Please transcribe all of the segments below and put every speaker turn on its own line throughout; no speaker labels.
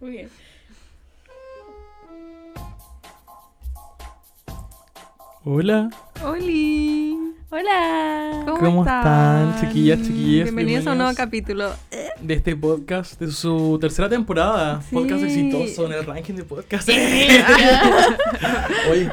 Muy bien.
Hola,
¡Holi!
Hola.
¿Cómo,
¿Cómo están, chiquillas, chiquillos?
Bienvenidos a un nuevo
Bienvenidos.
capítulo.
de este podcast, de su tercera temporada.
Sí.
Podcast exitoso en el ranking de podcast. Oye,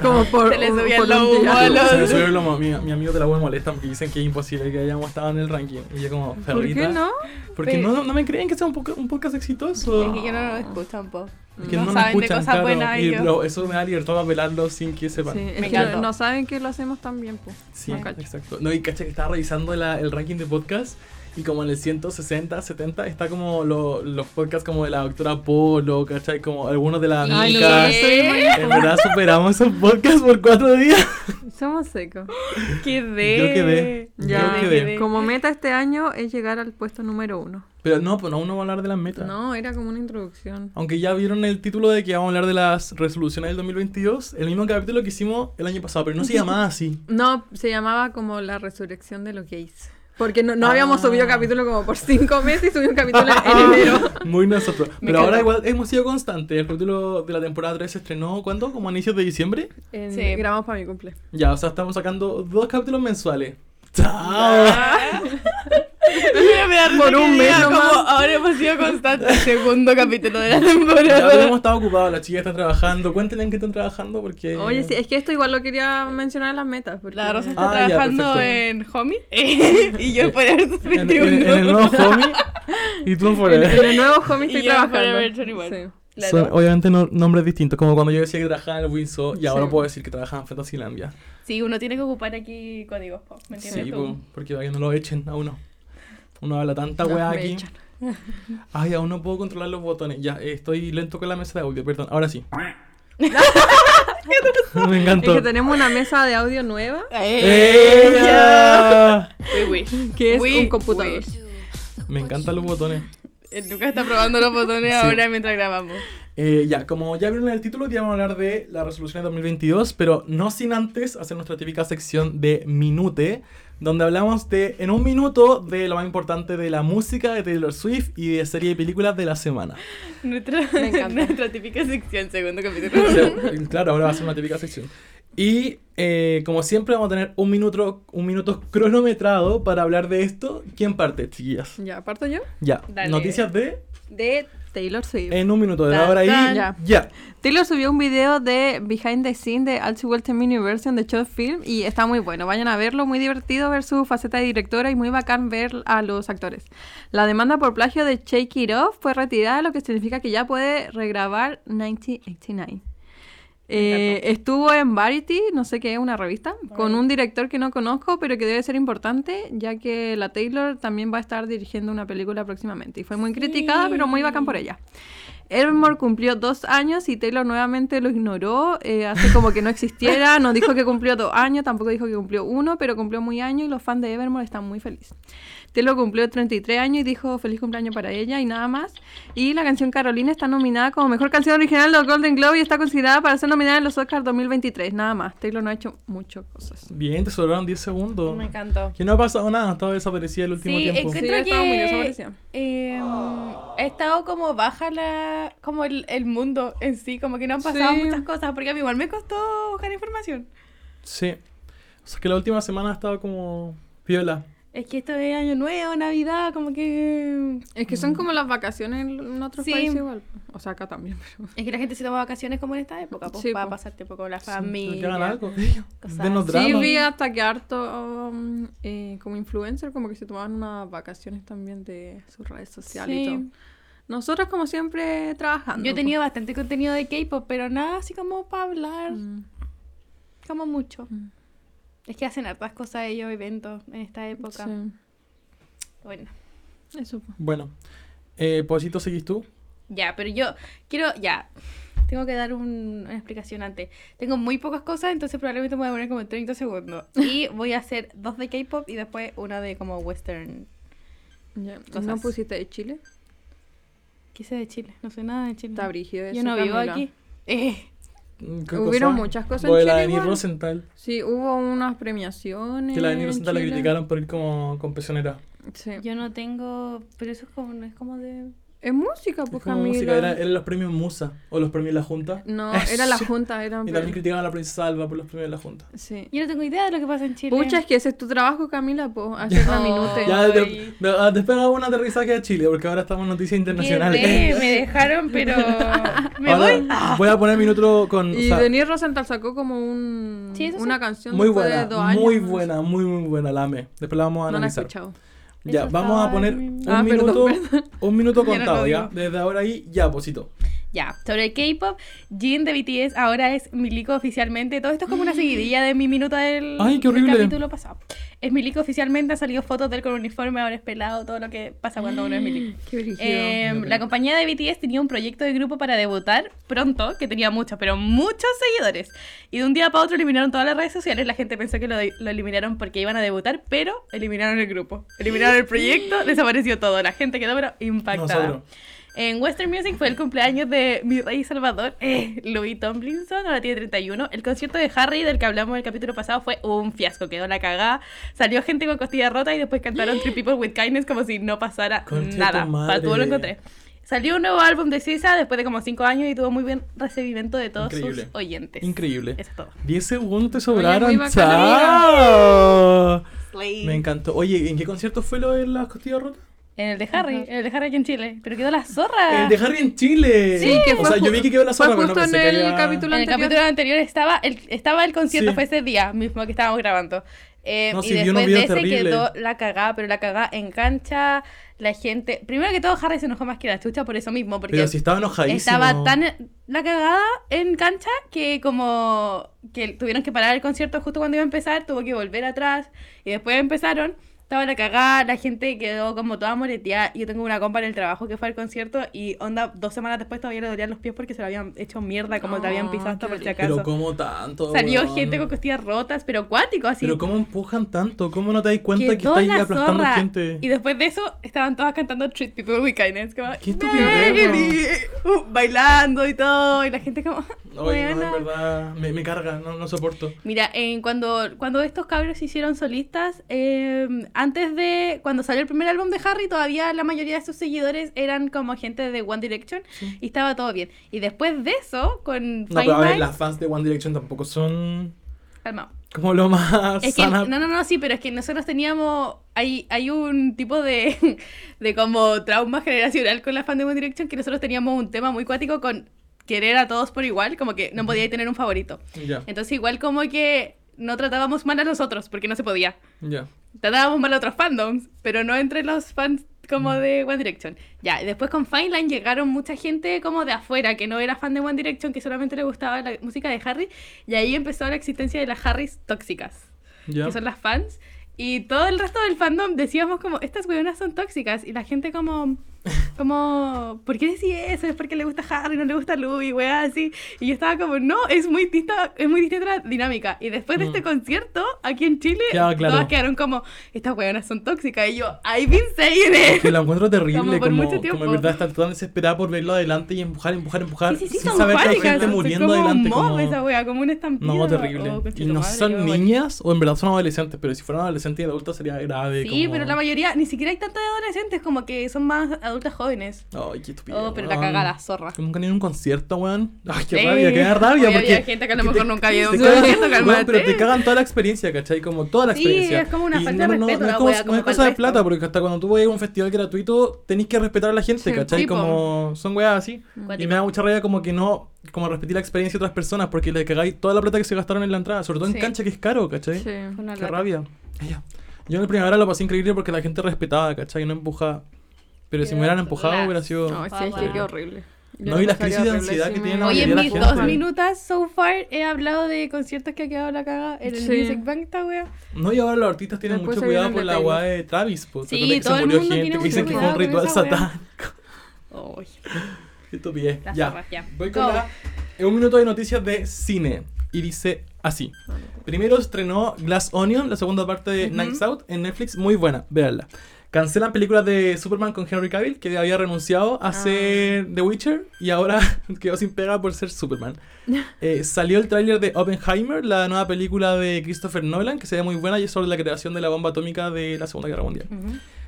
Como por,
Se le subía
por
el
un
lobo
día.
a los-
se me sube el lomo. Mi, mi amigo de la web molesta porque dicen que es imposible que hayamos estado en el ranking. Y yo como,
¿Por qué
perrita,
no?
Porque
Pero-
no, no me creen que sea un, poca- un podcast exitoso.
Es que yo no lo escucho tampoco.
Es que
no
nos
saben de
escuchan,
cosas
claro,
buenas
y
ellos.
lo- eso me da libertad para velarlo sin que sepan.
Sí,
Sí,
es
Me
que
encanta.
no saben que lo hacemos tan bien, pues. no cacho.
exacto. No, y cacha que estaba revisando la- el ranking de podcast y como en el 160, 70 está como lo- los podcasts como de la doctora Polo, ¿cachai? Como algunos de la
Ay, no,
amiga.
no, soy
En verdad superamos esos podcasts por cuatro días.
Somos secos.
Quedé.
Yo quedé.
Ya,
Yo quedé.
Como meta este año es llegar al puesto número uno.
Pero no, pues aún no vamos a hablar de las metas.
No, era como una introducción.
Aunque ya vieron el título de que vamos a hablar de las resoluciones del 2022, el mismo capítulo que hicimos el año pasado, pero no se llamaba así.
No, se llamaba como la resurrección de los gays. Porque no, no habíamos
Ah.
subido capítulo como por cinco meses y subí un capítulo en enero.
Muy nosotros.
Me
Pero ahora
encanta.
igual hemos sido constantes. El capítulo de la temporada 3 se estrenó, ¿cuándo? ¿Como a inicios de diciembre?
En-
Sí.
Grabamos para mi cumple.
Ya, o sea, estamos sacando dos capítulos mensuales. ¡Chao!
Por un mes
como
nomás.
ahora hemos sido constantes. Segundo capítulo de la temporada.
Ya pero hemos estado ocupados, las chicas están trabajando. Cuéntenle en qué están trabajando porque...
Oye, sí, es que esto igual lo quería mencionar en las metas. Porque...
La Rosa está
Ah, ya,
trabajando
perfecto.
en Homie y yo en Forever
En, en-
21.
en el nuevo homie y tú en
En,
forever.
en el nuevo homie
Y
estoy
yo en
trabajando.
Forever 21.
Sí.
Claro.
Son obviamente no- nombres distintos, como cuando yo decía que trabajaba en el Winso y ahora
Sí.
puedo decir que trabajaba en Fantasylandia.
Sí, uno tiene que ocupar aquí códigos, po, ¿me entiendes
Sí,
tú?
po, porque para que no lo echen a uno. Uno habla tanta
No,
weá
me
aquí.
echan.
Ay, aún no puedo controlar los botones. Ya, eh, estoy lento con la mesa de audio, perdón. Ahora sí. Me
Es
encantó.
que tenemos una mesa de audio nueva
Eh,
Eh, ¡Ella!
We wish.
que es
We
un computador.
wish.
Me encantan los botones.
Eh, Lucas está probando los botones
Sí.
ahora mientras grabamos.
Eh, ya, como ya vieron en el título, ya vamos a hablar de la resolución de 2022, pero no sin antes hacer nuestra típica sección de Minute, donde hablamos de, en un minuto, de lo más importante de la música de Taylor Swift y de serie y películas de la semana.
Nuestra,
Me encanta.
nuestra típica sección, segundo
O
capítulo.
sea, claro, ahora va a ser una típica sección. Y eh, como siempre vamos a tener un minuto, un minuto cronometrado para hablar de esto. ¿Quién parte, chiquillas?
Ya, parto yo.
Ya.
Dale.
Noticias de
De Taylor Swift.
en un minuto de
Tan,
ahora y
tan.
ya.
Ya. Taylor subió un video de Behind the Scene de All Too Well Team Universe de Short Film y está muy bueno. Vayan a verlo, muy divertido ver su faceta de directora y muy bacán ver a los actores. La demanda por plagio de Shake It Off fue retirada, lo que significa que ya puede regrabar 1989. Eh, estuvo en Variety, no sé qué es, una revista, con un director que no conozco, pero que debe ser importante, ya que la Taylor también va a estar dirigiendo una película próximamente. Y fue muy criticada, pero muy bacán por ella. Elmore cumplió dos años y Taylor nuevamente lo ignoró, eh, hace como que no existiera, no dijo que cumplió dos años, tampoco dijo que cumplió uno, pero cumplió muy año y los fans de Evermore están muy felices. Taylor cumplió 33 años y dijo feliz cumpleaños para ella y nada más. Y la canción Carolina está nominada como mejor canción original de los Golden Globe y está considerada para ser nominada en los Oscars 2023, nada más. Taylor no ha hecho muchas cosas.
Bien, te sobraron 10 segundos.
Me encantó.
Que no ha pasado nada, estaba desaparecida el último
Sí,
tiempo.
que-
encuentro
Oh Sí, ha estado muy
que
desaparecida.
eh, ha estado como baja la, como el, el mundo en sí, como que no han pasado
Sí.
muchas cosas, porque a mí igual me costó buscar información.
Sí. O sea, que la última semana ha estado como viola.
Es que esto es año nuevo, Navidad, como que...
Es que son como las vacaciones en otros
Sí.
países igual. O sea, acá también. pero-
Es que la gente se toma vacaciones como en esta época, pues,
Sí,
para
po.
pasar tiempo con la
Que hagan
familia.
algo.
Cosas
Denos
así.
Sí,
drama.
vi hasta que harto um, eh, como influencer, como que se tomaban unas vacaciones también de sus redes sociales
Sí.
y todo. Nosotros, como siempre, trabajando.
Yo he tenido bastante contenido de K-pop, pero nada así como para hablar,
Mm.
como mucho.
Mm.
Es que hacen hartas cosas ellos, eventos en esta época.
Sí,
Bueno,
eso. po.
Bueno. Eh, Posito, ¿seguís tú?
ya, pero yo quiero, ya, tengo que dar un- una explicación antes. Tengo muy pocas cosas, entonces probablemente me voy a poner como 30 segundos. Y voy a hacer dos de K-pop y después una de como western.
Ya.
Cosas.
¿No pusiste de Chile?
Quise de Chile, no sé nada de Chile.
Está brígido
Yo
eso,
no vivo
Camila.
aquí. Eh,
¿Qué cosa?
Hubieron muchas cosas
Lo
en
de la
Chile
Denise
igual.
Rosenthal.
Sí, hubo unas premiaciones.
Que la Denise
en
Rosenthal la
Chile.
criticaron por ir como con pesionera.
Sí.
yo no tengo, pero eso es como, no es como de
Es música,
Es
pues
como
Camila.
música, era- eran los premios Musa o los premios La Junta.
No, era la junta, era...
Y también criticaban a la princesa Alba por los premios de la Junta.
Sí.
Yo no tengo idea de lo que pasa en Chile.
Pucha, es que ese es tu trabajo, Camila, pues, hacer la
Oh.
minute.
Ya,
Ay.
de- de- ah, después hago un aterrizaje a Chile, porque ahora estamos en noticias internacionales.
Quedé, me dejaron, pero me
Ahora
voy.
voy a poner minuto con. Mm, o
Ah. Y
sea,
Denis Rosenthal sacó como un,
Sí, eso sí.
una canción
muy
después
buena,
de dos años.
muy
no sé.
buena, muy, muy buena, la amé. Después la vamos a
No la he
analizar.
escuchado.
ya,
Eso
vamos a
estaba
poner
en mi-
un,
Ah, perdón,
minuto, un minuto
Ya no lo
contado,
digo.
ya. Desde ahora ahí, ya, posito.
Ya, sobre el K-pop, Jin de BTS ahora es Milico oficialmente. Todo esto es como una seguidilla de mi minuto del,
Ay, qué
del
horrible.
capítulo pasado. Es Milico oficialmente, han salido fotos de él con uniforme, ahora es pelado, todo lo que pasa cuando uno es Milico.
Qué brígido.
Eh,
Mira.
la compañía de BTS tenía un proyecto de grupo para debutar pronto, que tenía muchos, pero muchos seguidores. Y de un día para otro eliminaron todas las redes sociales. La gente pensó que lo, de- lo eliminaron porque iban a debutar, pero eliminaron el grupo. Eliminaron el proyecto, desapareció todo. La gente quedó pero impactada.
Nosotros.
En Western Music fue el cumpleaños de mi rey Salvador, eh, Louis Tomlinson, ahora tiene 31. El concierto de Harry, del que hablamos en el capítulo pasado, fue un fiasco, quedó la cagada. Salió gente con costilla rota y después cantaron Three People with Kindness como si no pasara
Concha de
nada.
tu madre.
Pa- Tú lo encontré. Salió un nuevo álbum de Sisa después de como 5 años y tuvo muy buen recibimiento de todos
Increíble.
sus oyentes.
Increíble.
Eso es todo.
10 segundos te sobraron.
muy bacán,
¡Chao! Me encantó. Oye, ¿en qué concierto fue lo de las costillas rotas?
En el de Harry,
Ajá.
en el de Harry aquí en Chile, pero quedó la zorra.
El de Harry en Chile.
Ah. Sí, que
o
fue
sea, yo
ju-
vi que quedó la
fue
zona, pero no
justo
pensé
en
que
el
había-
capítulo
En el
anterior.
capítulo anterior estaba el, estaba el concierto,
Sí.
fue ese día mismo que estábamos grabando. Eh,
No,
y
sí, vi
después de
unos videos
ese
terribles.
quedó la cagada, pero la cagada en cancha, la gente... Primero que todo, Harry se enojó más que la chucha por eso mismo, porque
Pero si estaba enojadísimo.
estaba tan la cagada en cancha que como que tuvieron que parar el concierto justo cuando iba a empezar, tuvo que volver atrás y después empezaron. Estaba la cagada, la gente quedó como toda moreteada. Yo tengo una compa en el trabajo que fue al concierto y onda dos semanas después todavía le dolían los pies porque se lo habían hecho mierda, como te habían
Oh,
pisado hasta
qué
por si
horrible.
acaso.
Ah, Pero como tanto.
Salió
weón.
gente con costillas rotas, pero cuático así.
Pero cómo empujan tanto, cómo no te das cuenta que
Quedó
estáis
la
aplastando
zorra.
gente.
Y después de eso estaban todas cantando Treat People with Kindness. Como,
Qué estupidez,
"Baby", uh, bailando y todo. Y la gente como.
Ay, no,
"Buena".
en verdad, me, me carga, no, no soporto.
Mira, en cuando, cuando estos cabros se hicieron solistas, eh, antes de. Cuando salió el primer álbum de Harry, todavía la mayoría de sus seguidores eran como gente de One Direction y estaba todo bien. Y después de eso, con
No,
Fine
pero a ver,
Line-
las fans de One Direction tampoco son
Calmao.
como lo más
Es que,
sana.
no, no, no, sí, pero es que nosotros teníamos. Hay, hay un tipo de, de como trauma generacional con la fan de One Direction que nosotros teníamos un tema muy cuático con querer a todos por igual, como que no podía tener un favorito.
Ya,
Entonces, igual como que no tratábamos mal a nosotros porque no se podía.
ya.
Tratábamos mal a otros fandoms, pero no entre los fans como de One Direction. Ya, y después con Fine Line llegaron mucha gente como de afuera que no era fan de One Direction, que solamente le gustaba la música de Harry, y ahí empezó la existencia de las Harrys tóxicas
ya.
que son las fans. Y todo el resto del fandom decíamos como, estas weonas son tóxicas. Y la gente como, como, ¿por qué decís eso? Es porque le gusta Harry, no le gusta Louis, weá, así. Y yo estaba como, no, es muy distinta, es muy distinta la dinámica. Y después de
Mm.
este concierto, aquí en Chile,
Ya, claro.
todas quedaron como, estas weonas son tóxicas. Y yo, I've been saying it.
Que la encuentro terrible,
Como por
como,
mucho
como,
tiempo.
en verdad estar tan desesperada por verlo adelante y empujar, empujar, empujar.
Sí, sí, sí,
sin
son
saber que hay
cuáticas,
gente
son
muriendo
como un
adelante.
mob
como-
esa wea, como un estampido.
No, terrible.
Oh, concha
y
tu
no
madre,
son
yo me-
niñas, o en verdad son adolescentes, pero si fueran adolescentes y adultos sería grave.
Sí,
como-
pero la mayoría, ni siquiera hay tantos adolescentes, como que son más adultas jóvenes.
Ay, qué estúpido.
Oh, pero la
weón.
caga la zorra.
Que nunca han ido a un concierto, weón. Ay, qué
Sí.
rabia, qué da rabia.
Oye,
porque
había gente que a lo
porque
mejor nunca había ido a un
te cagan-
concierto,
weón,
cálmate.
Pero te cagan toda la experiencia, ¿cachai? Como toda la
Sí,
experiencia.
es como una
Y
falta de
no,
respeto
No,
la
es, como-
wea,
no
como para
es
el
cosa de
resto.
plata, porque hasta cuando tú vas a un festival gratuito, tenés que respetar a la gente,
Sí,
¿cachai?
sí, po.
como son weas así. Y
Cuático.
me da mucha rabia como que no, como respetir la experiencia de otras personas, porque les cagáis toda la plata que se gastaron en la entrada, sobre todo en
Sí.
cancha, que es caro, ¿cachai?
Sí.
Una
Qué
lata.
rabia. Ella. Yo en el primavera lo pasé increíble porque la gente respetaba, ¿cachai? No empujaba. Pero si me hubieran empujado
Las-
hubiera sido...
No, sí, es que qué horrible.
No, y las crisis de
pasaría
ansiedad
horrible
que
si
tiene
me-
la
Oye, en
mayoría de
mis
la gente.
dos minutas so far he hablado de conciertos que ha quedado la caga en el
Sí.
Music Bank, esta wea.
No, y ahora los artistas tienen
Después
mucho
se
cuidado
viene
por
el
la
detalle.
weá de Travis, pues.
Sí,
¿te acuerdas que
todo
se
el
murió
mundo
gente,
tiene
que dicen que
mucho
fue un
cuidado
ritual
con esa weá.
satánico.
Ay,
Estupidez.
Las
Ya.
zorras, ya.
Voy con
Go.
la. En un minuto de noticias de cine. Y dice así. Primero estrenó Glass Onion, la segunda parte de Nights Out en Netflix, muy buena, véanla. Cancelan películas de Superman con Henry Cavill, que había renunciado a hacer The Witcher y ahora quedó sin pega por ser Superman. Eh, salió el tráiler de Oppenheimer, la nueva película de Christopher Nolan, que se ve muy buena y es sobre la creación de la bomba atómica de la Segunda Guerra Mundial.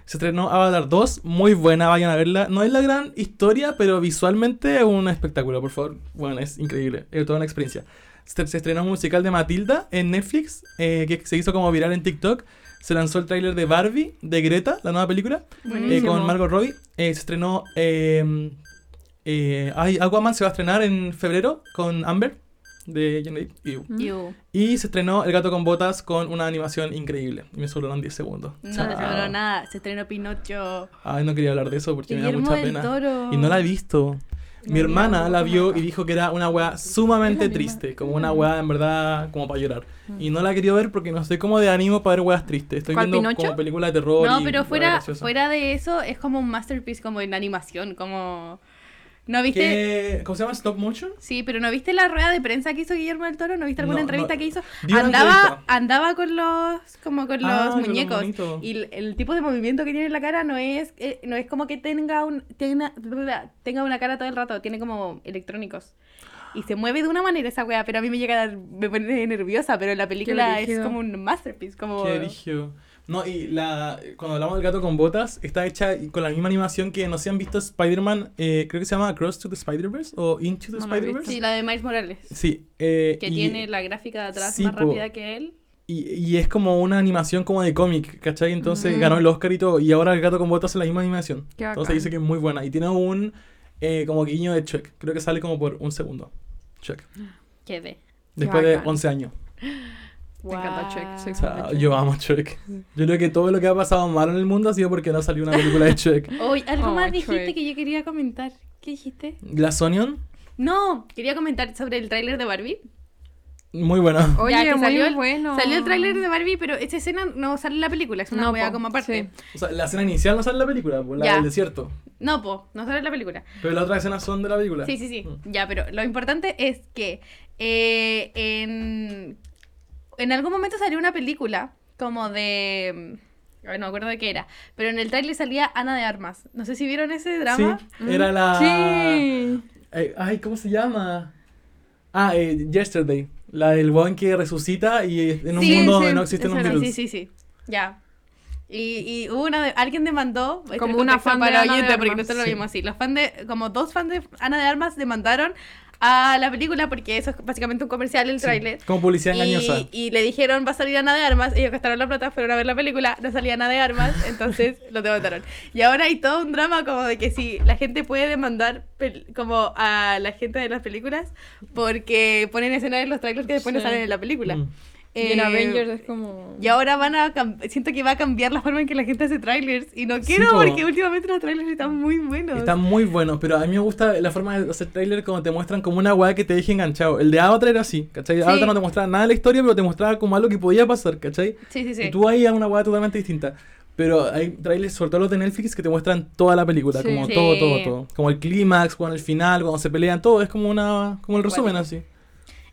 Se estrenó Avatar 2, muy buena, vayan a verla. No es la gran historia, pero visualmente es un espectáculo, por favor. Bueno, es increíble, es toda una experiencia. Se se estrenó un musical de Matilda en Netflix, eh, que se hizo como viral en TikTok. Se lanzó el tráiler de Barbie, de Greta, la nueva película, eh,
Buenísimo.
con Margot Robbie. Eh, se estrenó... eh, eh, ay, Aquaman se va a estrenar en febrero con Amber, de Johnny Depp. Ew.
Ew.
Y se estrenó El gato con botas con una animación increíble. Y me sobraron 10 segundos.
No
Chao.
se estrenó nada. Se estrenó Pinocho.
Ay, no quería hablar de eso porque me da
Guillermo
mucha
del
pena.
Toro.
Y no la he visto. Mi
No,
hermana
no,
la
no,
vio
no.
y dijo que era una weá sumamente
Es la misma,
triste.
es
Como
la
una
misma.
weá en verdad como para llorar.
Mm.
Y no la quería ver porque no estoy como de ánimo para ver weas tristes. Estoy
¿Cuál,
viendo
Pinocho?
como películas de terror.
No,
y
pero
weá
fuera,
graciosa.
fuera de eso, es como un masterpiece como en animación, como... ¿No viste?
¿Qué- ¿Cómo se llama? ¿Stop motion?
Sí, pero ¿no viste la rueda de prensa que hizo Guillermo del Toro? ¿No viste alguna
No,
entrevista
no.
que hizo?
Vi una
Andaba,
entrevista.
andaba con los como con los
Ah, con los
muñecos
monitos.
y el, el tipo de movimiento que tiene en la cara no es eh, no es como que tenga un tenga, tenga- tenga una cara todo el rato, tiene como electrónicos. Y se mueve de una manera esa weá, pero a mí me llega a dar, me pone nerviosa, pero en la película es
brígido.
como un masterpiece, como
Qué brígido. No, y la, cuando hablamos del gato con botas, está hecha con la misma animación que no sé han visto Spider-Man, eh, creo que se llama Across to the Spider-Verse o Into the
No la he
Spider-Verse.
Sí, la de Miles Morales,
Sí, eh,
que
y,
tiene la gráfica de atrás
sí,
más
po.
rápida que él.
y, y es como una animación como de cómic, ¿cachai? Entonces
Ujú.
ganó el Oscar y todo, y ahora el gato con botas es la misma animación.
Qué
Entonces
bacán.
dice que es muy buena, y tiene un eh, como guiño de Chuck, creo que sale como por un segundo, Chuck,
Que de.
después de
bacán.
11 años.
Me encanta Shrek, soy
O
fan.
sea,
Chuck.
yo amo Shrek. Yo creo que todo lo que ha pasado malo en el mundo ha sido porque no salió una película de Shrek.
Oye, algo
Oh,
más dijiste
Shrek.
que yo quería comentar. ¿Qué dijiste?
La Sonion,
No, quería comentar sobre el tráiler de Barbie.
muy buena.
Oye,
Ya que
muy
salió el-
bueno.
Salió el tráiler de Barbie, pero esa escena no sale en la película, es una
No,
wea
po,
como aparte.
O sea, la escena inicial no sale en la película, pues, la
Ya.
del desierto.
No, po, no sale en la película.
Pero las otras escenas son de la película.
Sí, sí, sí.
Mm.
Ya, pero lo importante es que eh, en, en algún momento salió una película como de... mm, ay, No me acuerdo de qué era, pero en el tráiler salía Ana de Armas. No sé si vieron ese drama.
Sí, era la.
Sí.
Eh, ay, ¿cómo se llama? Ah, eh, Yesterday. La del weón que resucita y eh, en un
Sí,
mundo
sí,
donde no existen
esa
los
era,
virus.
Sí, sí, sí. Ya. Y, y hubo una de- alguien demandó este
Como
es
una
contexto
fan de
para
Ana de
oyente, porque
Armas.
nosotros lo
Sí.
vimos así. Los fan de, como dos fans de Ana de Armas demandaron a la película porque eso es básicamente un comercial, el
Sí,
tráiler.
Como publicidad engañosa.
Y, y le dijeron va a salir Ana de Armas, ellos gastaron la plata, fueron a ver la película, no salía Ana de Armas, entonces lo demandaron. Y ahora hay todo un drama como de que si la gente puede demandar pel- como a la gente de las películas porque ponen escenas en los trailers que después no
Sí.
salen en la película.
Mm.
Y en
Eh,
Avengers es como.
y ahora van a cam- siento que va a cambiar la forma en que la gente hace trailers y no
Sí,
quiero
po.
porque últimamente los trailers están muy buenos.
Está muy bueno, pero a mí me gusta la forma de hacer trailer cuando te muestran como una weá que te deje enganchado. El de Avatar era así, ¿cachai? Avatar no te mostraba nada de la historia, pero te mostraba como algo que podía pasar, ¿cachai?
Sí, sí, sí.
Y tú ahí a una weá totalmente distinta. Pero hay trailers, sobre todo los de Netflix, que te muestran toda la película,
Sí.
como
Sí.
todo, todo, todo. Como el clímax, cuando el final, cuando se pelean, todo. Es como una como
Igual.
el resumen así.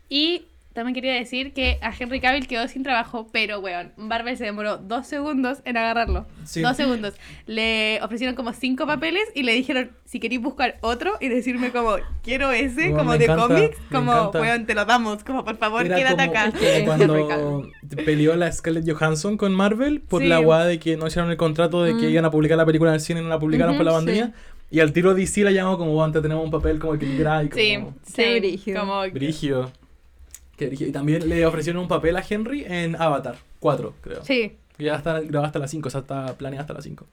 Y también quería decir que a Henry Cavill quedó sin trabajo, pero weón, Marvel se demoró dos segundos en agarrarlo.
Sí.
Dos segundos. Le ofrecieron como cinco papeles y le dijeron, si queréis buscar otro y decirme como, quiero ese,
Weón,
como
me
de
encanta,
cómics,
me
como,
encanta.
weón, te lo damos, como por favor,
Era
quédate
como- este
acá.
como
Henry Cavill.
cuando peleó la Scarlett Johansson con Marvel por
Sí.
la guada de que no hicieron el contrato de que
Mm.
iban a publicar la película en el cine y no la publicaron
Ujú,
por la
sí.
pandemia. Y al tiro DC la llamó como, bueno, te tenemos un papel como el que liderá y
Sí,
como...
sí,
Qué brígido.
como
Brigio. Y también le ofrecieron un papel a Henry en Avatar 4, creo.
Sí,
Que ya está grabada hasta las 5, o sea, está planeada hasta las 5.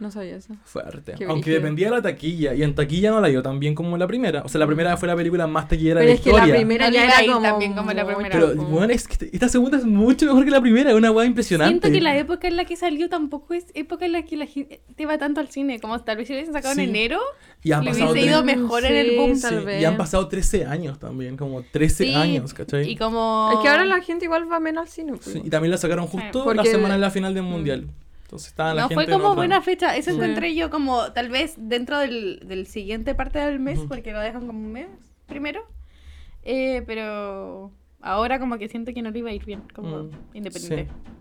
No sabía eso.
Fuerte.
Qué
Aunque
brígido.
dependía de la taquilla. Y en taquilla no la dio tan bien como la primera. O sea, la primera fue la película más taquillera
Pero
de
es que
la
la
historia.
primera
No
ya
le iba a
era
ir
como.
tan bien como la primera.
Pero,
como-
bueno, es que esta segunda es mucho mejor que la primera. Es una weá impresionante.
Siento que la época en la que salió tampoco es época en la que la gente va tanto al cine. Como tal vez si hubiesen sacado
Sí.
en enero,
Y han
le
pasado,
hubiese
tre-
ido mejor en el
Sí,
boom.
tal
sí,
vez.
y han pasado 13 años también. Como 13
Sí,
años, ¿cachai?
Y como.
Es que ahora la gente igual va menos al cine. pues.
Sí, y también la sacaron justo la
Porque-
semana de la final del mundial. Entonces estaba Ah, la
No
gente
fue
en
como
otra.
buena fecha. Eso
Sí.
encontré yo como tal vez dentro del, del siguiente parte del mes, porque lo dejan como un mes primero. Eh, pero ahora como que siento que no le iba a ir bien, como
Mm.
independiente.
Sí.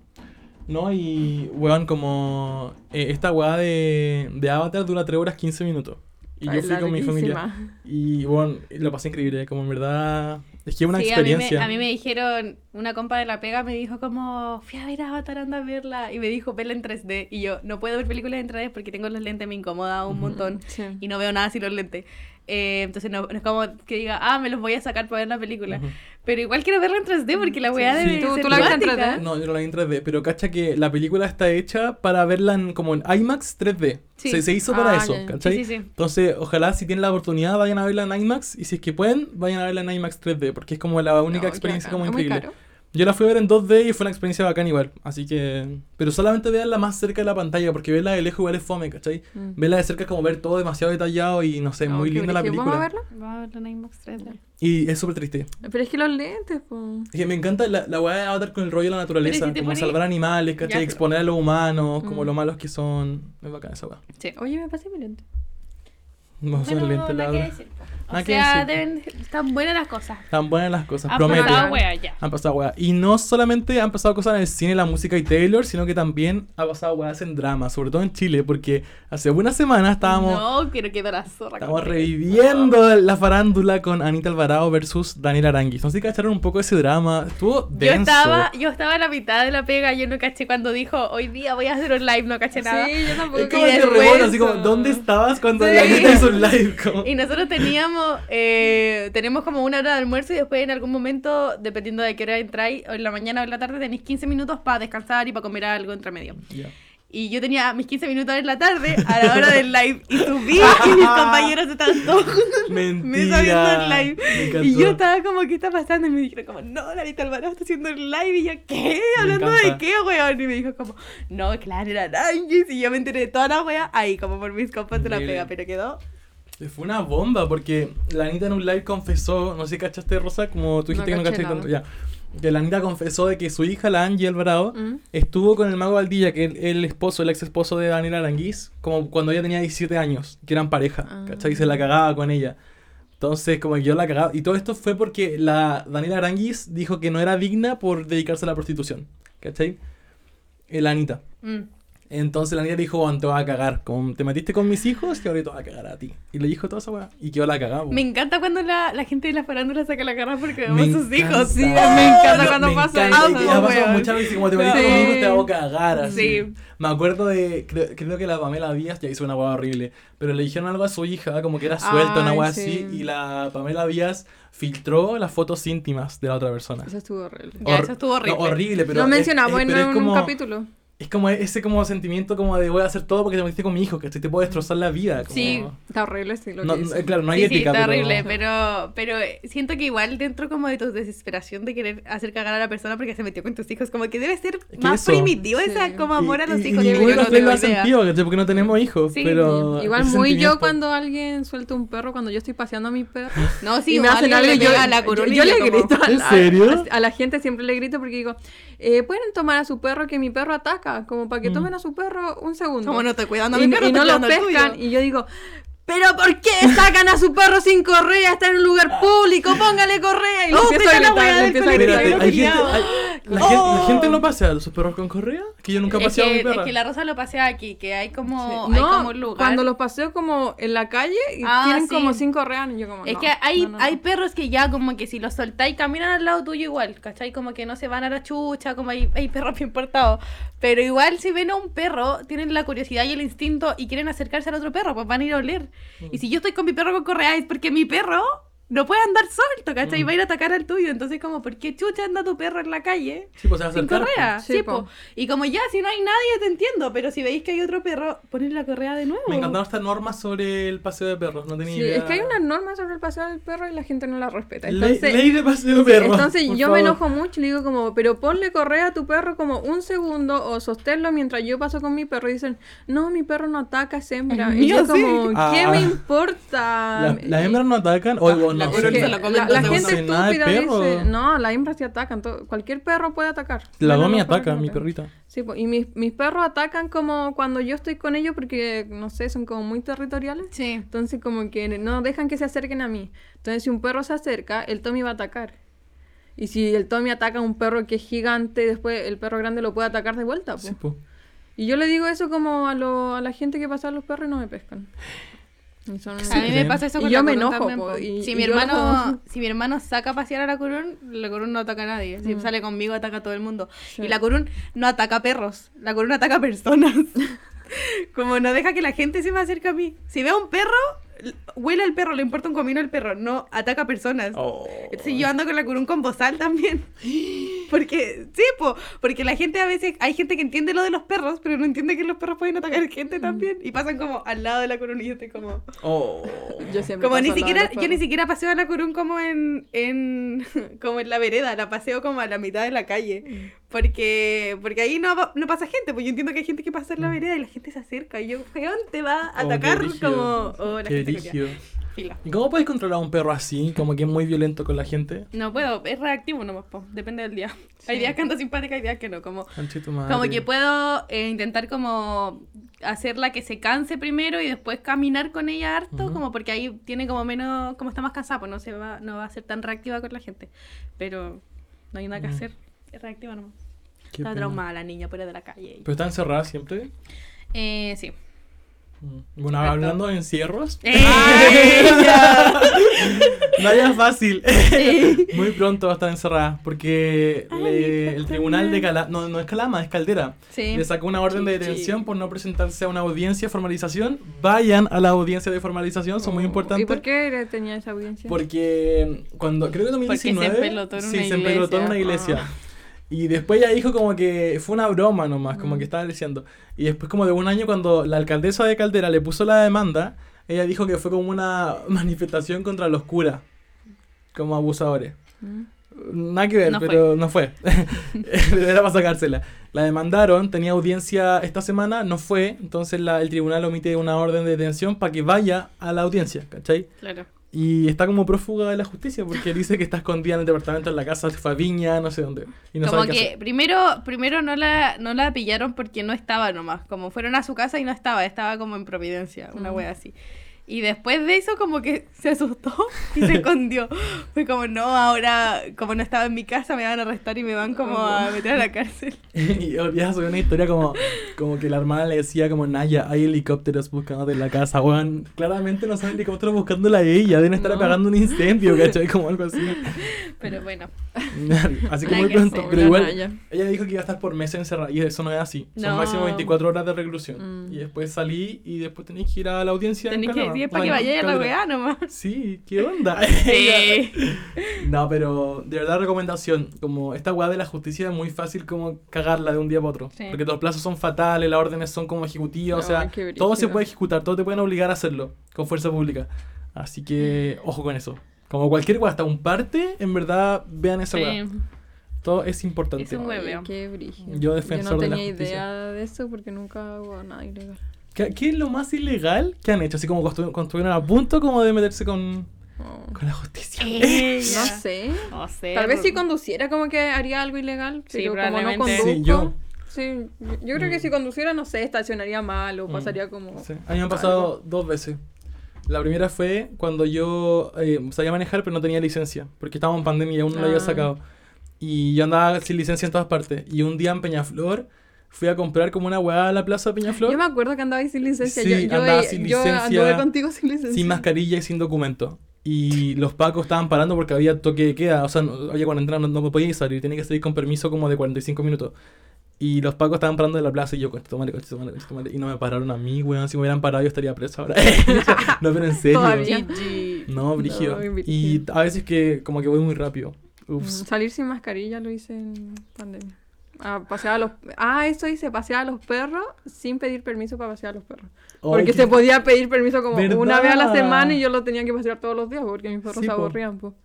No, y weón, como eh, esta weá de, de Avatar dura 3 horas 15 minutos. Y Y yo fui con mi familia. Y bueno, lo pasé increíble, como en verdad. Es que es una
Sí, a mí, me,
experiencia.
a mí me dijeron, una compa de la pega me dijo como, fui a ver Avatar, anda a verla. Y me dijo, vela en 3D. Y yo, no puedo ver películas en 3D porque tengo los lentes, me incomoda un montón.
Sí.
Y no veo nada sin los lentes. Eh, entonces no, no es como que diga, ah, me los voy a sacar para ver la película.
Ujú. Mm,
Pero igual quiero verla en 3D porque la weá
Sí.
debe
¿Tú-
ser
tú la viste en
cuática.
3D?
No, yo no la vi en 3D, pero cacha que la película está hecha para verla en- como en IMAX 3D.
Sí.
Se, se hizo para
Ah,
eso,
ya, ya.
¿cachai?
Sí, sí, sí.
Entonces, ojalá si tienen la oportunidad vayan a verla en IMAX y si es que pueden, vayan a verla en IMAX 3D, porque es como la única experiencia como increíble. Yo la fui a ver en 2D y fue una experiencia bacán igual, así que... Pero solamente veanla más cerca de la pantalla, porque verla de lejos igual es fome, ¿cachai?
Mm.
Verla de cerca es como ver todo demasiado detallado y no sé, muy linda la
¿Vamos a
película.
verla?
Va a ver la IMAX 3D.
Y es súper triste.
Pero es que los lentes, po.
Es que me encanta la, la weá de Avatar con el rollo de la naturaleza,
Pero si te
como
pones-
salvar animales, ¿cachai?
pero-
Exponer a los humanos, como
Mm.
lo malos que son. Es bacán esa weá.
Sí.
Oye, me pasé mi lente.
Vamos a hacer
Bueno,
lente
nada que
Laura.
decir, po. O
Nada que
sea,
decir, po.
deben, están buenas las cosas.
Tan buenas las cosas,
Han
prometo.
pasado weá, ya.
Han pasado weá. Y no solamente han pasado cosas en el cine, la música y Taylor, sino que también ha pasado weas en drama, sobre todo en Chile, porque hace una semana estábamos.
No, quiero quedar la zorra.
Estamos
con-
reviviendo la farándula con Anita Alvarado versus Daniel Aranguis. No sé si cacharon un poco ese drama. Estuvo
Yo
denso.
estaba, yo estaba en la mitad de la pega, yo no caché cuando dijo, hoy día voy a hacer un live, no caché nada.
Sí, yo tampoco.
Es como
Y
el
después-
terremoto, así como, ¿dónde estabas cuando
Sí.
la Anita hizo un live? Como-
Y nosotros teníamos, eh, tenemos como una hora de almuerzo y después en algún momento, dependiendo de qué hora entráis, o en la mañana o en la tarde, tenéis 15 minutos para descansar y para comer algo entre medio.
Ya.
Y yo tenía mis 15 minutos en la tarde a la hora del live y subí y mis compañeros estaban todos juntos me
Mentira.
haciendo el live.
Me encantó.
Y yo estaba como, ¿qué está pasando? Y me dijeron como, no, Larita Alvarado está haciendo el live. Y yo, ¿qué?
Me
¿Hablando de
encanta.
qué, weón? Y me dijo como, no, claro, era Aranguis. Y yo me enteré de toda la wea ahí, como por mis compas de la
Increíble.
pega. Pero quedó
Eh, Fue una bomba porque la Anita en un live confesó, no sé si cachaste Rosa, como tú dijiste
No
que no
caché
cachaste
nada. Mm.
tanto, ya. Que la Anita confesó de que su hija, la Angie Alvarado, estuvo con el mago Valdilla, que es el, el esposo, el ex esposo de Daniel Aranguiz, como cuando ella tenía 17 años, que eran pareja,
Ah.
¿cachai? Y se la cagaba con ella. Entonces, como que yo la cagaba. Y todo esto fue porque la Daniela Aranguiz dijo que no era digna por dedicarse a la prostitución, ¿cachai? Eh, La Anita.
mm,
Entonces la niña dijo, "Juan, te vas a cagar. Como te metiste con mis hijos, que ahora te vas a cagar a ti. Y le dijo toda esa weá. Y quedó la cagada. po.
Me encanta cuando la, la gente de la farándula saca la cara porque vemos sus
encanta.
hijos.
Sí, me encanta
Me
cuando pasa
encanta,
eso.
y que ya pasó
weón.
muchas veces, como te metiste
Sí.
con mis hijos, te vas a cagar. Así.
Sí.
Me acuerdo de, creo, creo que la Pamela Díaz ya hizo una weá horrible. Pero le dijeron algo a su hija, como que era suelta, una
Ay,
weá
sí.
así. Y la Pamela Díaz filtró las fotos íntimas de la otra persona.
Eso estuvo horrible.
Ya,
Hor-
eso estuvo horrible.
No, horrible, pero.
Lo
es-
mencionamos
es-
en,
pero es
un
como-
capítulo.
Es como ese como sentimiento como de voy a hacer todo porque te metiste con mi hijo, que te puedo destrozar la vida. como-
Sí.
Está horrible, sí, lo
No, eh,
que hizo.
no, claro, no hay
sí,
ética,
sí, está
pero-
horrible, pero, pero eh, siento que igual dentro como de tu desesperación de querer hacer cagar a la persona porque se metió con tus hijos, como que debe ser
que
más
eso.
primitivo
Sí.
esa como amor a los
y,
hijos.
Y
yo
ninguno de
no
los tres
tengo
lo ha
idea.
sentido, ¿cachai? Porque no tenemos hijos,
Sí,
pero...
Igual
ese
muy yo
sentimiento-
cuando alguien suelta un perro, cuando yo estoy paseando a mi perro.
No, sí,
y me
o
hacen
alguien
algo
le
y yo,
pega a la corona
yo,
y
yo le
como-
grito a,
¿En
la-
serio?
a- a la gente siempre le grito porque digo eh, pueden tomar a su perro que mi perro ataca como para que
Mm.
tomen a su perro un segundo
Como no estoy cuidando a
y,
mi perro,
y no
estoy
lo
cuidando al
pescan
tuyo.
y yo digo pero por qué sacan a su perro sin correa está en un lugar público póngale correa y le
Oh,
empiezo
vete
a
a la
gritar
weá
le
del
empiezo a
colegio,
gritar
Espérate,
Pero
hay
yo
gente,
criado.
hay- la,
¡Oh!
gente, la gente no pasea a sus perros con correa, que yo nunca he
Es
paseado a mi
que,
perra.
es que la rosa lo pasea aquí, que hay como, hay
no,
como un lugar.
cuando los paseo como en la calle y
Ah,
tienen
sí.
como sin correa y yo como
Es
no,
que hay,
no, no, no.
hay perros que ya como que si los soltáis caminan al lado tuyo igual, ¿cachai? Como que no se van a la chucha, como hay, hay perros bien portados. Pero igual si ven a un perro, tienen la curiosidad y el instinto y quieren acercarse al otro perro, pues van a ir a oler.
Mm.
Y si yo estoy con mi perro con correa es porque mi perro no puede andar solto, ¿cachai? Y
Mm.
va a ir a atacar al tuyo. Entonces como, ¿por qué chucha anda tu perro en la calle?
Sí, pues se va a
Sin
acercar.
correa,
Sí,
sí,
po.
po. Y como ya, si no hay nadie, te entiendo, pero si veis que hay otro perro, poned la correa de nuevo.
Me encantaron estas normas sobre el paseo de perros, no tenía
Sí,
idea.
es que hay unas normas sobre el paseo del perro y la gente no la respeta.
Le-
Entonces,
ley de paseo de perros.
Entonces
por
yo me
favor.
enojo mucho y le digo como, pero ponle correa a tu perro como un segundo o sosténlo mientras yo paso con mi perro y dicen, no, mi perro no ataca, es hembra.
El
Y yo
mío sí.
como, ¿qué
Ah.
me importa?
La- ¿Las hembras no atacan? Oye,
eh,
vos
la
no,
Es
corona
sí.
que
se la
la,
comen
la
todos, no
gente
conocen nada de
estúpida
perro.
dice, no, las hembras sí atacan, to- cualquier perro puede atacar.
La
Menos
Domi
los perros que
ataca,
no
mi
atacan.
perrita.
Sí, po, y mis, mis perros atacan como cuando yo estoy con ellos porque, no sé, son como muy territoriales.
Sí.
Entonces como que no dejan que se acerquen a mí. Entonces si un perro se acerca, el Tommy va a atacar. Y si el Tommy ataca a un perro que es gigante, después el perro grande lo puede atacar de vuelta. po.
Sí, po.
Y yo le digo eso como a, lo- a la gente que pasa a los perros y no me pescan. Y son-
A mí me
creen?
pasa eso
Y
con
yo
la
me
Corun
enojo,
también,
po,
po.
y-
si,
y
mi
yo
hermano,
como-
si mi hermano saca a pasear a la Corun, la Corun no ataca a nadie. Si
Mm.
sale conmigo, ataca a todo el mundo.
Sí.
Y la Corun no ataca a perros, la Corun ataca a personas. Como no deja que la gente se me acerque a mí. Si veo a un perro, l- huele al perro, le importa un comino al perro, no ataca a personas.
Oh.
Si yo ando con la Corun con bozal también. Porque, sí, po, porque la gente a veces, hay gente que entiende lo de los perros, pero no entiende que los perros pueden atacar
Mm.
gente también. Y pasan como al lado de la Corun y yo estoy como...
Oh.
Yo siempre
Como
paso
ni
al lado de
siquiera,
los
yo ni
perros.
siquiera paseo a la Curún como en, en, como en la vereda, la paseo como a la mitad de la calle.
Mm.
Porque, porque ahí no, va- no pasa gente, pues yo entiendo que hay gente que pasa en la vereda y la gente se acerca. Y yo, weón, te va a
Mm. Oh, qué
atacar
brígido.
como oh, la
Qué
gente culiá.
rígido.
Filo.
¿Y cómo puedes controlar a un perro así? Como que es muy violento con la gente.
No puedo, es reactivo nomás, po, depende del día. Hay días que ando simpática, hay días que no, como...
Conche tu madre.
Como que puedo eh, intentar como hacerla que se canse primero y después caminar con ella harto,
Ujú.
como porque ahí tiene como menos, como está más cansada, pues no se va, no va a ser tan reactiva con la gente. Pero no hay nada que
Ujú.
hacer. Es reactiva nomás.
Qué
está
pena.
traumada la niña fuera de la calle.
¿Pero está encerrada siempre?
Eh, sí.
Mm. Bueno, hablando de encierros. Naya es fácil. Muy pronto va a estar encerrada porque
Ay,
le-
mi
el tribunal de Calama, no, no es Calama, es Caldera,
Sí.
le sacó una orden de
Sí, sí.
detención por no presentarse a una audiencia de formalización. Vayan a la audiencia de formalización, son muy importantes.
Oh, ¿Y por qué era- tenía esa audiencia?
Porque mm, cuando, creo que en
Porque se
2019,
empelotó en
sí,
una
se empelotó en una
iglesia. Ah.
iglesia. Y después ella dijo como que fue una broma nomás, como
Mm.
que estaba diciendo. Y después como de un año cuando la alcaldesa de Caldera le puso la demanda, ella dijo que fue como una manifestación contra los curas, como abusadores.
Mm.
Nada que ver,
No
pero no fue. Era para sacársela. La demandaron, tenía audiencia esta semana, no fue. Entonces la- el tribunal omite una orden de detención para que vaya a la audiencia, ¿cachai?
Claro.
Y está como prófuga de la justicia porque dice que está escondida en el departamento, en la casa, se fue a Viña, no sé dónde. Y no
como
sabe qué
que
hacer.
primero, primero no la, no la pillaron porque no estaba nomás. Como fueron a su casa y no estaba, estaba como en Providencia, una
Mm.
wea así. Y después de eso como que se asustó y se escondió. Fue como, no, ahora como no estaba en mi casa me van a arrestar y me van como
Ah,
a meter a la cárcel.
y ya subió una historia como, como que la hermana le decía como, Naya, hay helicópteros buscándote en la casa, weón. Claramente no son helicópteros buscándola a ella, deben estar
No.
apagando un incendio, ¿cachai? Como algo así.
Pero bueno,
así que
Ay,
muy
qué
pronto,
feo.
pero
La
igual
Naya.
ella dijo que iba a estar por meses encerrada y eso no es así. Son
No.
máximo 24 horas de reclusión.
Mm.
Y después salí y después tenéis que ir a la audiencia. en
tenés que
Calama.
decir para que
Bueno,
vaya a la
Caldera.
wea nomás.
Sí, ¿qué onda?
Sí.
no, pero de verdad recomendación. Como esta weá de la justicia es muy fácil como cagarla de un día para otro.
Sí.
Porque los plazos son fatales, las órdenes son como ejecutivas, o
Ay,
sea,
qué
todo se
brígido.
puede ejecutar, todo te pueden obligar a hacerlo con fuerza pública. Así que
Mm.
ojo con eso. Como cualquier weá, hasta un parte, en verdad vean esa weá. Todo es importante.
Es un hueveo.
Qué brígido.
Yo defensor
no
de la
tenía
justicia.
idea de eso porque nunca hago nada ilegal.
¿Qué, qué es lo más ilegal que han hecho? Así como constru- construyeron a punto como de meterse con,
Oh.
con la justicia.
Ella.
No sé.
Eh, No sé.
Tal vez si conduciera como que haría algo ilegal,
Sí,
pero como no
probablemente.
conduzco.
Sí, yo. Mm.
sí, yo- yo creo que si conduciera, no sé, estacionaría mal o pasaría como...
Sí. A mí me han pasado dos veces. La primera fue cuando yo eh, sabía manejar, pero no tenía licencia, porque estábamos en pandemia y aún no la había
Ah.
sacado. Y yo andaba sin licencia en todas partes. Y un día en Peñaflor fui a comprar como una hueá a la plaza de Peñaflor.
Yo me acuerdo que andaba sin licencia.
Sí,
yo, yo,
andaba sin
yo
licencia,
anduve contigo sin licencia.
sin mascarilla y sin documento. Y los pacos estaban parando porque había toque de queda, o sea, no- había cuarentena, no, no podía salir, tenía que salir con permiso como de 45 minutos. Y los pacos estaban parando en la plaza y yo, coche, tomale, coche, tomale, coche, tomale. Y no me pararon a mí, weón, si me hubieran parado yo estaría preso ahora. no, pero en serio.
Todavía.
No, brígido.
No,
y
brígido.
a veces que como que voy muy rápido.
Mm,
Ups.
Salir sin mascarilla lo hice en pandemia. Ah, pasear a los... ah, eso hice, pasear a los perros sin pedir permiso para pasear a los perros.
Ay,
Porque
qué-
se podía pedir permiso como
¿Verdad?
una vez a la semana y yo lo tenía que pasear todos los días porque mis perros
Sí,
se
po.
aburrían. po. Eso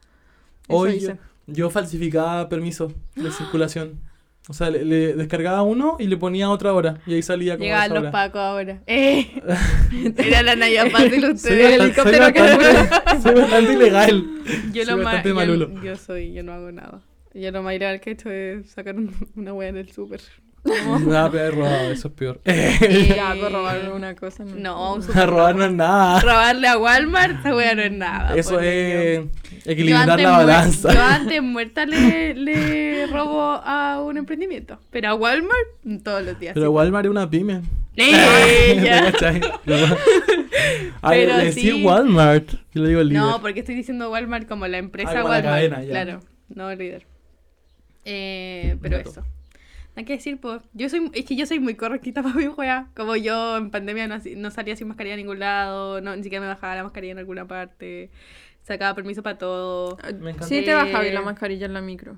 Hoy yo,
hice.
yo falsificaba permiso de circulación. O sea, le, le descargaba uno y le ponía otra hora. Y ahí salía como
Llegaban
esa
los
hora.
pacos ahora. Eh. Era la Naya Fácil
Soy
ustedes.
bastante- soy bastante- soy bastante ilegal.
Yo
Soy
lo más.
bastante malulo.
Yo, yo soy, yo no hago nada. Yo lo más ilegal que he hecho es sacar un- una wea en el súper. Como-
No, pero he robado, eso es peor.
Eh,
Ya, por robar una cosa. No,
No, a un súper.
robar no es nada.
Robarle a Walmart, esa wea no es nada.
Eso
por Dios.
es
Ah, pues, Yo
equilibrar
antes
la
muer-
balanza.
Yo antes muerta le, le robo a un emprendimiento. Pero a Walmart todos los días.
Pero
sí.
Walmart es una pyme.
¡Eh! ya.
¿Cachai? Lo- Ay,
Pero
le decía
sí.
Walmart. Yo le digo líder.
No, pues, porque estoy diciendo Walmart como la empresa
Ah, como la
Walmart.
cadena, ya.
Claro, no el líder. Eh, pero
Dato.
eso. Nada que decir, pues. Yo soy, es que yo soy muy correctita para mi juega. Como yo en pandemia no, hacía- no salía sin mascarilla a ningún lado, no, ni siquiera me bajaba la mascarilla en alguna parte. Sacaba permiso para todo.
Me encanta.
Sí, te bajaba
Eh.
y la mascarilla en la micro.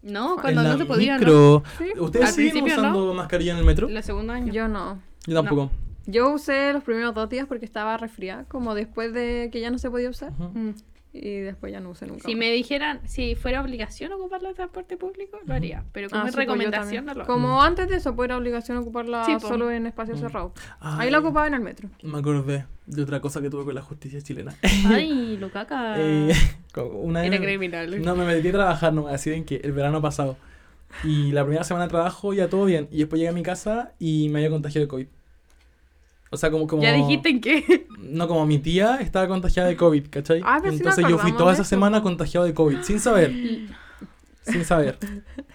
No,
En
cuando
en la
no se podía,
micro.
Sí.
¿Ustedes
Al
siguen
principio,
usando mascarilla en el metro?
¿no? Los segundos años.
Yo no.
Yo tampoco.
Yo usé los primeros dos días porque estaba resfriada, como después de que ya no se podía usar.
Ujú.
Mm.
Y después ya no usé nunca.
Si
más.
me dijeran, si fuera obligación ocuparla en transporte público, lo haría. Pero como
Ah,
es
sí, pues yo
recomendación,
también.
no lo hago.
Mm.
Como antes de eso, pues era obligación ocuparla
Sí, pues.
solo en espacio cerrado.
Ay.
Ahí la ocupaba en el metro.
Me acordé de otra cosa que tuve con la justicia chilena.
Ay, lo caca.
Eh, como una vez
Ah. Era
me-
criminal.
No, me metí a trabajar, no, así en que el verano pasado. Y la primera semana de trabajo ya todo bien. Y después llegué a mi casa y me había contagiado de COVID. O sea, como... como
Ya dijiste en qué.
No, como mi tía estaba contagiada de COVID, ¿cachai?
Ah, pero sí nos
Entonces yo fui
acordamos
toda
de
esa
eso.
semana contagiado de COVID, sin saber. sin saber.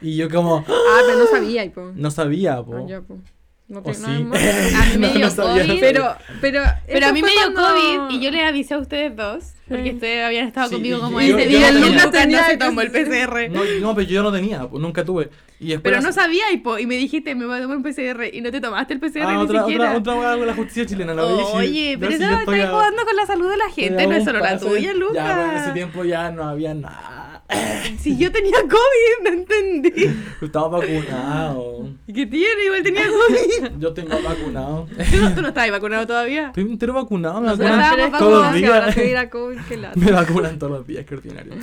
Y yo como,
Ah, pero no sabía, y pues.
no sabía, po.
Ah, ya, pues. No
o
te- no es
sí.
más.
A mí me dio COVID,
Pero, pero,
Pero
eso
a mí
fue
me dio
cuando-
COVID y yo les avisé a ustedes dos, porque
Sí.
ustedes habían estado
Sí,
conmigo como
y yo-
ese
yo
día.
no
el
tenía-
Lucas no se
tenía-
tomó el PCR.
No, no, pero yo no tenía, po, nunca tuve. Y después
pero
la-
no sabía y, po, y me dijiste, me voy a tomar un PCR y no te tomaste el PCR
Ah,
ni
otra,
siquiera.
otra, otra hueá con la justicia chilena, la dije,
Oye,
ya
pero
si
eso
yo
está
estoy a-
jugando con la salud de la
estoy a
gente, no es
un
solo la
paso-
tuya,
Ya, bueno, en ese
Lucas.
tiempo ya no había nada.
Si yo tenía COVID, no entendí.
Estaba vacunado.
¿Y qué tiene? Igual tenía COVID.
Yo tengo vacunado.
¿Tú, no- tú no estabas vacunado todavía.
Estoy entero vacunado, me
No sé,
Bueno,
vacunan
estábamos
pero es
todos
como
los
si ahora
días.
te diera COVID, qué lata.
Me vacunan todos los días, qué ordinario.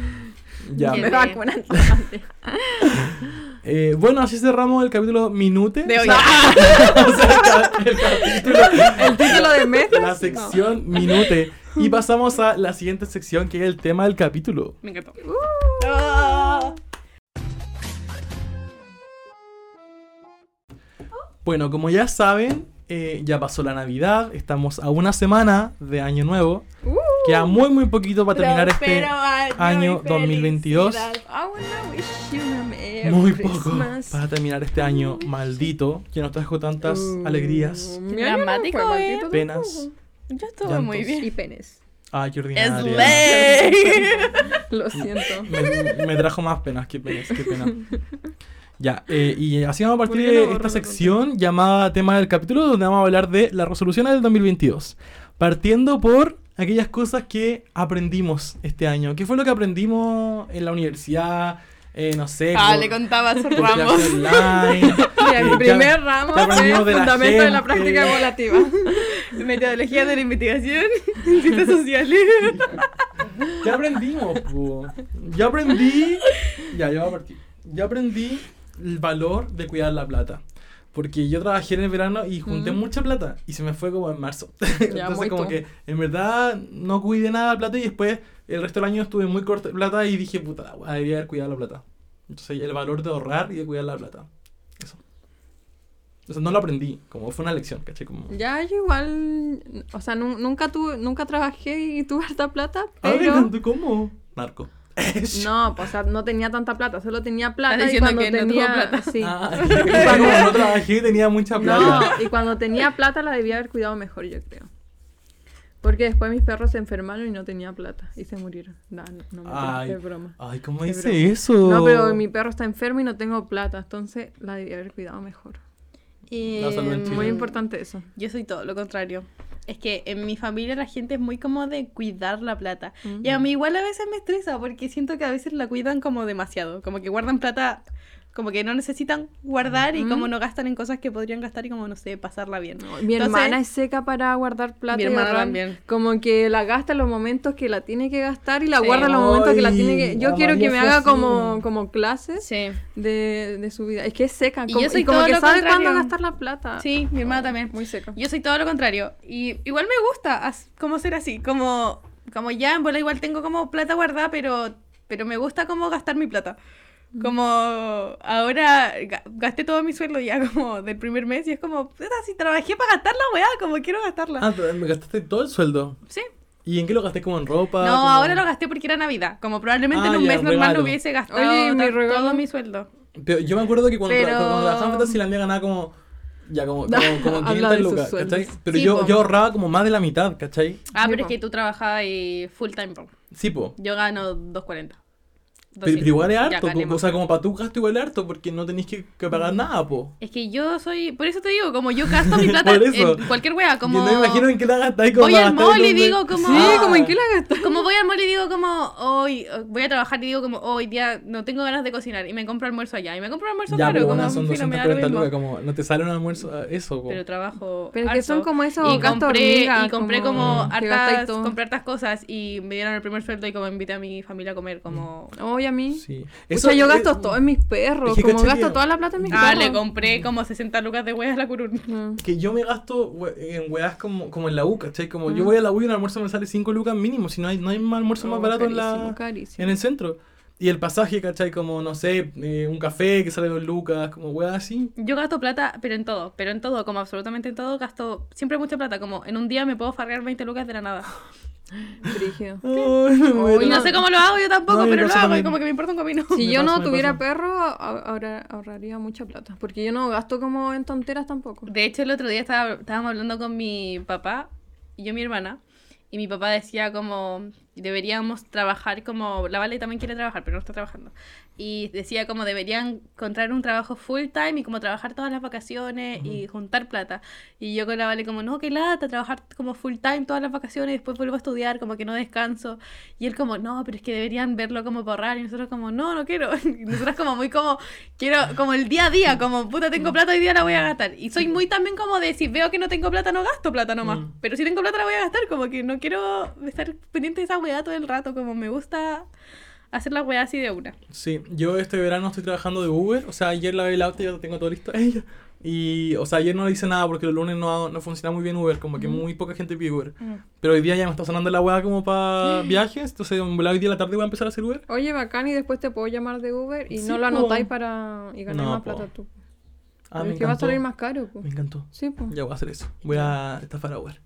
Ya.
Ya.
Me vacunan
Eh, bueno, así cerramos el capítulo Minute.
De hoy.
O sea,
Ah,
o sea, el capítulo-
El título de mes.
la sección Minute. Y pasamos a la siguiente sección que es el tema del capítulo.
Me encantó.
Ah. Bueno, como ya saben, eh, ya pasó la Navidad. Estamos a una semana de Año Nuevo.
Uh.
Queda muy, muy poquito para terminar este. año 2022.
Ah,
I wanna wish you a Merry
Muy poco
Christmas.
para terminar este año maldito que nos trajo tantas
Uh,
alegrías,
mi año no
dramático,
fue
eh.
maldito
penas.
Yo estuve
Llantos.
muy bien.
Y penes.
Ay, qué
Es
ordinaria.
ley.
Lo siento.
Me, me trajo más penas, qué penas, qué pena. Ya, eh, y así vamos a
¿Por
partir
qué no
de
borro
esta
la
sección llamada tema del capítulo, donde vamos a hablar de las resoluciones del 2022. Partiendo por aquellas cosas que aprendimos este año. ¿Qué fue lo que aprendimos en la universidad? Eh, no sé.
Ah,
por-
le contaba a Sor
por clase
Ramos.
online, eh,
Mira, el
ya-
primer ramo
ya
fue
aprendimos de la
fundamento de la
gente.
práctica evaluativa.
Metodología de la investigación, ciencias sociales.
Ya aprendimos, po. Yo aprendí. Ya, yo voy a partir. Yo aprendí el valor de cuidar la plata. Porque yo trabajé en el verano y junté
Mm.
mucha plata y se me fue como en marzo. Entonces,
muy
como
tú.
que en verdad no cuidé nada la plata y después el resto del año estuve muy corta de plata y dije, puta, la wea, debía haber cuidado la plata. Entonces, el valor de ahorrar y de cuidar la plata. Eso. O sea, no lo aprendí, como fue una lección, caché. Como...
Ya yo igual, o sea, nu- nunca tuve, nunca trabajé y tuve harta plata,
A ver,
pero
¿cómo? Narco.
no, pues, o sea, no tenía tanta plata, solo tenía plata
Estás
y
diciendo
cuando
que no tuvo
tenía
plata.
sí.
Ah, como no trabajé y tenía mucha plata.
No, y cuando tenía plata la debía haber cuidado mejor, yo creo. Porque después mis perros se enfermaron y no tenía plata y se murieron. No, no, no me
Ay.
qué broma.
Ay, ¿cómo
Qué
dice
broma.
eso?
No, pero
Ah,
mi perro está enfermo y no tengo plata, entonces la debía haber cuidado mejor.
La salud en
Eh,
Sí. Chile.
Muy importante eso.
Yo soy todo lo contrario. Es que en mi familia la gente es muy como de cuidar la plata.
Mm.
Y a mí igual a veces me estresa porque siento que a veces la cuidan como demasiado. Como que guardan plata, como que no necesitan guardar y
Mm.
como no gastan en cosas que podrían gastar y como no sé, pasarla bien.
Mi
Entonces-
hermana es seca para guardar plata.
Mi
y
hermana
ahorrar.
también.
Como que la gasta en los momentos que la tiene que gastar y la
Sí.
guarda en los momentos que la tiene que...
Ay,
Yo
la
quiero que
María
me
fue
haga
así.
como, como clases
Sí.
de, de su vida. Es que es seca.
Y
como-
yo soy
como
todo
que
lo
sabe cuándo
contrario.
gastar la plata.
Sí, mi hermana también.
Muy seca.
Yo soy todo lo contrario. Y igual me gusta as- como ser así. Como, como ya en bola igual tengo como plata guardada, pero, pero me gusta como gastar mi plata. Como ahora ga- gasté todo mi sueldo ya como del primer mes y es como, puta, si trabajé para gastarla, weá, como quiero gastarla.
Ah, pero me gastaste todo el sueldo.
Sí.
¿Y en qué lo gasté? ¿Como en ropa?
No,
como-
ahora lo gasté porque era Navidad. Como probablemente
Ah,
en un
ya,
mes
un
normal
regalo.
no hubiese gastado
Oye, ¿y mi
tan-
regalo?
todo mi sueldo.
Pero yo me acuerdo que cuando, tra-
Pero-
cuando trabajaba en Fantasylandia ganaba como Ya, como, como, como
Habla
500
de sus
lucas,
sueldos.
¿cachai? Pero
Sí,
yo,
po.
yo ahorraba como más de la mitad, ¿cachai?
Ah,
Sí,
pero es
po.
que tú trabajabas y full time, po.
Sí, po.
Yo gano 2.40.
Pero, pero igual es
Ya
harto, po.
ganemos.
o sea, como para tu gasto igual es harto, porque no tenés que, que pagar nada, po.
Es que yo soy. Por eso te digo, como yo gasto mi plata
Por eso.
en cualquier wea, como.
Yo no me imagino en qué la gastáis como
Voy
la
al
gastáis
mall y
donde-
digo como-
Sí,
Ah.
como en qué la gastas.
Como voy al mall y digo como hoy voy a trabajar y digo como hoy día no tengo ganas de cocinar y me compro almuerzo allá y me compro almuerzo
Ya,
claro,
pero
como
bueno, son
filo, me da lo
240 lucas,
mismo.
como no te sale un almuerzo, ah, eso, po.
pero trabajo
Pero que son
harto.
como esos
y
gastos
compré
hormiga,
y compré como,
como que gastáis
hartas
todo.
compré hartas cosas y me dieron el primer sueldo y como invité a mi familia a comer como
Oye, a mí.
Sí.
Pucha, yo
es-
gasto todo en mis perros.
es que
como
caché
gasto
que-
toda la plata en mis
ah le
perros.
compré como 60 lucas de huevas a la curun
Mm.
Que yo me gasto we- en weas como, como en la U, ¿cachai? Como yo voy a la U y un almuerzo me sale 5 lucas mínimo, si no hay, no hay más almuerzo más
Oh,
barato en,
carísimo,
la,
carísimo.
en el centro. Y el pasaje, ¿cachai? Como, no sé, eh, un café que sale 2 lucas, como weas así.
yo gasto plata pero en todo pero en todo como absolutamente en todo gasto siempre mucha plata como en un día me puedo farrear 20 lucas de la nada
Brígido.
Ay, me muero.
y no sé cómo lo hago yo tampoco
No, yo
pero lo
paso
hago y
también.
como que me importa un comino
Si
Me
yo
pasa,
no
me
tuviera
pasa.
perro, a- ahorra- ahorraría mucha plata. Porque yo no gasto como en tonteras tampoco.
De hecho, el otro día estaba, estábamos hablando con mi papá y yo mi hermana. Y mi papá decía como deberíamos trabajar como... La Vale también quiere trabajar, pero no está trabajando. Y decía como deberían encontrar un trabajo full time y como trabajar todas las vacaciones y juntar plata. Y yo con la Vale como, no, qué lata, trabajar como full time todas las vacaciones y después vuelvo a estudiar, como que no descanso. Y él como, no, pero es que deberían verlo como borrar. Y nosotros como, no, no quiero. Y nosotros como muy como, quiero como el día a día, como, puta, tengo plata, hoy día la voy a gastar. Y soy muy también como de, si veo que no tengo plata, no gasto plata nomás.
Mm.
Pero si tengo plata, la voy a gastar. Como que no quiero estar pendiente de esa weá todo el rato, como me gusta hacer la weá así de una.
Sí, yo este verano estoy trabajando de Uber. O sea, ayer lavé el auto y ya lo tengo todo listo. Ella. Y, o sea, ayer no le hice nada porque los lunes no, no funciona muy bien Uber. Como que muy poca gente pide Uber.
Mm.
Pero hoy día ya me está sonando la weá como para viajes. Entonces, en volada hoy día a la tarde voy a empezar a hacer Uber.
Oye, bacán, y después te puedo llamar de Uber y
Sí,
no lo
po.
anotáis para y ganar
No,
más
po.
plata tú.
Ah,
Pero
me
es que va a
encantó.
salir más caro. po.
Me encantó.
Sí, pues.
Ya voy a hacer eso. Voy a estafar a Uber.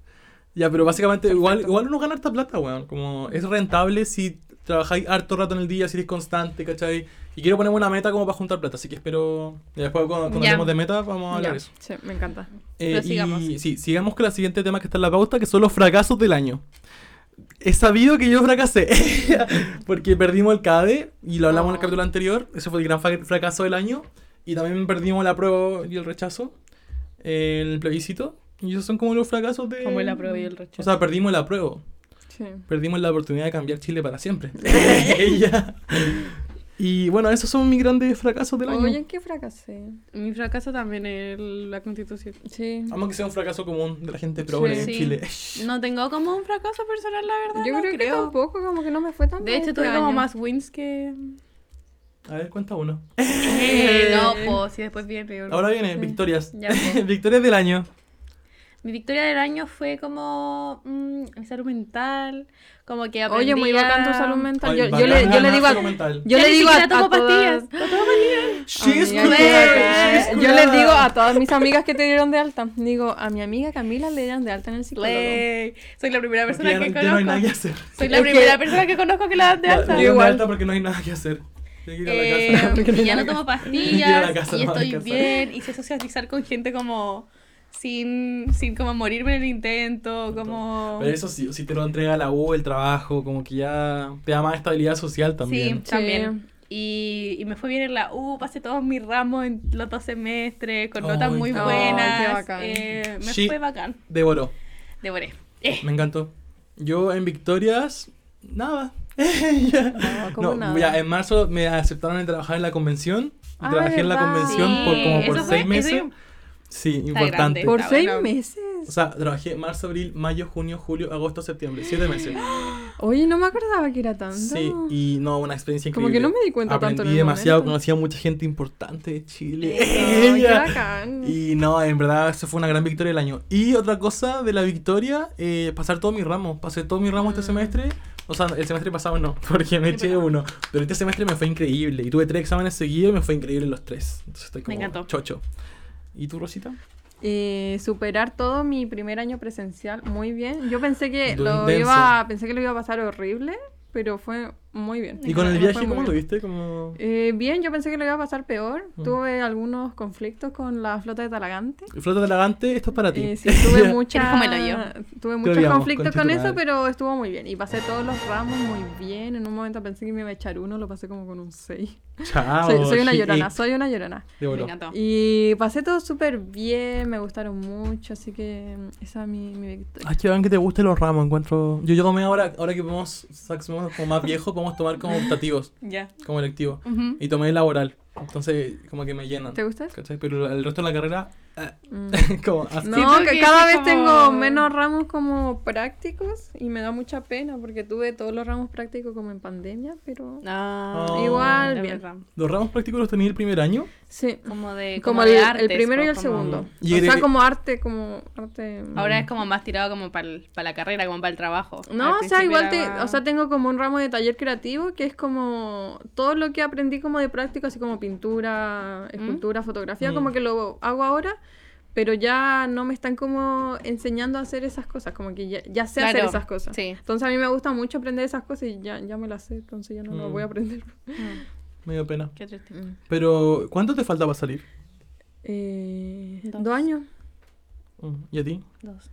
Ya, pero básicamente igual, igual uno gana harta plata, weón. Como es rentable si trabajáis harto rato en el día, si eres constante, ¿cachai? Y quiero ponerme una meta como para juntar plata, así que espero... y después cuando, cuando
Ya.
hablemos de meta vamos a hablar de eso.
Sí, me encanta.
Eh,
Pero sigamos.
Y sí, sigamos con el siguiente tema que está en la pauta, que son los fracasos del año. He sabido que yo fracasé, porque perdimos el CADE, E y lo hablamos en el
Ah.
Oh.
capítulo anterior, ese fue el gran fa- fracaso del año, y también perdimos la prueba y el rechazo, el plebiscito, y esos son como los fracasos de...
Como el apruebo y el
Mm. O
rechazo.
sea, perdimos el apruebo,
Sí.
perdimos la oportunidad de cambiar Chile para siempre. Ya. Y bueno, esos son mis grandes fracasos del año.
Oye, qué fracasé.
Mi fracaso también es la constitución.
Sí.
Vamos a que sea un fracaso común de la gente pobre en
Sí.
Chile.
No tengo como un fracaso personal, la
Ah,
verdad.
Yo
no
creo, que tampoco, como que no me fue tan
De
bien
hecho,
este
tuve como
año.
más wins que...
A ver, cuenta uno.
no, pues, y después viene...
Ahora viene, victorias.
Ya, pues.
victorias del año.
Mi victoria del año fue como mm, mi salud mental, como que aprendí
Oye, muy bacán tu
a-
salud mental.
Ay,
Yo, yo
bacán,
le, yo le
bacán,
digo a.
salud mental.
Yo
Ya
le
ni
digo a,
siquiera
a
tomo
todas.
pastillas, no tomo pastillas.
She's
Amiga,
curada,
qué
curada.
bacán. Yo les digo a todas mis amigas que te dieron de alta. Digo, a mi amiga Camila le dieron de alta en el psicólogo.
Play. Soy la primera
Porque
persona
ya,
que
ya no hay nada que
conozco.
hacer.
Soy la
Es
primera
que-
persona que conozco que la dan de
Ya,
alta.
yo
Igual.
alta porque no hay nada que hacer. Tengo que ir a la
Eh,
casa. porque no
y
hay
ya
nada
no
que
tomo
Ir a la
pastillas
casa,
y
no, a la
estoy
casa.
bien y sé socializar con gente como sin, sin como morirme en el intento, como...
hacer. Pero eso sí, si te lo entrega la U, el trabajo, como que ya te da más estabilidad social
Sí,
también.
también. Y, y me fue bien en la U, pasé todos mis ramos en los dos semestres, con notas
Ay,
muy
qué
buenas.
bacán.
eh, me
Sí.
fue bacán.
Devoró.
Devoré. Eh,
Me encantó. Yo en victorias, nada.
No, como
No, eh,
nada.
ya en marzo me aceptaron en trabajar en la convención.
Ah,
trabajé en la
¿verdad?
convención
Sí,
por, como por
eso fue-
seis
eso
meses.
yo-
Sí,
Está
importante.
grande.
Por
Está
seis
bueno.
O
meses.
sea, trabajé marzo, abril, mayo, junio, julio, agosto, septiembre. Siete meses.
Oye, Ah, no me acordaba que era tanto.
Sí, y no, una experiencia
Como
increíble.
que no me di cuenta tanto en
Aprendí
el
demasiado,
momento.
conocí a mucha gente importante de Chile.
Ay, qué
Ya.
bacán.
y no, en verdad, eso fue una gran victoria del año. Y otra cosa de la victoria, eh, pasar todos mis ramos. Pasé todos mis ramos este
Mm.
semestre. O sea, el semestre pasado no, porque me eché uno. Pero este semestre me fue increíble. Y tuve tres exámenes seguidos y me fue increíble los tres. Entonces estoy como
encantó.
chocho. ¿Y tú, Rosita?
Eh, superar todo mi primer año presencial muy bien. Yo pensé que
Lo
lo
intenso.
iba, pensé que lo iba a pasar horrible, pero fue muy bien.
¿Y con el
Nos
viaje
fue muy
cómo lo
bien.
viste? Como...
Eh, bien, yo pensé que lo iba a pasar peor.
Mm.
Tuve algunos conflictos con la flota de Talagante.
Flota de Lagante, esto es para ti.
Eh, sí, tuve
Eres
mucha,
como el hoyo.
tuve muchos
odiamos,
conflictos
concha
con
tu
eso,
madre.
pero estuvo muy bien. Y pasé todos los ramos muy bien. En un momento pensé que me iba a echar uno, lo pasé como con un 6.
Chao.
soy, soy una
she
llorona,
ate.
soy una llorona.
De
Me
oro.
encantó.
Y pasé todo súper bien, me gustaron mucho, así que mm, esa es mi, mi victoria.
Ay, que van Ah, que te gusten los ramos, encuentro... Yo, yo tomé ahora, ahora que podemos, somos como más viejos, podemos tomar como optativos,
Ya.
como electivo.
Ujú.
Y tomé laboral, entonces como que me llenan.
¿Te gustas?
¿Cachai? Pero el resto de la carrera, eh,
Mm.
como ah, así.
No,
Siento
que
que
cada
sí,
vez
como-
tengo menos ramos como prácticos y me da mucha pena porque tuve todos los ramos prácticos como en pandemia, pero
Ah,
Oh.
Igual,
es
bien.
verdad.
¿Los ramos prácticos los tenía el primer año?
sí,
Como de.
como,
de
el, el
artes,
primero y
o
el
como-
segundo.
Y
o
el-
sea, como arte, como arte.
Ahora es como más tirado como para la carrera, como para el trabajo.
No,
Al
o sea, igual te,
principio era-
o sea, tengo como un ramo de taller creativo que es como todo lo que aprendí como de práctico, así como pintura, escultura, fotografía,
Mm.
como que lo hago ahora, pero ya no me están como enseñando a hacer esas cosas, como que ya, ya sé hacer
Claro,
esas cosas.
sí.
Entonces a mí me gusta mucho aprender esas cosas y ya, ya me las sé, entonces ya no las
Mm.
voy a aprender.
Mm,
Me dio pena.
Qué
Mm.
triste.
Pero, ¿cuánto te falta para salir?
Eh,
Dos.
Dos años.
Mm, ¿Y a ti?
Dos.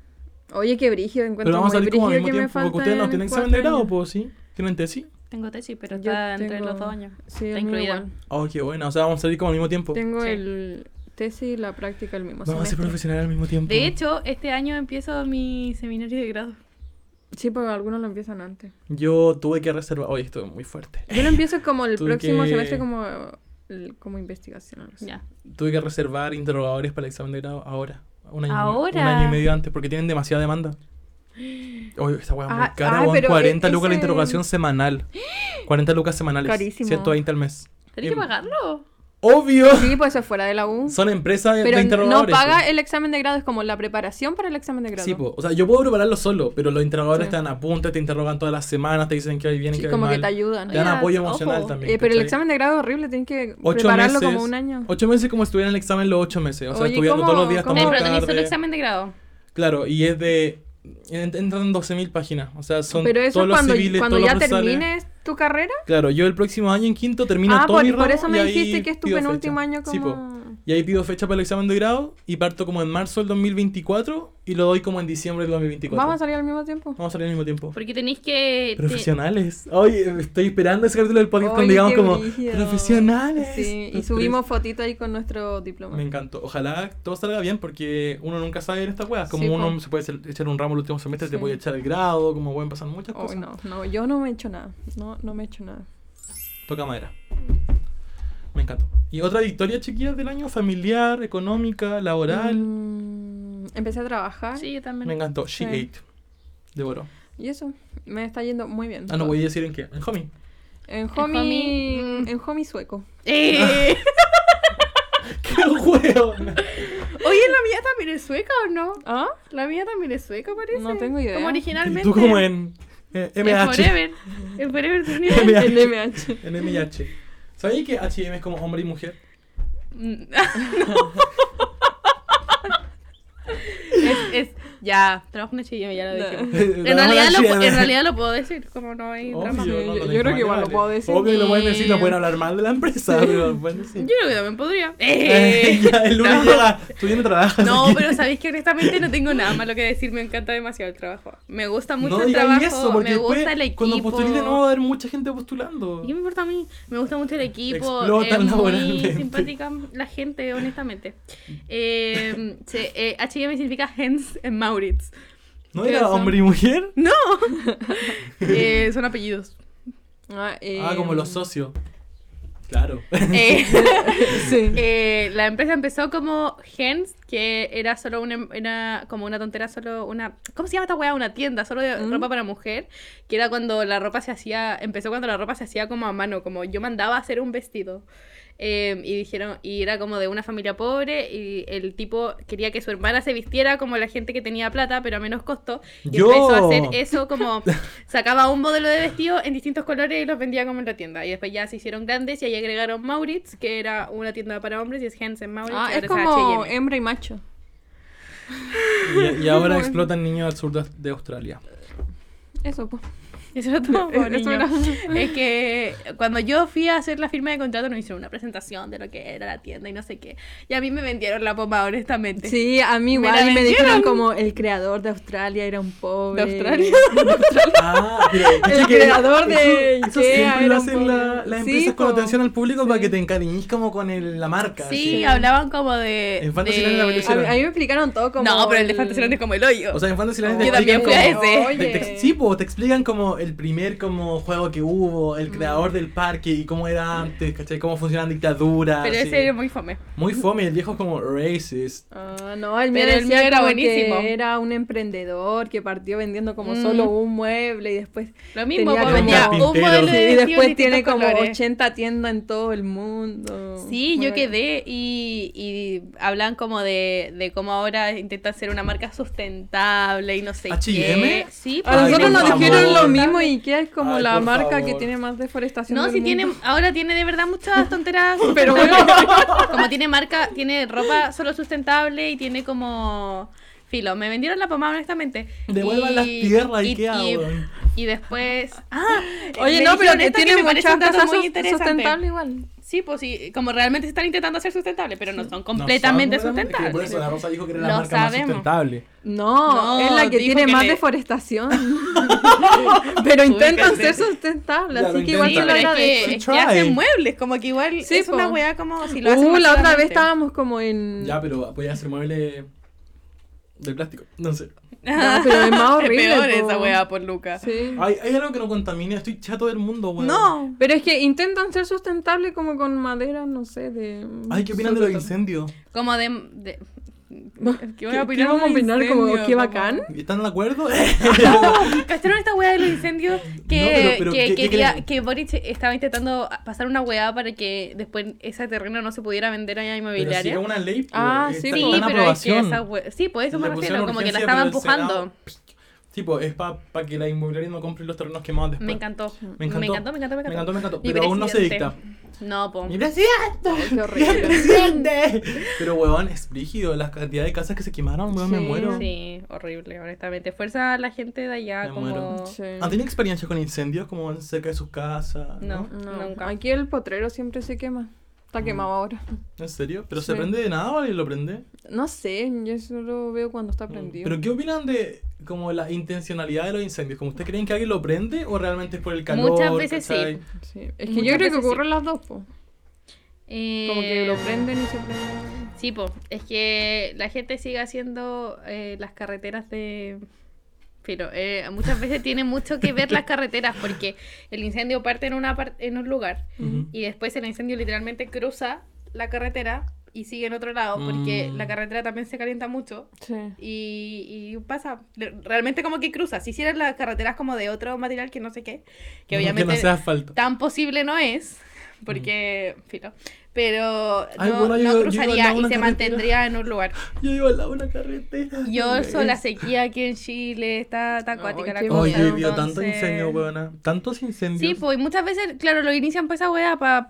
Oye, qué brígido, encuentro
Pero vamos a
muy
salir como al
brígido
mismo
que me
tiempo, porque ustedes no
faltan
tienen examen
cuatro
de grado,
años.
pues sí. ¿Tienen tesis?
Tengo tesis, pero
Yo
está entre
tengo-
los dos años. Está
Sí, el mío
incluido.
igual.
Oh, qué buena. O sea, vamos a salir como al mismo tiempo.
Tengo
Sí.
el tesis y la práctica al mismo
Vamos a ser
semestre.
profesionales al mismo tiempo.
De hecho, este año empiezo mi seminario de grado.
Sí, porque algunos lo empiezan antes.
Yo tuve que reservar. Oye, esto es muy fuerte.
Yo lo empiezo como el
Tú
próximo
que-
semestre como, el- como investigación. algo así.
Ya.
Tuve que reservar interrogadores para el examen de grado ahora. Un año, y-
Ahora.
Un año y medio antes, porque tienen demasiada demanda. Oye, esta hueá es muy
Ah,
cara,
ay,
weón.
pero
40
e-
lucas la
ese-
interrogación semanal. 40 lucas semanales.
Carísimo.
120 al mes.
¿Tenés que
Em,
pagarlo?
¡Obvio!
Sí, pues eso es fuera de la U.
Son empresas de-
Pero
de
n- no
interrogadores.
paga
po.
el examen de grado, es como la preparación para el examen de grado.
Sí, pues, po. o sea, yo puedo prepararlo solo, pero los interrogadores
Sí.
están a punto, te interrogan todas las semanas, te dicen que hoy vienen,
Sí,
que hoy
como que
mal.
te ayudan.
Te dan
Oigan,
apoyo emocional
ojo.
también.
Eh, pero el
¿cachai?
examen de grado es horrible, tienes que
Ocho
prepararlo como
meses.
un año.
Ocho meses como si estuviera en el examen los ocho meses. O sea,
Oye,
estudiando
¿cómo-
todos los días
cómo-
estamos
Eh, pero
tarde.
tenéis solo examen de grado.
Claro, y es de. en- Entran 12.000 páginas. O sea, son
Pero eso
todos
es
los
cuando,
civiles,
cuando
todos
ya
los procesales.
termines tu carrera.
Claro, yo el próximo año en quinto termino
ah,
todo
por,
mi
por
ramo
eso me
y ahí
dijiste que es tu
pido
penúltimo
fecha.
año
Sí, pues, po.
como...
y ahí pido fecha para el examen de grado y parto como en marzo del 2024 y lo doy como en diciembre del 2024.
Vamos a salir al mismo tiempo.
Vamos a salir al mismo tiempo.
Porque tenéis que. te-
Profesionales. Oye, estoy esperando ese capítulo del podcast
Oye,
donde digamos
qué
como
brígido.
profesionales.
Sí, y
Los
subimos fotitos ahí con nuestro diploma.
tres. Me encantó. Ojalá todo salga bien porque uno nunca sabe en estas weas. Como
Sí,
uno
po.
se puede hacer- echar un ramo el último semestre, te
Sí.
puede echar el grado, como pueden pasar muchas
Ay,
cosas.
no, no, yo no me he hecho nada. No, no me he hecho nada.
Toca madera. Me encantó. Y otra victoria, chiquillas, del año familiar, económica, laboral.
Mm, empecé a trabajar
Sí, yo
Me
también.
encantó. She
Sí.
ate. Devoró.
y eso me está yendo muy bien.
Ah, no voy a decir en qué. En homie.
En
homie,
homie,
mm.
en homie sueco.
Eh,
¡Qué huevo!
Oye, la mía también es sueca o no?
¿Ah?
La mía también es sueca, parece.
No tengo idea.
Como
Y
originalmente.
tú como en eh,
El
MH.
Forever. El Forever tenía.
MH.
En MH.
En MH. ¿Sabéis que HM es como hombre y mujer?
Mm, no. es, es, ya, trabajo en HM, ya lo
No.
dijimos.
En
En realidad, lo, pu- en realidad lo puedo decir, como no hay drama.
Sí, yo- yo creo que igual lo puedo decir.
Obvio que lo pueden decir, no
Y-
pueden hablar mal de la empresa, pero lo pueden decir.
Yo creo que también podría.
Eh,
Eh,
ya, el lunes
no.
llega, tú ya no trabajas.
No,
aquí.
pero sabéis que honestamente no tengo nada malo que decir, me encanta demasiado el trabajo. Me gusta mucho
no
el
digáis
trabajo,
eso, porque
me
después,
gusta el equipo.
cuando postulen de nuevo va a haber mucha gente postulando.
¿Y ¿Qué me importa a mí? Me gusta mucho el equipo,
Explotan
es muy
laboralmente.
simpática la gente, honestamente. Eh, se- eh, H&M significa Hens en Maurits.
¿No
¿Qué
era
son?
hombre y mujer?
¡No! Eh, son apellidos.
Ah,
Ah, como
em,
los socios. Claro.
Eh,
Sí.
eh, la empresa empezó como Hens, que era solo una, era como una tontera, solo una... ¿Cómo se llama esta weá? Una tienda, solo de
¿Mm?
ropa para mujer, que era cuando la ropa se hacía, empezó cuando la ropa se hacía como a mano, como yo mandaba a hacer un vestido. Eh, y dijeron, y era como de una familia pobre, y el tipo quería que su hermana se vistiera como la gente que tenía plata, pero a menos costo. Y
Yo.
empezó a hacer eso como sacaba un modelo de vestido en distintos colores y los vendía como en la tienda. Y después ya se hicieron grandes y ahí agregaron Maurits, que era una tienda para hombres, y es Hansen Maurits.
Ah,
y
es
ahora
como
H&M.
hembra y macho.
Y, y ahora explotan niños al sur de, de Australia.
Eso, pues.
Eso era todo,
Eso
pobre niño.
era-
Es que cuando yo fui a hacer la firma de contrato nos hicieron una presentación de lo que era la tienda y no sé qué. Y a mí me vendieron la pomada, honestamente.
Sí, a mí
Me
igual
la
y me
vendieron.
dijeron como el creador de Australia era un pobre.
¿De Australia?
Ah, pero
El creador de
Eso, eso
Ikea
siempre
era
lo
un
hacen la-
pobre.
las
Sí,
empresas con
po.
atención al público para
Sí.
que te encariñes como con el- la marca.
Sí,
así.
hablaban como de.
En Fantasyland la
de...
A
hicieron.
mí, a mí me explicaron todo como.
No, pero el de Fantasyland es como el hoyo.
O sea, en Fantasy
Yo
Land
también fui a
como-
ese.
Te, te- sí, po, te explican como el primer como juego que hubo, el creador del parque y cómo era antes, ¿cachai? Cómo funcionaban dictaduras.
pero
ah, sí.
ese era muy fome.
Muy fome, el viejo es como racist.
Ah, no, el mío
Pero el
decía
mío era
como
buenísimo.
que era un emprendedor que partió vendiendo como
Mm.
solo un mueble y después
Lo mismo,
Tenía
pues,
como-
vendía un
Carpintero.
modelo de
Sí,
y
vestido en
después tiene
distintos
como
colores.
80 tiendas en todo el mundo.
Sí, yo
Bueno,
quedé y, y hablan como de, de cómo ahora intentan ser una marca sustentable y no sé qué.
¿H&M?
Sí,
A
Ay,
nosotros
por
nos
favor.
dijeron lo mismo y Ikea es como
Ay,
la
por
marca que
favor.
tiene más deforestación.
No,
del
si
mundo.
tiene, ahora tiene de verdad muchas tonteras.
Pero
sustentables. Como tiene marca, tiene ropa solo sustentable y tiene como. Filo, me vendieron la pomada, honestamente.
Devuelvan
Y-
las tierras, Ikea,
y,
weón.
y después. Ah,
Oye,
me
no, pero
dijeron esto que
tiene
me parece
muchas
un dato
cosas
muy
sus-
interesante.
sustentables igual.
Sí, pues sí, como realmente están intentando ser sustentables, pero no son completamente
No saben, es que
sustentables.
Por eso la Rosa dijo que era la
Lo
marca más
sabemos.
sustentable.
No,
No,
es la que
dijo
tiene
que
más
le-
deforestación. pero intentan ser sustentables,
Ya, lo
así que igual
Sí,
se lo
pero es que,
agradezco.
es
Try.
que hacen muebles, como que igual
Sí,
es una
po.
weá como si lo hacen
Uh, la otra
masivamente.
vez estábamos como
Mm.
en...
Ya, pero podía hacer mueble de plástico. No sé.
No, pero es más horrible.
Es peor esa
po.
weá por Lucas.
Sí.
Hay, hay algo que no contamina, estoy chato del mundo, weón.
No.
Pero es que intentan ser sustentables como con madera, no sé, de...
Ay, ¿qué opinan de los incendios?
Como de. de
¿Qué,
¿Qué van a opinar
vamos a
de
opinar?
incendio?
Como, qué
Como-
bacán.
¿Están de acuerdo?
¿Cacharon esta weá de los incendios? Que,
No, pero- pero,
que,
¿qué- qué
quería-
creen?
que Boric estaba intentando pasar una weá para que después ese terreno no se pudiera vender allá
Pero si
inmobiliaria.
era una ley. pues,
Ah, sí,
está,
po.
sí, pero
está en
es que
aprobación.
esa weá. Sí, pues eso me
Le pusieron
refiero, como que la
urgencia,
estaba
pero el Senado-
empujando.
Sí, pues es para que la inmobiliaria no compre los terrenos quemados después.
Me encantó.
Me encantó.
Me encantó, me encantó, me
Me
encantó.
encantó, me encantó.
Mi
Pero aún no se
presidente.
dicta.
No, po.
¡Mi presidente!
Qué horrible.
¡Presidente! Pero, weón, es brígido. La cantidad de casas que se quemaron, weón, me
Sí.
muero.
Sí, horrible, honestamente. Fuerza a la gente de allá,
Me
como.
muero.
Sí.
¿Han tenido experiencias con incendios como cerca de sus casas?
No.
No.
No,
Nunca.
Aquí el potrero siempre se quema.
Mm.
Está quemado ahora.
¿En serio? ¿Pero se
Sí.
prende de nada o alguien lo prende?
No sé, yo solo veo cuando está prendido.
Mm, ¿Pero qué opinan de como la intencionalidad de los incendios? ¿Como ustedes creen que alguien lo prende o realmente es por el calor?
Muchas veces sí.
¿cachai?
Sí. Es que
Muchas
yo creo que
veces
ocurren las dos, po.
Eh,
Como que lo prenden y se prenden.
Sí, po. Es que la gente sigue haciendo eh, las carreteras de. Pero eh, muchas veces tiene mucho que ver las carreteras porque el incendio parte en, una par- en un lugar
Ujú.
y después el incendio literalmente cruza la carretera y sigue en otro lado porque
Mm.
la carretera también se calienta mucho
Sí.
y, y pasa, le- realmente como que cruza. Si hicieran las carreteras como de otro material que no sé qué, que
No,
obviamente
no sea asfalto.
tan posible no es, porque, filo, pero
Ay,
no,
bueno, yo-
no
yo iba al
cruzaría
lado
y
de
se
una carretera.
mantendría en un lugar.
Yo iba al lado de una carretera.
Yo
Una
eso,
vez.
la sequía aquí en Chile está está acuática
qué
la cosa.
Oye,
Oye,
he vivido tantos
entonces-
incendios, weona. Tantos incendios.
Sí, pues y muchas veces, claro, lo inician para esa wea, para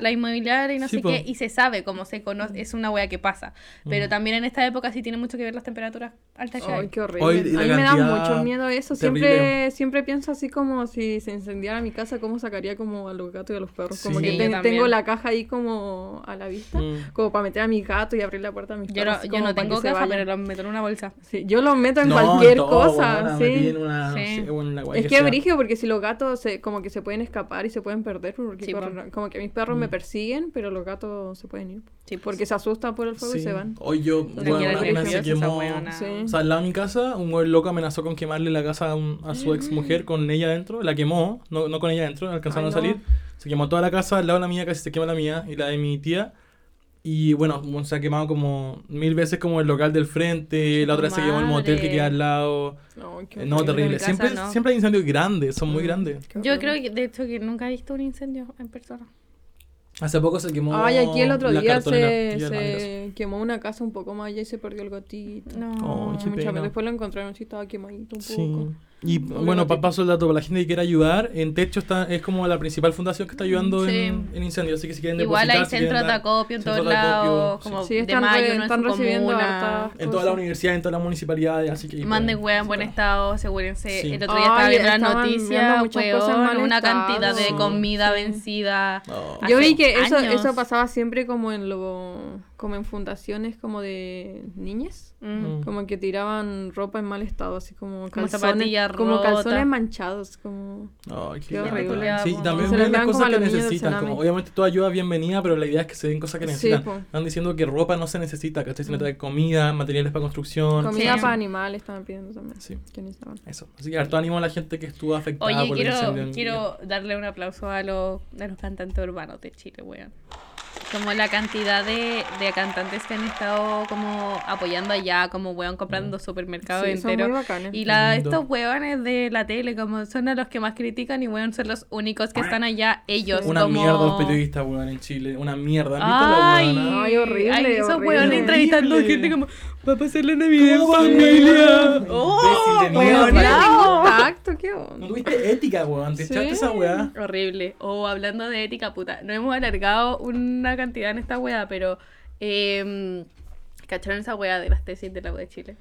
la inmobiliaria y no
Sí,
sé
po.
qué, y se sabe cómo se conoce, es una wea que pasa. Pero
Mm.
también en esta época sí tiene mucho que ver las temperaturas altas que
Ay,
hay.
qué horrible.
Hoy,
a
y la
mí me da
cantidad
mucho miedo eso. Siempre,
terrible.
siempre pienso así como si se incendiara mi casa, cómo sacaría como a los gatos y a los perros. Como
Sí.
que
Sí,
ten-
yo también.
tengo la caja ahí como a la vista,
Mm.
como para meter a mi gato y abrir la puerta a mis
Yo
perros.
no, yo
como
no
para que
tengo
se
caja,
vayan.
pero lo meto en una bolsa.
Sí, yo los meto en
No,
cualquier
todo,
cosa.
weona,
sí.
metí en una- no
Sí.
sé, weón, la guay
Es que es
sea.
brígido porque si los gatos se, como que se pueden escapar y se pueden perder, porque
Sí,
corren- como que mis perros me
Mm.
persiguen, pero los gatos se pueden ir.
Sí, pues.
Porque se asustan por el fuego y
Sí.
se van.
Hoy yo, bueno,
quiero
una
decir
vez
que
se
esa
quemó.
weona.
Sí.
O sea, al lado de mi casa, un güey loco amenazó con quemarle la casa a, un- a su ex mujer con ella adentro. La quemó, no, no con ella adentro, alcanzaron
Mm.
a
Ay, no.
salir. Se quemó toda la casa, al lado de la mía, casi se quema la mía y la de mi tía. Y bueno, se ha quemado como mil veces como el local del frente, la otra vez se quemó el motel que
Madre.
queda al lado.
No, qué
Eh,
mi
no,
horrible.
terrible.
casa
Siempre,
no.
siempre hay incendios grandes, son muy
Mm.
grandes.
Qué
Yo
horrible.
creo que, de hecho, que nunca he visto un incendio en persona.
Hace poco se quemó
Ay, aquí el otro
la
día
cartolera,
se,
tía, la de casa.
se quemó una casa un poco más allá y se perdió el gatito.
No.
Oh, qué
Mucha-
pena.
Después lo encontraron, sí estaba quemadito un
Sí.
poco.
Y bueno, pa- paso el dato para la gente que quiera ayudar. En Techo está, es como la principal fundación que
Mm,
está ayudando
Sí.
en, en incendios. Así que si quieren
Igual hay
depositar, si
centros
quieren
de
dar-
acopio en
centros
todos
de acopio,
lados,
sí.
como
Sí,
de
están re-
mayo, no
están
en su
recibiendo
comuna.
harta-
En todas las universidades, en todas las municipalidades. Así que ahí
Manden
pueden
wea en buen
participar.
estado, asegúrense.
pues. Sí.
El otro día estaba
Ay,
viendo las
estaban viendo
noticias,
muchas cosas en
weón,
mal
una
estado.
cantidad de
Sí,
comida
sí.
vencida.
No.
Hace
Yo vi que eso,
años.
eso pasaba siempre como en lo, como en fundaciones como de niñas.
Mm.
Mm.
Como que tiraban ropa en mal estado, así como
Como
calzones,
zapatilla
como
rota.
calzones manchados, como
Ay, qué
Qué
lata.
horrible.
Sí, y también
Se
ven las
les dan
cosas
como a
que
los niños del
necesitan.
tsunami.
Como, obviamente toda ayuda es bienvenida, pero la idea es que se den cosas que
Sí,
necesitan.
po. Mm.
Están diciendo que ropa no se necesita, ¿cachai? Se necesita comida, materiales para construcción.
comida
Sí.
para animales estaban pidiendo también.
Sí,
que necesitaban.
eso. Así que harto ánimo a la gente que estuvo afectada
Oye,
por el incendio.
quiero,
en Viña.
quiero darle un aplauso a los, a los cantantes urbanos de Chile, weón. Como la cantidad de, de cantantes que han estado como apoyando allá, como weón
Mm.
comprando supermercados
Sí, son muy
enteros.
bacanes.
Y la,
Lindo.
estos weones de la tele, como son a los que más critican y weón son los únicos que están allá, ellos.
Una
como...
mierda los periodistas, weón, en Chile. Una mierda. ¿Han visto
Ay,
la weona?
Ay, horrible,
ay, esos
horrible.
weones entrevistando
Horrible.
gente como, va a pasar la Navidad.
¿Cómo
en
va,
familia?"
Amelia?
¡Oh,
Imbécil de
weón,
mierda.
la-
Contacto, qué
No
onda.
tuviste ética, weón. Te
Sí.
echaste esa weá.
Horrible. O hablando de ética, puta. No hemos alargado una cantidad en esta wea, pero. em, ¿Cacharon esa wea de las tesis de la U de Chile?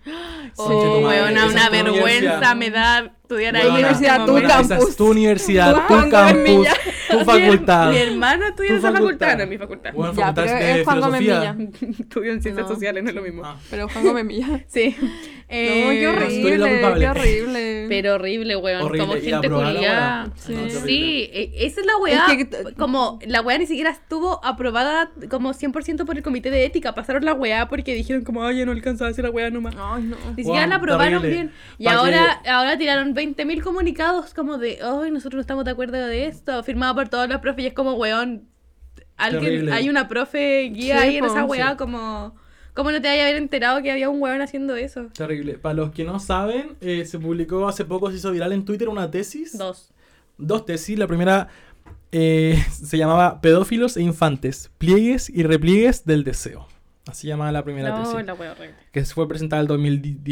tu
Oh,
madre,
weona,
esa es
una
tu
vergüenza
universidad.
me da estudiar ahí.
Weona,
universidad,
en
tu
este momento.
weona, Esa es tu
campus.
universidad, tu
Juan Gómez
campus,
Millán.
tu
Mi her-
facultad.
Mi hermana estudia
Tu
en esa facultad,
facultad.
no en mi facultad.
Weón,
Ya,
facultad
pero
de
es Juan Gómez
filosofía.
Millán.
Estudio en ciencias
No.
sociales, no es lo mismo.
Ah.
Pero Juan Gómez Millán.
Sí.
no, qué
Eh,
estoy la
horrible,
culpable.
qué horrible.
Pero horrible, weón.
Horrible.
Como
Y la
gente
aprobada la
culiada.
weá.
Sí.
No, qué horrible.
Sí, eh, esa es la weá.
Es que t-
como la weá ni siquiera estuvo aprobada como 100% por el comité de ética. Pasaron la weá porque dijeron como, ay, ya no alcanzaba a hacer la weá nomás.
Ay, no.
Ni siquiera
Guau,
la aprobaron
terrible.
bien. Y
Pa' que-
ahora, ahora tiraron 20.000 comunicados como de, ay, nosotros no estamos de acuerdo de esto. Firmado por todos los profes y es como, weón, alguien,
Terrible.
hay una profe guía
Sí,
ahí en
po,
esa weá
sí.
como... ¿Cómo no te vaya a haber enterado que había un weón haciendo eso?
Terrible. Para los que no saben, eh, se publicó hace poco, se hizo viral en Twitter una tesis.
Dos.
Dos tesis. La primera eh, se llamaba Pedófilos e Infantes, Pliegues y Repliegues del Deseo. Así llamaba la primera
No,
tesis.
la weá horrible.
Que se fue presentada en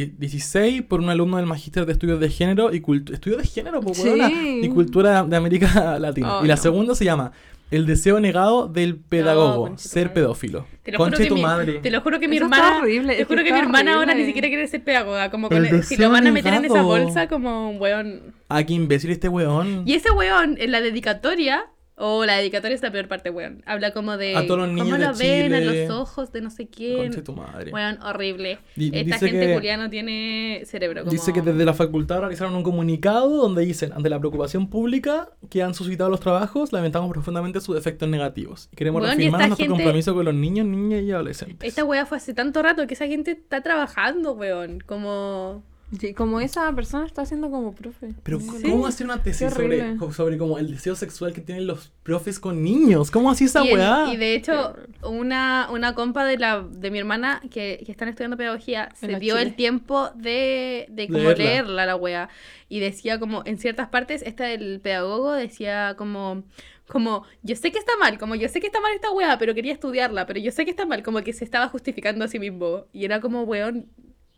2016 por un alumno del Magíster de Estudios de Género y Cultura. ¿Estudios de Género, po,
Sí.
weona? Y Cultura de América Latina.
Oh,
Ay,
y la
no.
segunda se llama El Deseo Negado del Pedagogo,
conche tu
ser
madre.
pedófilo.
Te lo juro
Conche
que
tu
mi-
madre.
Te lo juro que mi
Eso está
hermana.
horrible,
Te
es
juro
que
que mi
está
hermana ahora ni
horrible.
siquiera quiere ser pedagoga. Como
Pero
con
el
el- si lo
deseo
van a meter en esa
negado.
bolsa, como un weón.
Ah, qué imbécil este weón.
Y ese weón, en la dedicatoria. O la dedicatoria es la peor parte, weón. Habla como de.
A todos los niños
Cómo
de
lo ven, a
Chile.
los ojos de no sé
Conche
quién.
tu madre.
Weón, horrible.
Di-
Esta
dice
gente
que-
Juliano tiene cerebro. Como...
Dice que desde la facultad realizaron un comunicado donde dicen, ante la preocupación pública que han suscitado los trabajos, lamentamos profundamente sus efectos negativos. Y queremos
Weón, y
reafirmar
esta
nuestro
gente-
compromiso con los niños, niñas y adolescentes.
Esta weá fue hace tanto rato que esa gente está trabajando, weón. Como.
Sí, como esa persona está haciendo como profe.
Pero
Sí.
¿cómo hacer una tesis
Qué
sobre,
horrible.
co- sobre como el deseo sexual que tienen los profes con niños? ¿Cómo así esa
y, el-
weá?
y de hecho, una, una compa de la de mi hermana que, que están estudiando pedagogía se
la
dio
Chile.
el tiempo de, de como
Leerla.
leerla. la wea. Y decía como, en ciertas partes, esta del pedagogo decía como, como, yo sé que está mal, como yo sé que está mal esta wea, pero quería estudiarla, pero yo sé que está mal, como que se estaba justificando a sí mismo. Y era como, weón,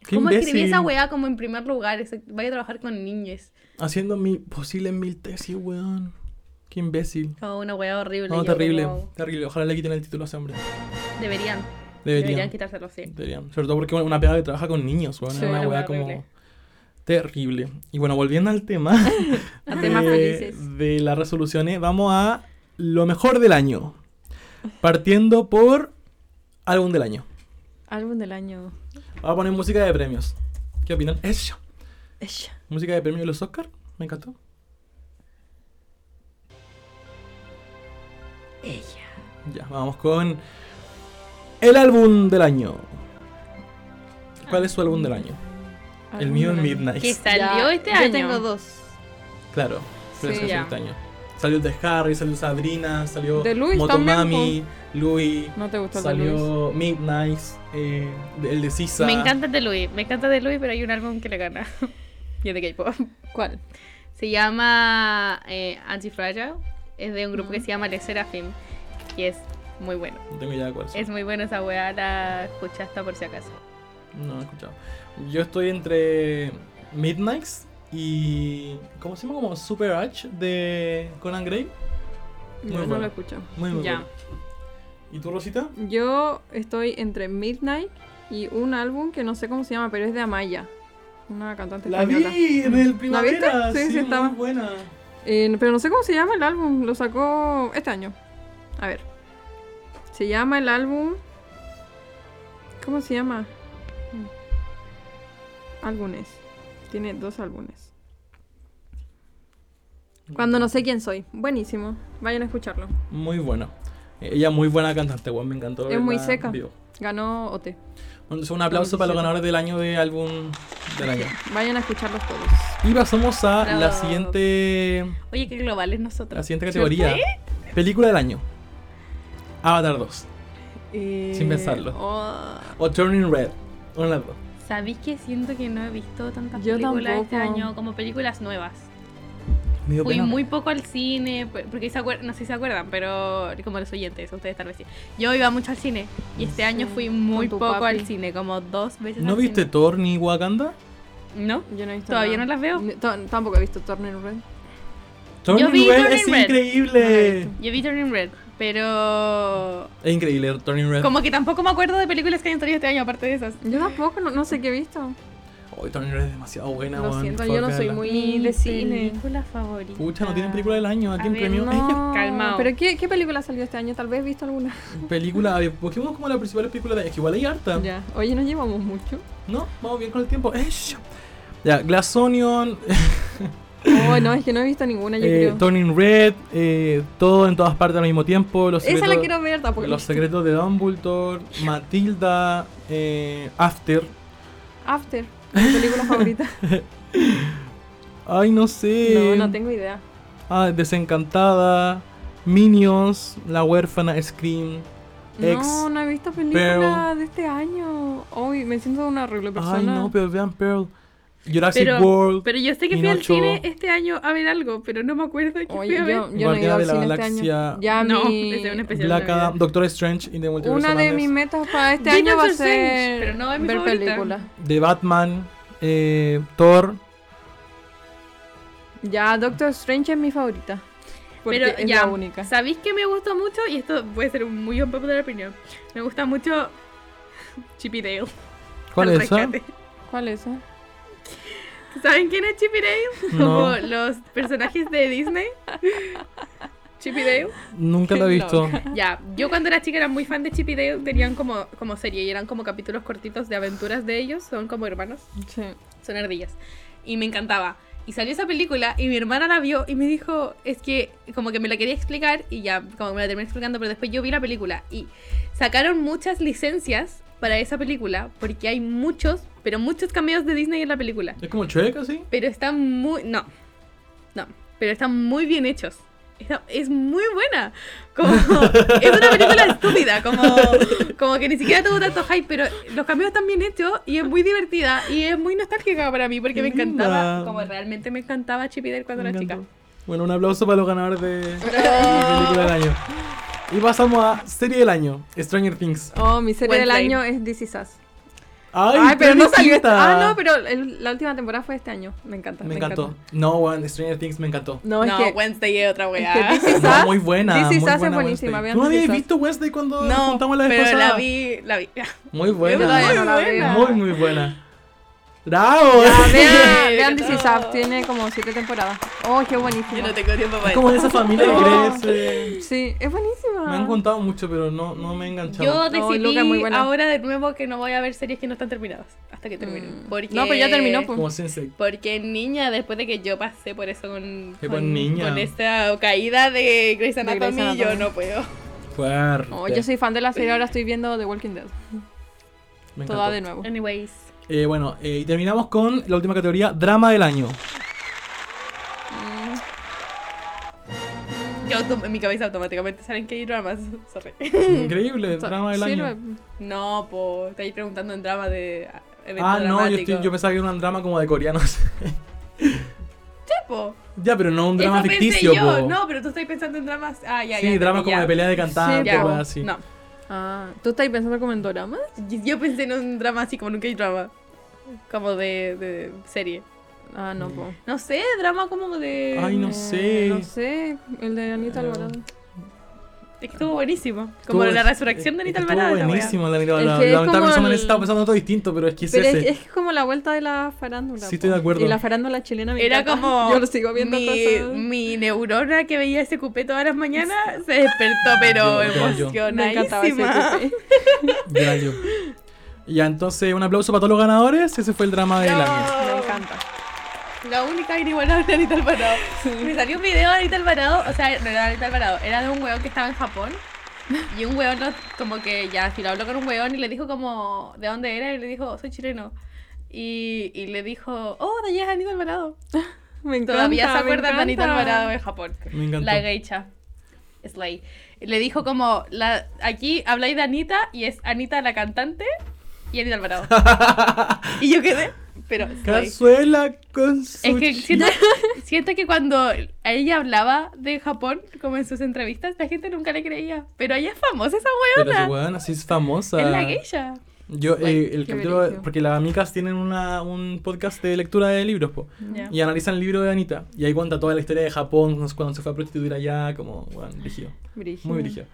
Qué
¿cómo escribí
imbécil.
esa wea como en primer lugar? Ese- Vaya a trabajar con niños.
Haciendo mi posible mil tesis, weón. Qué imbécil.
Como una wea horrible.
No,
y yo
terrible,
como,
terrible. Ojalá le quiten el título a ese hombre.
deberían,
Deberían.
deberían, quitárselo, sí.
Deberían. Sobre todo porque bueno, una peda que trabaja con niños, weón.
Sí,
es una
una
weá
weá
como
horrible.
terrible. Y bueno, volviendo al tema
A
de,
temas felices.
de las resoluciones, vamos a lo mejor del año. Partiendo por álbum del año.
Álbum del año.
Vamos a poner música de premios. ¿Qué opinan? Eso.
Ella.
Música de premios de los Oscar. Me encantó.
Ella.
Ya, vamos con el álbum del año. ¿Cuál es su álbum del año? El mío es
del año.
Midnight.
Que salió este
yo
año.
tengo dos.
Claro, pero
Sí,
salió
ya.
este año. Salió el de Harry, salió Sabrina, salió
De Luis
Motomami, Louis,
No te gustó el de Luis.
salió Midnight, eh, el de Sisa.
Me encanta el de Louis, me encanta el de Louis, pero hay un álbum que le gana. y es de K-pop.
¿Cuál?
Se llama eh, Anti-Fragile. Es de un grupo que
Mm.
se llama Le Serafim. Y es muy bueno.
No tengo idea de
Eh.
cuál son.
Es muy bueno esa weá, la escuchaste por si acaso.
No, no he escuchado. Yo estoy entre Midnight Y. ¿Cómo se llama? Como Super Arch de Conan Gray. Muy
Yo no
bueno.
lo escucho.
Muy, muy
Ya.
bueno. ¿Y tú, Rosita?
Yo estoy entre Midnight y un álbum que no sé cómo se llama, pero es de Amaya. Una cantante
La
española.
vi en el primavera.
viste? Sí,
Sí,
sí, estaba.
muy buena.
Eh, pero no sé cómo se llama el álbum, lo sacó este año. A ver. Se llama el álbum. ¿Cómo se llama? Mm. Álbumes. Tiene dos álbumes. Cuando no sé quién soy. Buenísimo. Vayan a escucharlo.
Muy buena. Ella muy buena cantante, weón. Me encantó.
Es
verla
muy seca.
en vivo.
Ganó OT.
Bueno, entonces un aplauso para los
2017.
ganadores del año de álbum del año.
Vayan a escucharlos todos.
Y pasamos a la
Bravo.
siguiente.
Oye, qué globales nosotros.
La siguiente categoría. Película del año. Avatar 2. Sin pensarlo.
Eh, oh,
O Turning Red. Una de las dos.
¿Sabéis que siento que no he visto tantas
Yo
películas este
tampoco.
año como películas nuevas?
Me dio
Fui
pena.
muy poco al cine, p- porque se acuer- no sé si se acuerdan, pero como los oyentes, ustedes tal vez sí. Yo iba mucho al cine y este año fui muy
tu
poco
papi.
al cine, como dos veces.
¿No
al
viste
cine.
Thor ni Wakanda?
No.
yo no he visto
Todavía
nada.
no las veo.
Ni- to- tampoco he visto Turning Red.
Turning
vi
Red
Turning
es
Red.
increíble.
Yo vi Turning Red, pero
Es increíble Turning Red.
como que tampoco me acuerdo de películas que hayan salido este año aparte de esas.
Yo tampoco, no, no sé qué he visto.
Hoy Turning Red es demasiado buena,
Lo
weón.
siento,
Fuck,
yo no soy
véanla.
muy de cine.
película favorita.
Pucha, no tienen película del año. ¿A
A
quién
ver,
premió?
No,
Calmao.
¿Pero qué, qué película salió este año? Tal vez he visto alguna.
Película, a ver, busquemos como las principales películas del año. Que igual hay harta.
Ya. Oye, nos llevamos mucho.
No, vamos bien con el tiempo. Eish. Ya, Glass Onion,
Oh, no, es que no he visto ninguna, Ah, yo
eh,
creo.
Turning Red, eh, todo en todas partes al mismo tiempo. Los
Esa la
secretos-
quiero ver tampoco.
Los secretos de Dumbledore, Matilda, eh, After.
After, mi película favorita.
Ay, no sé.
No, no tengo idea.
Ah, Desencantada, Minions, La Huérfana, Scream, Ex.
No, no he visto película de este año. Uy, me siento una horrible persona.
Ay, no, pero vean Pearl. Jurassic
Pero-
World,
Pero yo sé que fui al
Pinocho.
cine este año a ver algo, pero no me acuerdo qué fui
Oye,
a
yo,
ver.
yo no he
Guardianes
ido
de
al
la
cine este
Galaxia.
año. Ya
No,
mi-
desde un especial
Black
de Navidad.
Adam, Doctor Strange y The Multiverse
Una
of
de
Madness.
mis metas para este
Doctor
año va a ser
Strange, pero no es mi
ver
favorita.
películas.
de Batman, eh, Thor.
Ya, Doctor Strange es mi favorita. Porque
Pero
es
ya,
la única.
¿sabéis que me gustó mucho? Y esto puede ser un muy unpopular opinión. Me gusta mucho Chippy Dale.
¿Cuál
al
es esa?
rescate.
¿Cuál es esa?
¿Saben quién es Chippy Dale?
No,
Como los personajes de Disney. Chippy Dale.
nunca la he
Qué
visto.
Ya, yo cuando era chica era muy fan de Chippy Dale. Tenían como, como serie y eran como capítulos cortitos de aventuras de ellos. Son como hermanos.
Sí.
son ardillas. Y me encantaba. Y salió esa película y mi hermana la vio y me dijo, es que como que me la quería explicar y ya, como que me la terminé explicando, pero después yo vi la película y sacaron muchas licencias para esa película porque hay muchos, pero muchos cameos de Disney en la película.
¿Es como Shrek así?
Pero están muy... No, no, pero están muy bien hechos. Está- es muy buena. Como, es una película estúpida, como, como que ni siquiera tuvo tanto hype, pero los cambios están bien hechos y es muy divertida y es muy nostálgica para mí porque
Qué
me encantaba,
linda.
como realmente me encantaba Chip y Dale cuando
Me
era chica.
encantó. Bueno, un aplauso para los ganadores de, de película del año. Y pasamos a serie del año, Stranger Things.
Oh, mi serie
Buen
del
play.
año es This Is Us.
Ay,
Ay, pero
qué
no salió este
distinta.
Ah, no, pero el- la última temporada fue este año. Me encanta.
Me, encantó. No, weón, Stranger Things me encantó.
No, es que.
Wednesday es otra
es que This Is
No,
Us-
muy buena.
This Is
muy
Us es
buena
buenísima.
Wednesday.
vean
¿Tú no
This
habías
Is Us.
visto Wednesday cuando nos
No,
juntamos la vez
pero
pasada?
la vi, la vi.
Muy
Yo
buena.
todavía no la
Muy
veo.
buena.
Muy, muy buena. ¡Bravo!
Ya, vean,
Sí,
vean This Is
no.
Us, Tiene como siete temporadas. Oh, qué buenísima.
Yo no tengo tiempo para
Es como de esa
pues.
familia que
No.
crece.
Sí, es buenísima.
Me han contado mucho, pero no, no me he enganchado.
Yo
No, y
decidí
Luca es muy buena.
ahora de nuevo que no voy a ver series que no están terminadas hasta que terminen.
Mm.
Porque...
No, pero ya terminó, pues.
Como Sensei.
Porque niña, después de que yo pasé por eso con,
Qué
con,
buen pues niña.
con esta caída de Grey's
Grey's
Anatomy, yo
Anatomy.
no puedo.
Fuerte.
Oh, yo soy fan de la serie, ahora estoy viendo The Walking Dead.
Me
Toda
encantó.
de nuevo.
Anyways.
Eh, bueno, eh, y terminamos con la última categoría, drama del año.
Yo autom- en mi cabeza automáticamente saben que hay dramas. Sorry.
Increíble, drama del
Sí,
año.
lo-
No, po, estáis preguntando en drama de evento
Ah, no, yo,
dramático.
estoy- yo pensaba que era un drama como de coreanos.
Po,
ya, pero no un drama
eso pensé
ficticio.
yo.
po.
No, pero tú estás pensando en dramas. Ah, ya, ya.
sí, dramas como de
pelea
pelea de
Sí,
cantantes,
ya.
cosas así.
No,
Ah, ¿tú estás pensando como en Dorama?
yo pensé en un drama así como nunca hay drama. Como de, de serie.
Ah, no, po.
No sé, drama como de.
Mm. Ay, no
Eh,
sé.
No sé, el de Anita
Eh,
Alvarado.
Es que estuvo buenísimo. Como
Estuvo-
la resurrección de Anita
estuvo
Alvarado. la wea.
buenísimo la Anita
Es que
Alvarado.
es
Lamentablemente
como
Summer
el-
estaba pensando en todo distinto, pero es que es
Pero es,
ese.
es que es como la vuelta de la farándula.
Sí,
po.
estoy de acuerdo.
Y la farándula chilena me
Era
encanta.
como.
Yo lo sigo viendo
mi,
cosas.
mi neurona que veía ese cupé todas las mañanas se despertó, pero
Yo- yo- yo.
Me encantaba ese
emocionadísima.
TP.
Ya, yo. Ya, entonces, un aplauso para todos los ganadores. Ese fue el drama del año.
Me encanta.
La única inigualable de Anita Alvarado. Me salió un video de Anita Alvarado, o sea, no era de Anita Alvarado, era de un weón que estaba en Japón. Y un weón, lo- como que ya, si lo habló con un weón y le dijo como, ¿de dónde era? Y le dijo, soy chileno. Y, y le dijo, oh, de allá es Anita Alvarado.
Me encanta.
Todavía
me
se acuerdan de Anita
encanta.
Alvarado de Japón.
Me encantó.
La geisha. Slay. Le dijo como, la, aquí habláis de Anita y es Anita la cantante y Anita Alvarado. y yo quedé, pero... slay.
Cazuela con su
Es que
chi-
siento, siento que cuando ella hablaba de Japón, como en sus entrevistas, la gente nunca le creía. Pero ella es famosa esa
Pero si,
weona.
weón, así es famosa.
es la geisha.
Yo, eh, el
qué
capítulo.
brillo.
Porque las amigas tienen una, un podcast de lectura de libros, po.
Ah.
Ya.
Y analizan el libro de Anita. Y ahí cuenta toda la historia de Japón, no sé, cuando se fue a prostituir allá, como, bueno, dirigido.
Brígido.
Muy dirigido.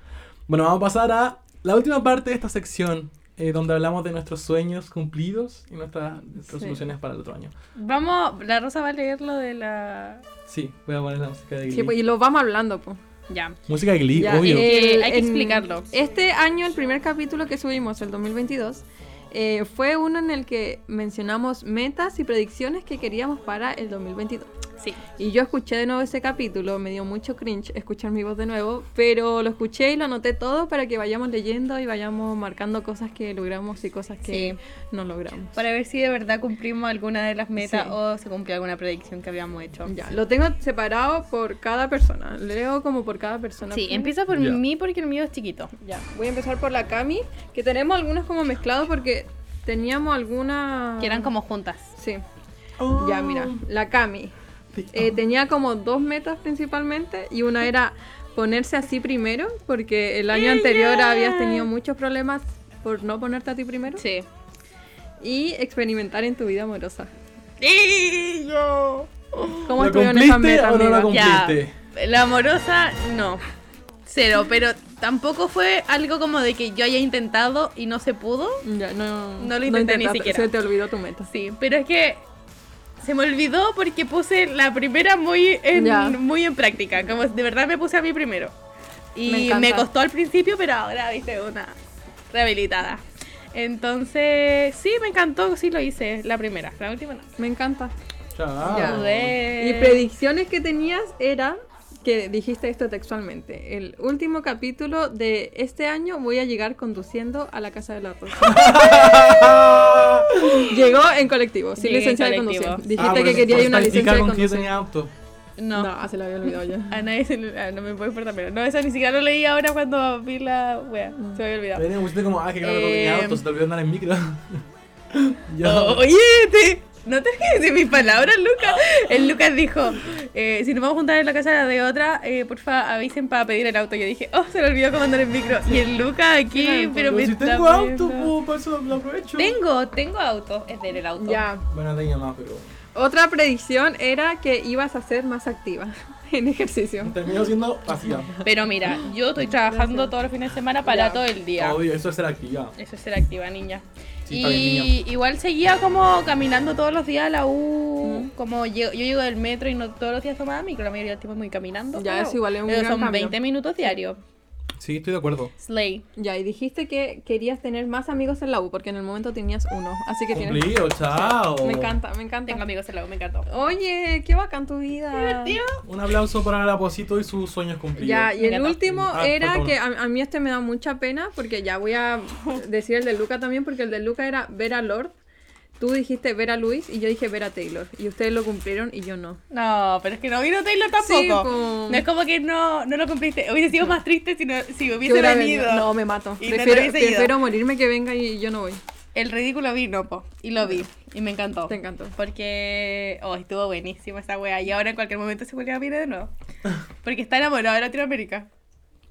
Bueno, vamos a pasar a la última parte de esta sección, eh, donde hablamos de nuestros sueños cumplidos y nuestras resoluciones para el otro año.
Vamos, la Rosa va a leer lo de la...
Sí, voy a poner la música de Glee.
Sí, pues, y lo vamos hablando, pues.
Ya.
Música de Glee,
Ya,
obvio.
eh,
el-
hay que
en-
explicarlo.
Este año, el primer capítulo que subimos, el 2022, eh, fue uno en el que mencionamos metas y predicciones que queríamos para el 2022.
Sí.
Y yo escuché de nuevo ese capítulo, me dio mucho cringe escuchar mi voz de nuevo, pero lo escuché y lo anoté todo para que vayamos leyendo y vayamos marcando cosas que logramos y cosas que
Sí.
no logramos.
Para ver si de verdad cumplimos alguna de las metas
Sí.
o se cumplió alguna predicción que habíamos hecho.
Ya, lo tengo separado por cada persona. Leo como por cada persona.
Sí,
Primero.
empieza por
Ya.
mí porque el mío es chiquito.
Ya, voy a empezar por la Cami, que tenemos algunos como mezclados porque teníamos alguna...
Que eran como juntas.
Sí,
Oh.
ya mira, la Cami.
Sí,
eh,
oh.
tenía como dos metas principalmente y una era ponerse a sí primero porque el año anterior
¡Ella!
habías tenido muchos problemas por no ponerte a ti primero
Sí.
y experimentar en tu vida amorosa.
¡Y yo!
¿Cómo
¿La
estuvieron esas
cumpliste
metas?
o no la
amiga?
cum-
Ya,
cumpliste?
la amorosa, no. Cero, pero tampoco fue algo como de que yo haya intentado y no se pudo.
Ya, no,
No lo intenté ni
intentaste,
siquiera.
Se te olvidó tu meta.
Sí, pero es que se me olvidó porque puse la primera muy en,
Ya.
muy en práctica. Como de verdad me puse a mí primero.
Me
Y me,
encanta.
costó al principio, pero ahora, viste, una rehabilitada. Entonces, sí, me encantó, sí lo hice, la primera, la última no.
Me encanta.
Chao.
Ya. Ah.
Eh,
Y predicciones que tenías era que dijiste esto textualmente. El último capítulo de este año voy a llegar conduciendo a la casa de la rosa. Llegó en colectivo, sin
Llegué en
licencia de
colectivo.
conducción.
Ah,
Dijiste
por-
que quería
por
una licencia
practicar
de
con que yo
conducción.
tenía auto.
No.
No, se la había olvidado ya.
A nadie se le- ah, no me puede importar menos. No, eso ni siquiera lo leí ahora cuando vi la wea. Se me había olvidado.
Tenía usted como, ah, que claro, no
Eh,
tenía auto, se te olvidó andar en micro.
Oh, Oye, te- no te ríes de mis palabras, Lucas. El Lucas dijo, eh, si nos vamos a juntar en la casa de otra, eh, porfa, avisen para pedir el auto. Yo dije, oh, se le olvidó cómo andar en micro. Y el Lucas aquí,
Claro,
pero me
Pero si
está
tengo auto,
viendo.
po, para eso lo aprovecho.
Tengo, tengo auto. Es de él el auto.
Ya.
Bueno, tenía más, pero.
Otra predicción era que ibas a ser más activa en ejercicio.
Terminó siendo pasiva.
Pero mira, yo estoy trabajando
Gracias.
todos los fines de semana para
Ya.
todo el día.
Obvio, eso es ser activa.
Eso es ser activa, niña.
Sí,
y
está bien, niña.
igual seguía como caminando todos los días a la U. Como llego- yo llego del metro y no todos los días tomaba micro, la mayoría del tiempo muy caminando.
Ya,
pero-
eso igual es un
pero
gran
son
cambio.
20 minutos diarios.
Sí, estoy de acuerdo.
Slay.
Ya, y dijiste que querías tener más amigos en la U, porque en el momento tenías uno. Así que tienes.
Cumplido, chao.
Me encanta, me encanta.
Tengo amigos en la U, me encantó.
Oye, qué bacán tu vida.
Un aplauso para el Aposito y sus sueños cumplidos.
Ya, y
Me
el
encanta.
último
Ah,
era
falta
que a, a mí este me da mucha pena porque ya voy a decir el de Luca también porque el de Luca era ver a Lord. Tú dijiste ver a Luis y yo dije ver a Taylor. Y ustedes lo cumplieron y yo no.
No, pero es que no vino Taylor tampoco.
Sí, po.
No es como que no, no lo cumpliste. Hubiese sido más triste si, no, si
Yo
hubiese
hubiera
venido.
venido. No, me mato.
Y no lo
Prefiero,
hubiese ido.
prefiero morirme que venga y yo no voy.
El ridículo vino, po. Y lo vi. Y me encantó.
Te encantó.
Porque. Oh, estuvo buenísima esa wea. Y ahora en cualquier momento se vuelve a mirar de nuevo. Porque está enamorado de Latinoamérica.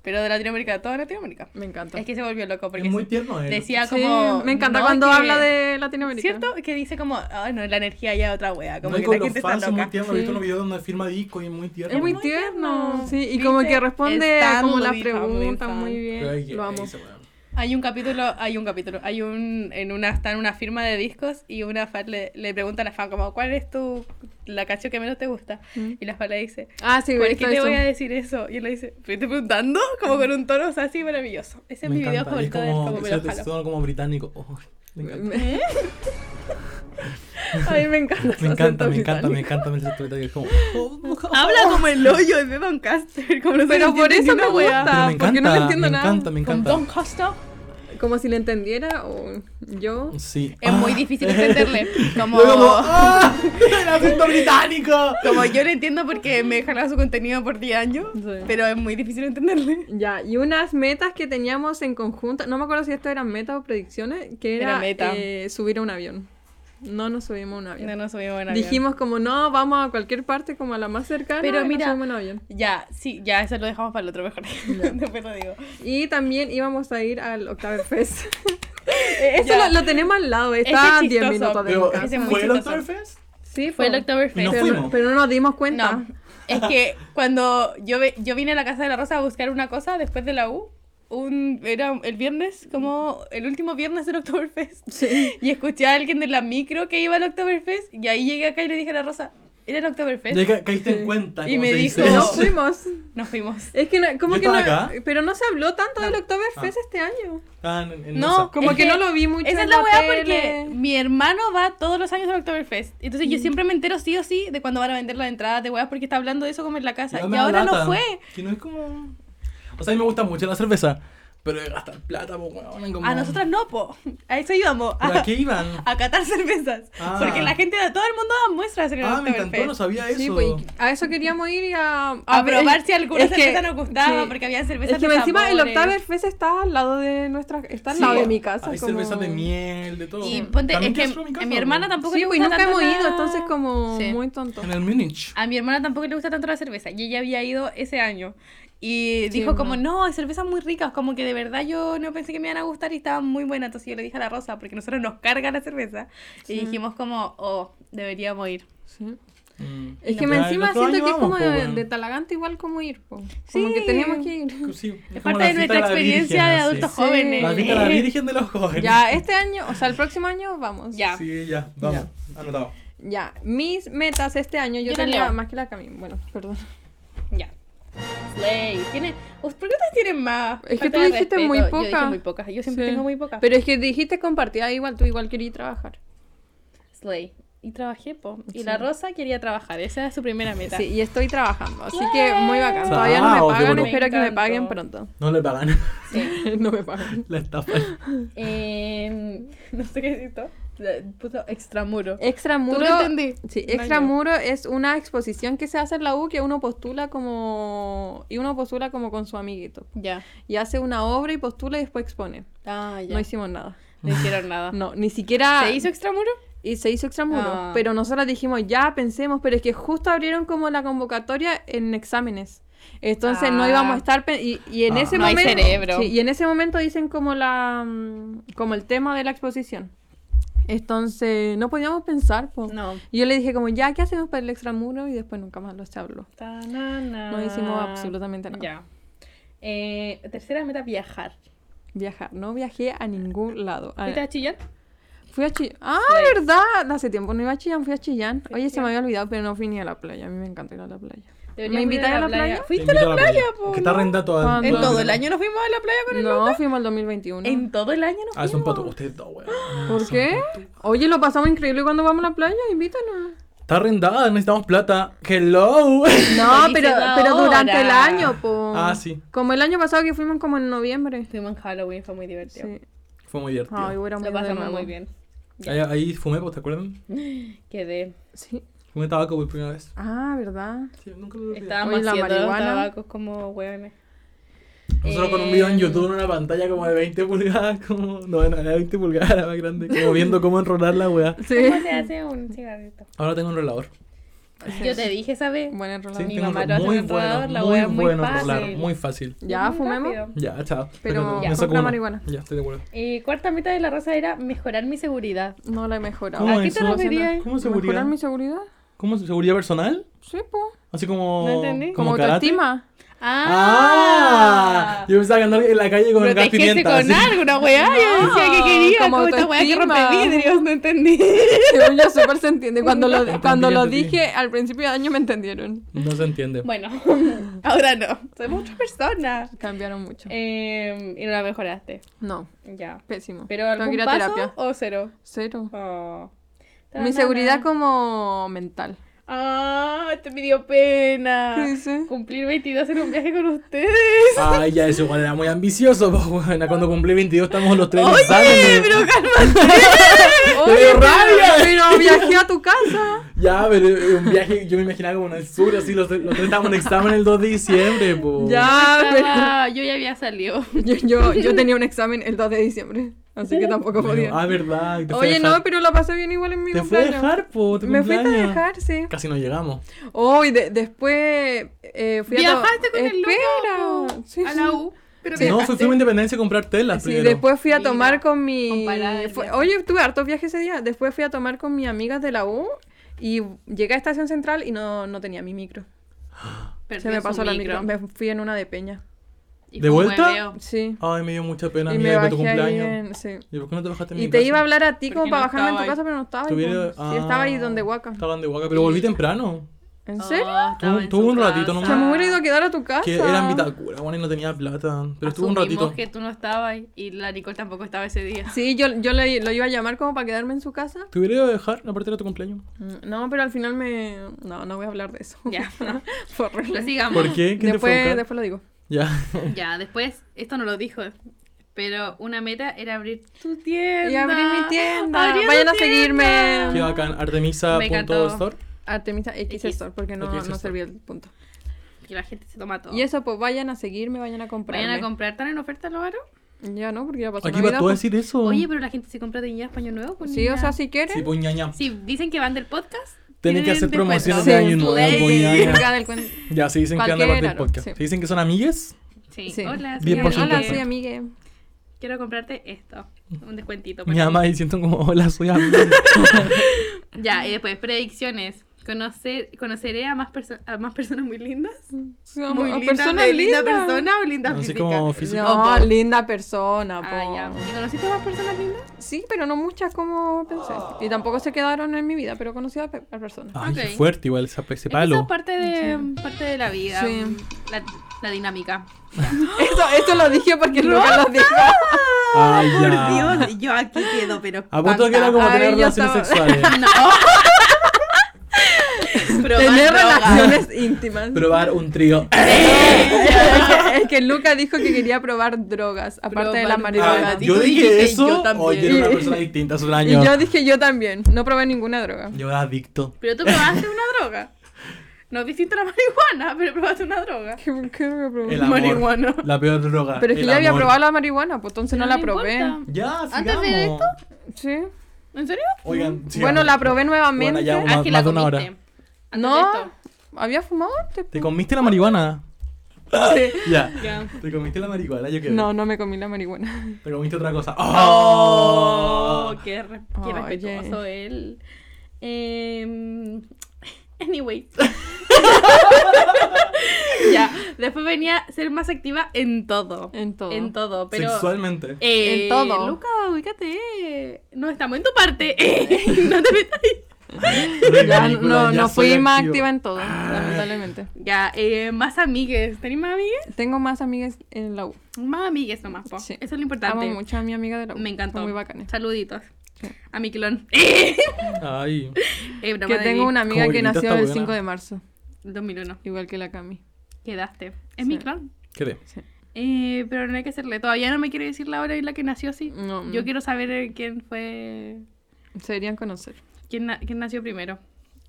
Pero de Latinoamérica, toda Latinoamérica.
Me encanta.
Es que se volvió loco porque
Es muy
se-
tierno él.
decía
Sí,
como...
me encanta
no,
cuando
que-
habla de Latinoamérica.
¿Cierto? Que dice como, ah, no, la energía ya es otra wea. Como
No, y
que
con
la
los
gente está
fans son muy
loca.
tiernos. He visto
Sí.
unos videos donde firma disco y es muy tierno.
Es muy
Muy
tierno.
tierno.
Sí, y como
Dice,
que responde a
"Estando
como las
dijo,
preguntas
Wilson".
muy
Pero hay que-
bien. Lo amo.
ese weón.
Hay un capítulo, hay un capítulo, hay un, en una, está en una firma de discos y una fan le, le pregunta a la fan como, ¿cuál es tu, la canción que menos te gusta?
Mm.
Y la fan le dice,
Ah, sí,
¿por
güey.
Pues, qué te voy a decir eso? Y él le dice, ¿me estoy preguntando? Como con un tono así maravilloso. Ese es
Me
mi video
encanta. y es
favorito de él,
como,
como me lo
ese
jalo.
tono como británico. Oh, me encanta.
¿Eh? Ay, me encanta. su
Me encanta,
acento
me encanta, me
británico.
encanta. Me encanta. Es como... "Oh,
Habla como el hoyo es de Doncaster, como no se
Pero
le
por
entiende
eso
ni
me
una wea.
gusta.
Pero me
porque no le
encanta,
entiendo
me
nada.
encanta, me
Con
encanta.
Doncaster
Como si le entendiera o yo.
Sí. Ah.
es muy difícil entenderle. Como...
Yo como, ¡ah! ¡El acento británico!
Como yo lo entiendo porque me he jalado su contenido por 10 años,
Sí.
pero es muy difícil entenderle.
Ya, y unas metas que teníamos en conjunto, no me acuerdo si esto eran metas o predicciones, que
Era
era,
meta.
eh, subir a un avión. No nos subimos a un avión.
No, no soy buena.
Dijimos como no, vamos a cualquier parte, como a la más cercana,
Pero
y nos
mira-
subimos a un avión.
Ya, sí, ya, eso lo dejamos para el otro mejor. Después lo digo.
Y también íbamos a ir al Oktoberfest. Eh, Eso
Ya.
lo, lo tenemos al lado,
Ese
está a
es
10
chistoso,
minutos de mi
Pero,
Ese
casa.
es muy
¿fue el
chistoso.
Oktoberfest?
Sí,
Fue el
po.
Oktoberfest.
Y nos
pero,
fuimos.
pero no nos dimos cuenta.
No, es que cuando yo, ve- yo vine a la casa de la Rosa a buscar una cosa después de la U, un, era el viernes, como el último viernes del Oktoberfest,
Sí.
y escuché a alguien de la micro que iba al Oktoberfest, y ahí llegué acá y le dije a la Rosa, ¿era el Oktoberfest?
Ya ca- caíste en cuenta.
Y
como
me
se
dijo-
dice.
Pero
No.
nos fuimos.
Nos fuimos.
Es que no- como
Yo
que no,
estaba acá.
pero no se habló tanto del Oktoberfest este año.
Ah, en- en
No,
esa.
Como
Es
que,
que
no lo vi mucho.
Esa es
en
la weá
tele.
porque mi hermano va todos los años al Oktoberfest. Entonces
Mm.
yo siempre me entero sí o sí de cuando van a vender las entradas de weas porque está hablando de eso como en la casa.
Ya
Y
me da
ahora no
lata,
fue.
Que no es como... O sea, a mí me gusta mucho la cerveza, pero de gastar plata, po, weón, como...
A nosotras no, po. A eso íbamos.
¿Pero
A,
a qué iban?
a catar cervezas.
Ah.
Porque la gente, todo el mundo da muestras en el
Ah, me encantó, no
Oktoberfest.
sabía eso.
Sí, pues, y a eso queríamos ir y a,
A probar si alguna
es que-
cerveza nos gustaba
sí.
porque había cervezas
Es que
de
encima el
sabores.
Oktoberfest está al lado de nuestra está al
Sí.
lado de mi casa.
Hay
como-
cerveza de miel, de todo.
Y ponte, es
También
que
quiero hacerlo en
a
casa,
mi hermana
po.
tampoco
Sí,
le
pues
gusta
nunca hemos
tanto
ido,
la-
entonces como
Sí.
muy tonto.
En el Múnich.
A mi hermana tampoco le gusta tanto la cerveza y ella había ido ese año. Y
Sí,
dijo como,
no.
no, hay cervezas muy ricas, como que de verdad yo no pensé que me iban a gustar y estaban muy buenas. Entonces yo le dije a la Rosa, porque nosotros nos carga la cerveza.
Sí.
Y dijimos como, oh, deberíamos ir.
Sí.
Mm.
Es que
Ya,
me
el
encima
otro
siento
año
que es como
vamos, po,
de,
weón.
de Talagante igual como ir, po. como
Sí.
que teníamos que ir.
Sí, es
Es parte
como la
de
fiesta
nuestra
la
experiencia
Virgen,
de
así.
adultos
Sí.
jóvenes.
La fiesta de la Virgen de los jóvenes.
Ya, este año, o sea, el próximo año vamos.
Ya.
Sí, ya, vamos. Anotado.
Ya, mis metas este año yo,
Yo la
tenía
leo.
más que la camino. Bueno, perdón.
Ya. Slay. Tiene... Uf, ¿Por qué ustedes tienen más?
Es que
Falta
tú
de
dijiste
respeto.
muy
Yo dije
poca.
muy pocas. Yo siempre
Sí.
tengo muy pocas.
Pero es que dijiste compartida igual, tú igual querías trabajar.
Slay. Y trabajé, po. Y
Sí.
la Rosa quería trabajar. Esa era su primera meta.
Sí, y estoy trabajando, así que muy bacán. Todavía
Wow,
no me
qué
pagan,
bueno.
espero que me
Me
paguen
encantó.
pronto.
No le pagan
Sí.
no me pagan.
la estafa.
Eh, no sé qué es esto. Le Puso extramuro.
Extramuro.
¿Tú lo entendí?
Sí,
No,
Extramuro es una exposición que se hace en la U que uno postula como y uno postula como con su amiguito
Ya.
y hace una obra y postula y después expone.
Ah, ya.
No
No,
hicimos nada.
hicieron nada.
No, Ah. ni siquiera
¿Se hizo extramuro?
y se hizo extramuro,
Ah.
pero nosotros dijimos, ya pensemos, pero es que justo abrieron como la convocatoria en exámenes. Entonces no
Ah.
íbamos a estar pe- y, y en
Ah.
ese
No hay
momento
cerebro.
sí, y en ese momento dicen como la mm, como el tema de la exposición. Entonces no podíamos pensar, po.
No.
Y yo le dije como, ya, ¿qué hacemos para el extramuro? Y después nunca más lo se habló.
No
No hicimos absolutamente nada.
Ya. Eh, tercera meta, viajar.
Viajar. No viajé a ningún lado. A-
¿Fuiste a Chillán?
Fui a Chillán. ¡Ah,
Sí.
verdad! Hace tiempo no iba a Chillán, fui a Chillán.
Fui a
Oye, se
Chillán.
me había olvidado, pero no fui ni a la playa. A mí me encanta ir a la playa.
Deberíamos ir
invitáis a la playa?
¿Fuiste a la playa, po?
Que está
¿no?
renta toda.
¿En
En
No,
todo
no.
el año nos fuimos a la playa con el
No, fuimos al 2021.
En todo el año nos fuimos.
Ah, son patos. Ustedes dos, weón.
¿Por
Son
qué?
patos.
Oye, lo pasamos increíble cuando vamos a la playa, invítanos.
Está arrendada, necesitamos plata. Hello.
No,
Dice
pero,
la
pero durante
hora.
el año, po.
Ah, sí.
Como el año pasado que fuimos como en noviembre.
Fuimos en Halloween, fue muy divertido.
Sí.
Fue muy divertido.
Ay, hubiéramos
Lo
ido de
pasamos
nuevo.
muy bien. Ya.
ahí, ahí fumé, pues, ¿te acuerdan?
Quedé.
Sí.
Fumé tabaco por primera vez.
Ah, ¿verdad?
Sí, nunca lo olvidé.
Estábamos
Oye, la
haciendo los
marihuana.
tabacos como hueones.
Nosotros con un
Eh,
video en YouTube en una pantalla como de 20 pulgadas, como. No, no, era 20 pulgadas, era más grande. Como viendo cómo enrolar la weá.
Sí.
¿Cómo se hace un cigarrito?
Ahora tengo un enrolador.
Yo te dije, ¿sabes?
Buen
Sí,
enrolador.
Mi
tengo
mamá
otro
lo
muy
hace en
bueno,
rodador, la
muy
wea es muy
bueno
fácil.
enrolar, muy fácil.
Ya, fumemos.
Rápido.
Ya, chao.
Pero
me
ya,
saco
compra
uno.
marihuana.
Ya, estoy de acuerdo.
Y cuarta meta de la raza era mejorar mi seguridad.
No la he mejorado.
¿Cómo
¿A qué
eso?
te referías?
¿Cómo seguridad?
¿Mejorar mi seguridad?
¿Cómo es? seguridad personal?
Sí, po.
Así como.
No entendí.
Como
karate?
autoestima.
¡Ah! Yo pensaba que andar en la calle con gas
Protegerse
pimienta.
con
así.
algo, una weá. Yo
No,
decía que quería,
como
como, esta weá que
autoestima.
rompe vidrios, no entendí.
Según yo, súper se entiende. Cuando lo, cuando lo
Entendí, entendí.
dije al principio de año me entendieron.
No se entiende.
Bueno, ahora no. Somos otra persona.
Cambiaron mucho.
Eh, y no la mejoraste.
No,
Ya.
pésimo.
Pero
Tengo que
algún
ir a
paso
terapia.
o cero.
Cero.
Oh.
Mi seguridad como mental.
Ah, te me dio pena.
¿Qué dice?
Cumplir 22 en un viaje con ustedes.
Ay, ya, eso igual era muy ambicioso. po, buena. Cuando cumplí 22 estamos los tres en
Oye,
exámenes.
pero
¡Te dio rabia!
Pero viajé a tu casa.
Ya, pero eh, un viaje, yo me imaginaba como en el sur, así, los, los tres estábamos en examen el 2 de diciembre,
Uh.
po.
Ya, Ah, pero
calma. Ah, Yo ya había salido.
yo, yo, yo tenía un examen el 2 de diciembre, así que tampoco
Bueno,
podía.
ah, verdad. Te fue a
Oye,
dejar.
no, pero la pasé bien igual en mi
Te fue a
cumpleaños.
dejar, po. tu
Me fuiste a
cumpleaños.
dejar, sí.
Casi no llegamos.
Oh, y de- después eh, fui
Viajaste
a to-
con el
Espera.
loco
Sí,
a
sí.
la U. Pero
Sí.
No,
viajaste.
fue, fui a Independencia a comprar telas
Sí,
primero.
después fui a
Mira,
tomar con mi...
comparada de
fue-
viaje.
Oye, tuve hartos viajes ese día. Después fui a tomar con mis amigas de la U y llegué a Estación Central y no, no tenía mi micro.
Perdió
Se me
su
pasó la micro. Me fui en una de Peña.
Y
¿De
fue un
vuelta?
hueveo.
Sí.
Ay, me dio mucha pena,
y
amiga,
me
ir para tu
bajé ahí
cumpleaños.
en... Sí.
¿Y por qué no te bajaste en
Y
mi
te
casa?
iba a hablar a ti
Porque
como
no
para bajarme en
estaba
tu
ahí.
casa, pero no estaba ahí.
Tuviera-
po. Sí, estaba ahí
Ah.
donde Huaca.
Estaban de Huaca, pero volví temprano.
¿En
Oh,
serio?
estaba
Tuvo-
en
tuvo
su
un ratito
casa.
Se
nomás.
me hubiera ido a quedar a tu casa.
Que era en Vitacura, bueno, y no tenía plata. Pero estuvo un
Asumimos
ratito.
que tú no estabas y la Nicole tampoco estaba ese día.
Sí, yo, yo le- lo iba a llamar como para quedarme en su casa.
¿Te hubiera ido a dejar? Aparte era tu cumpleaños.
Mm, No, pero al final me... No, no voy a hablar de eso.
Ya, no.
Fue horrible.
Pero sigamos.
¿Por qué? ¿Quién te fue a
Después,
buscar?
después lo digo.
Ya.
Ya, después, esto no lo dijo, pero una meta era abrir tu tienda.
Y abrí mi tienda.
Abrí tu
Vayan
tienda.
a seguirme.
Qué bacán.
Me encantó.
Artemisa.store.
Artemisa X
X.
Store, porque no,
X
no
Store.
servía el punto.
Que la gente se toma todo.
Y eso, pues vayan a seguirme, vayan a comprarme.
Oh. ¿Vayan a comprar tan en oferta, Lobaro?
Ya no, porque ya pasó
Aquí
Navidad,
iba tú a
pues.
decir eso.
Oye, pero la gente se compra de Español Nuevo. con
Sí, o
niña.
sea, si quieren.
Sí, pues ñaña.
Si dicen que van del podcast.
Tienen que hacer promociones
de
Año Nuevo, pues,
Sí.
voy a-
Sí.
Carga del cuen-
Ya, si dicen que anda parte del
Cualquiera,
podcast.
sí.
Si dicen que son amigues,
Sí.
Sí.
Hola, soy
10%
Amelie.
Hola,
de
soy amigue.
Quiero comprarte esto. Un descuentito. para
mi mamá diciendo como, hola, soy amigo.
ti. Ya, y después, predicciones. Conocer, conoceré a más, perso- a más personas muy lindas.
Somos
linda,
personas
de
lindas.
linda persona o linda
Así
física.
como física.
No,
No, po.
linda persona, po.
Ah, ya. ¿Y conociste a más personas lindas?
Sí, pero no muchas como pensé. Y tampoco se quedaron en mi vida, pero conocí a, pe- a personas.
Ay, qué
Ok.
fuerte igual esa- ese
Es que Eso
palo.
es parte de, parte de la vida.
Sí.
La, la dinámica.
Esto, esto lo dije porque nunca lo dije.
Ay, ya.
Dios, yo aquí quedo, pero.
A punto de que era como
Ay,
tener
yo
relaciones
estaba-
sexuales.
Tener relaciones íntimas.
Probar un trío.
es, que, es que Luca dijo que quería probar drogas, aparte de la
Probar
marihuana.
Ah, yo
tú
dije
dijiste,
eso.
yo también.
Oye, era una persona distinta hace un
Y
año.
yo dije yo también, no probé ninguna droga.
Yo era adicto.
Pero tú probaste una droga. No es distinto a la marihuana, pero probaste una droga.
¿Qué, qué droga probé?
El amor.
Marihuana.
La peor droga.
Pero es que
el
ya había
amor.
probado la marihuana, pues entonces no,
Pero
la
no
probé.
importa.
Ya, sigamos.
¿Antes de esto?
Sí.
¿En serio?
Oigan, sigamos.
Mm, Bueno, la probé nuevamente.
ya una-
Ah, que la
más de una hora.
comiste. Antes de
No,
esto.
había fumado antes.
¿Te comiste la marihuana? Ya.
Ya.
¿Te comiste la marihuana? Yo quedé.
No, no me comí la marihuana.
¿Te comiste otra cosa?
Oh,
¡Oh!
qué, re- qué
Oye.
respetuoso él. Em, anyway. ya. Después venía ser más activa en todo.
En todo.
En todo, pero.
Sexualmente.
Eh,
En todo.
Luca, ubícate. No estamos en tu parte. no te metas ahí.
Ya,
Ridícula,
no,
ya Ah.
no
soy
fui más
activo.
activa en todo, lamentablemente.
Ya, eh, más amigues. ¿Tenés más amigues?
Tengo más amigas en la U.
Más amigues nomás, po.
Sí.
Eso es lo
Amo
importante.
mucho a mi amiga de la U.
Me encantó.
Son muy bacanes.
Saluditos.
Sí.
A mi clon.
Ay.
Eh, broma
Que
de
tengo
mí.
una amiga
Como
que
grita
nació
esta
el
buena.
5 de marzo,
2001.
igual que la Cami.
Quedaste. Es mi
Sí.
clon.
Quedé.
Sí.
Eh, pero no hay que hacerle. Todavía no me quiere decir la hora y la que nació, sí.
No,
Yo
mm.
quiero saber eh, quién fue.
Se deberían conocer.
Quién, na- quién nació primero.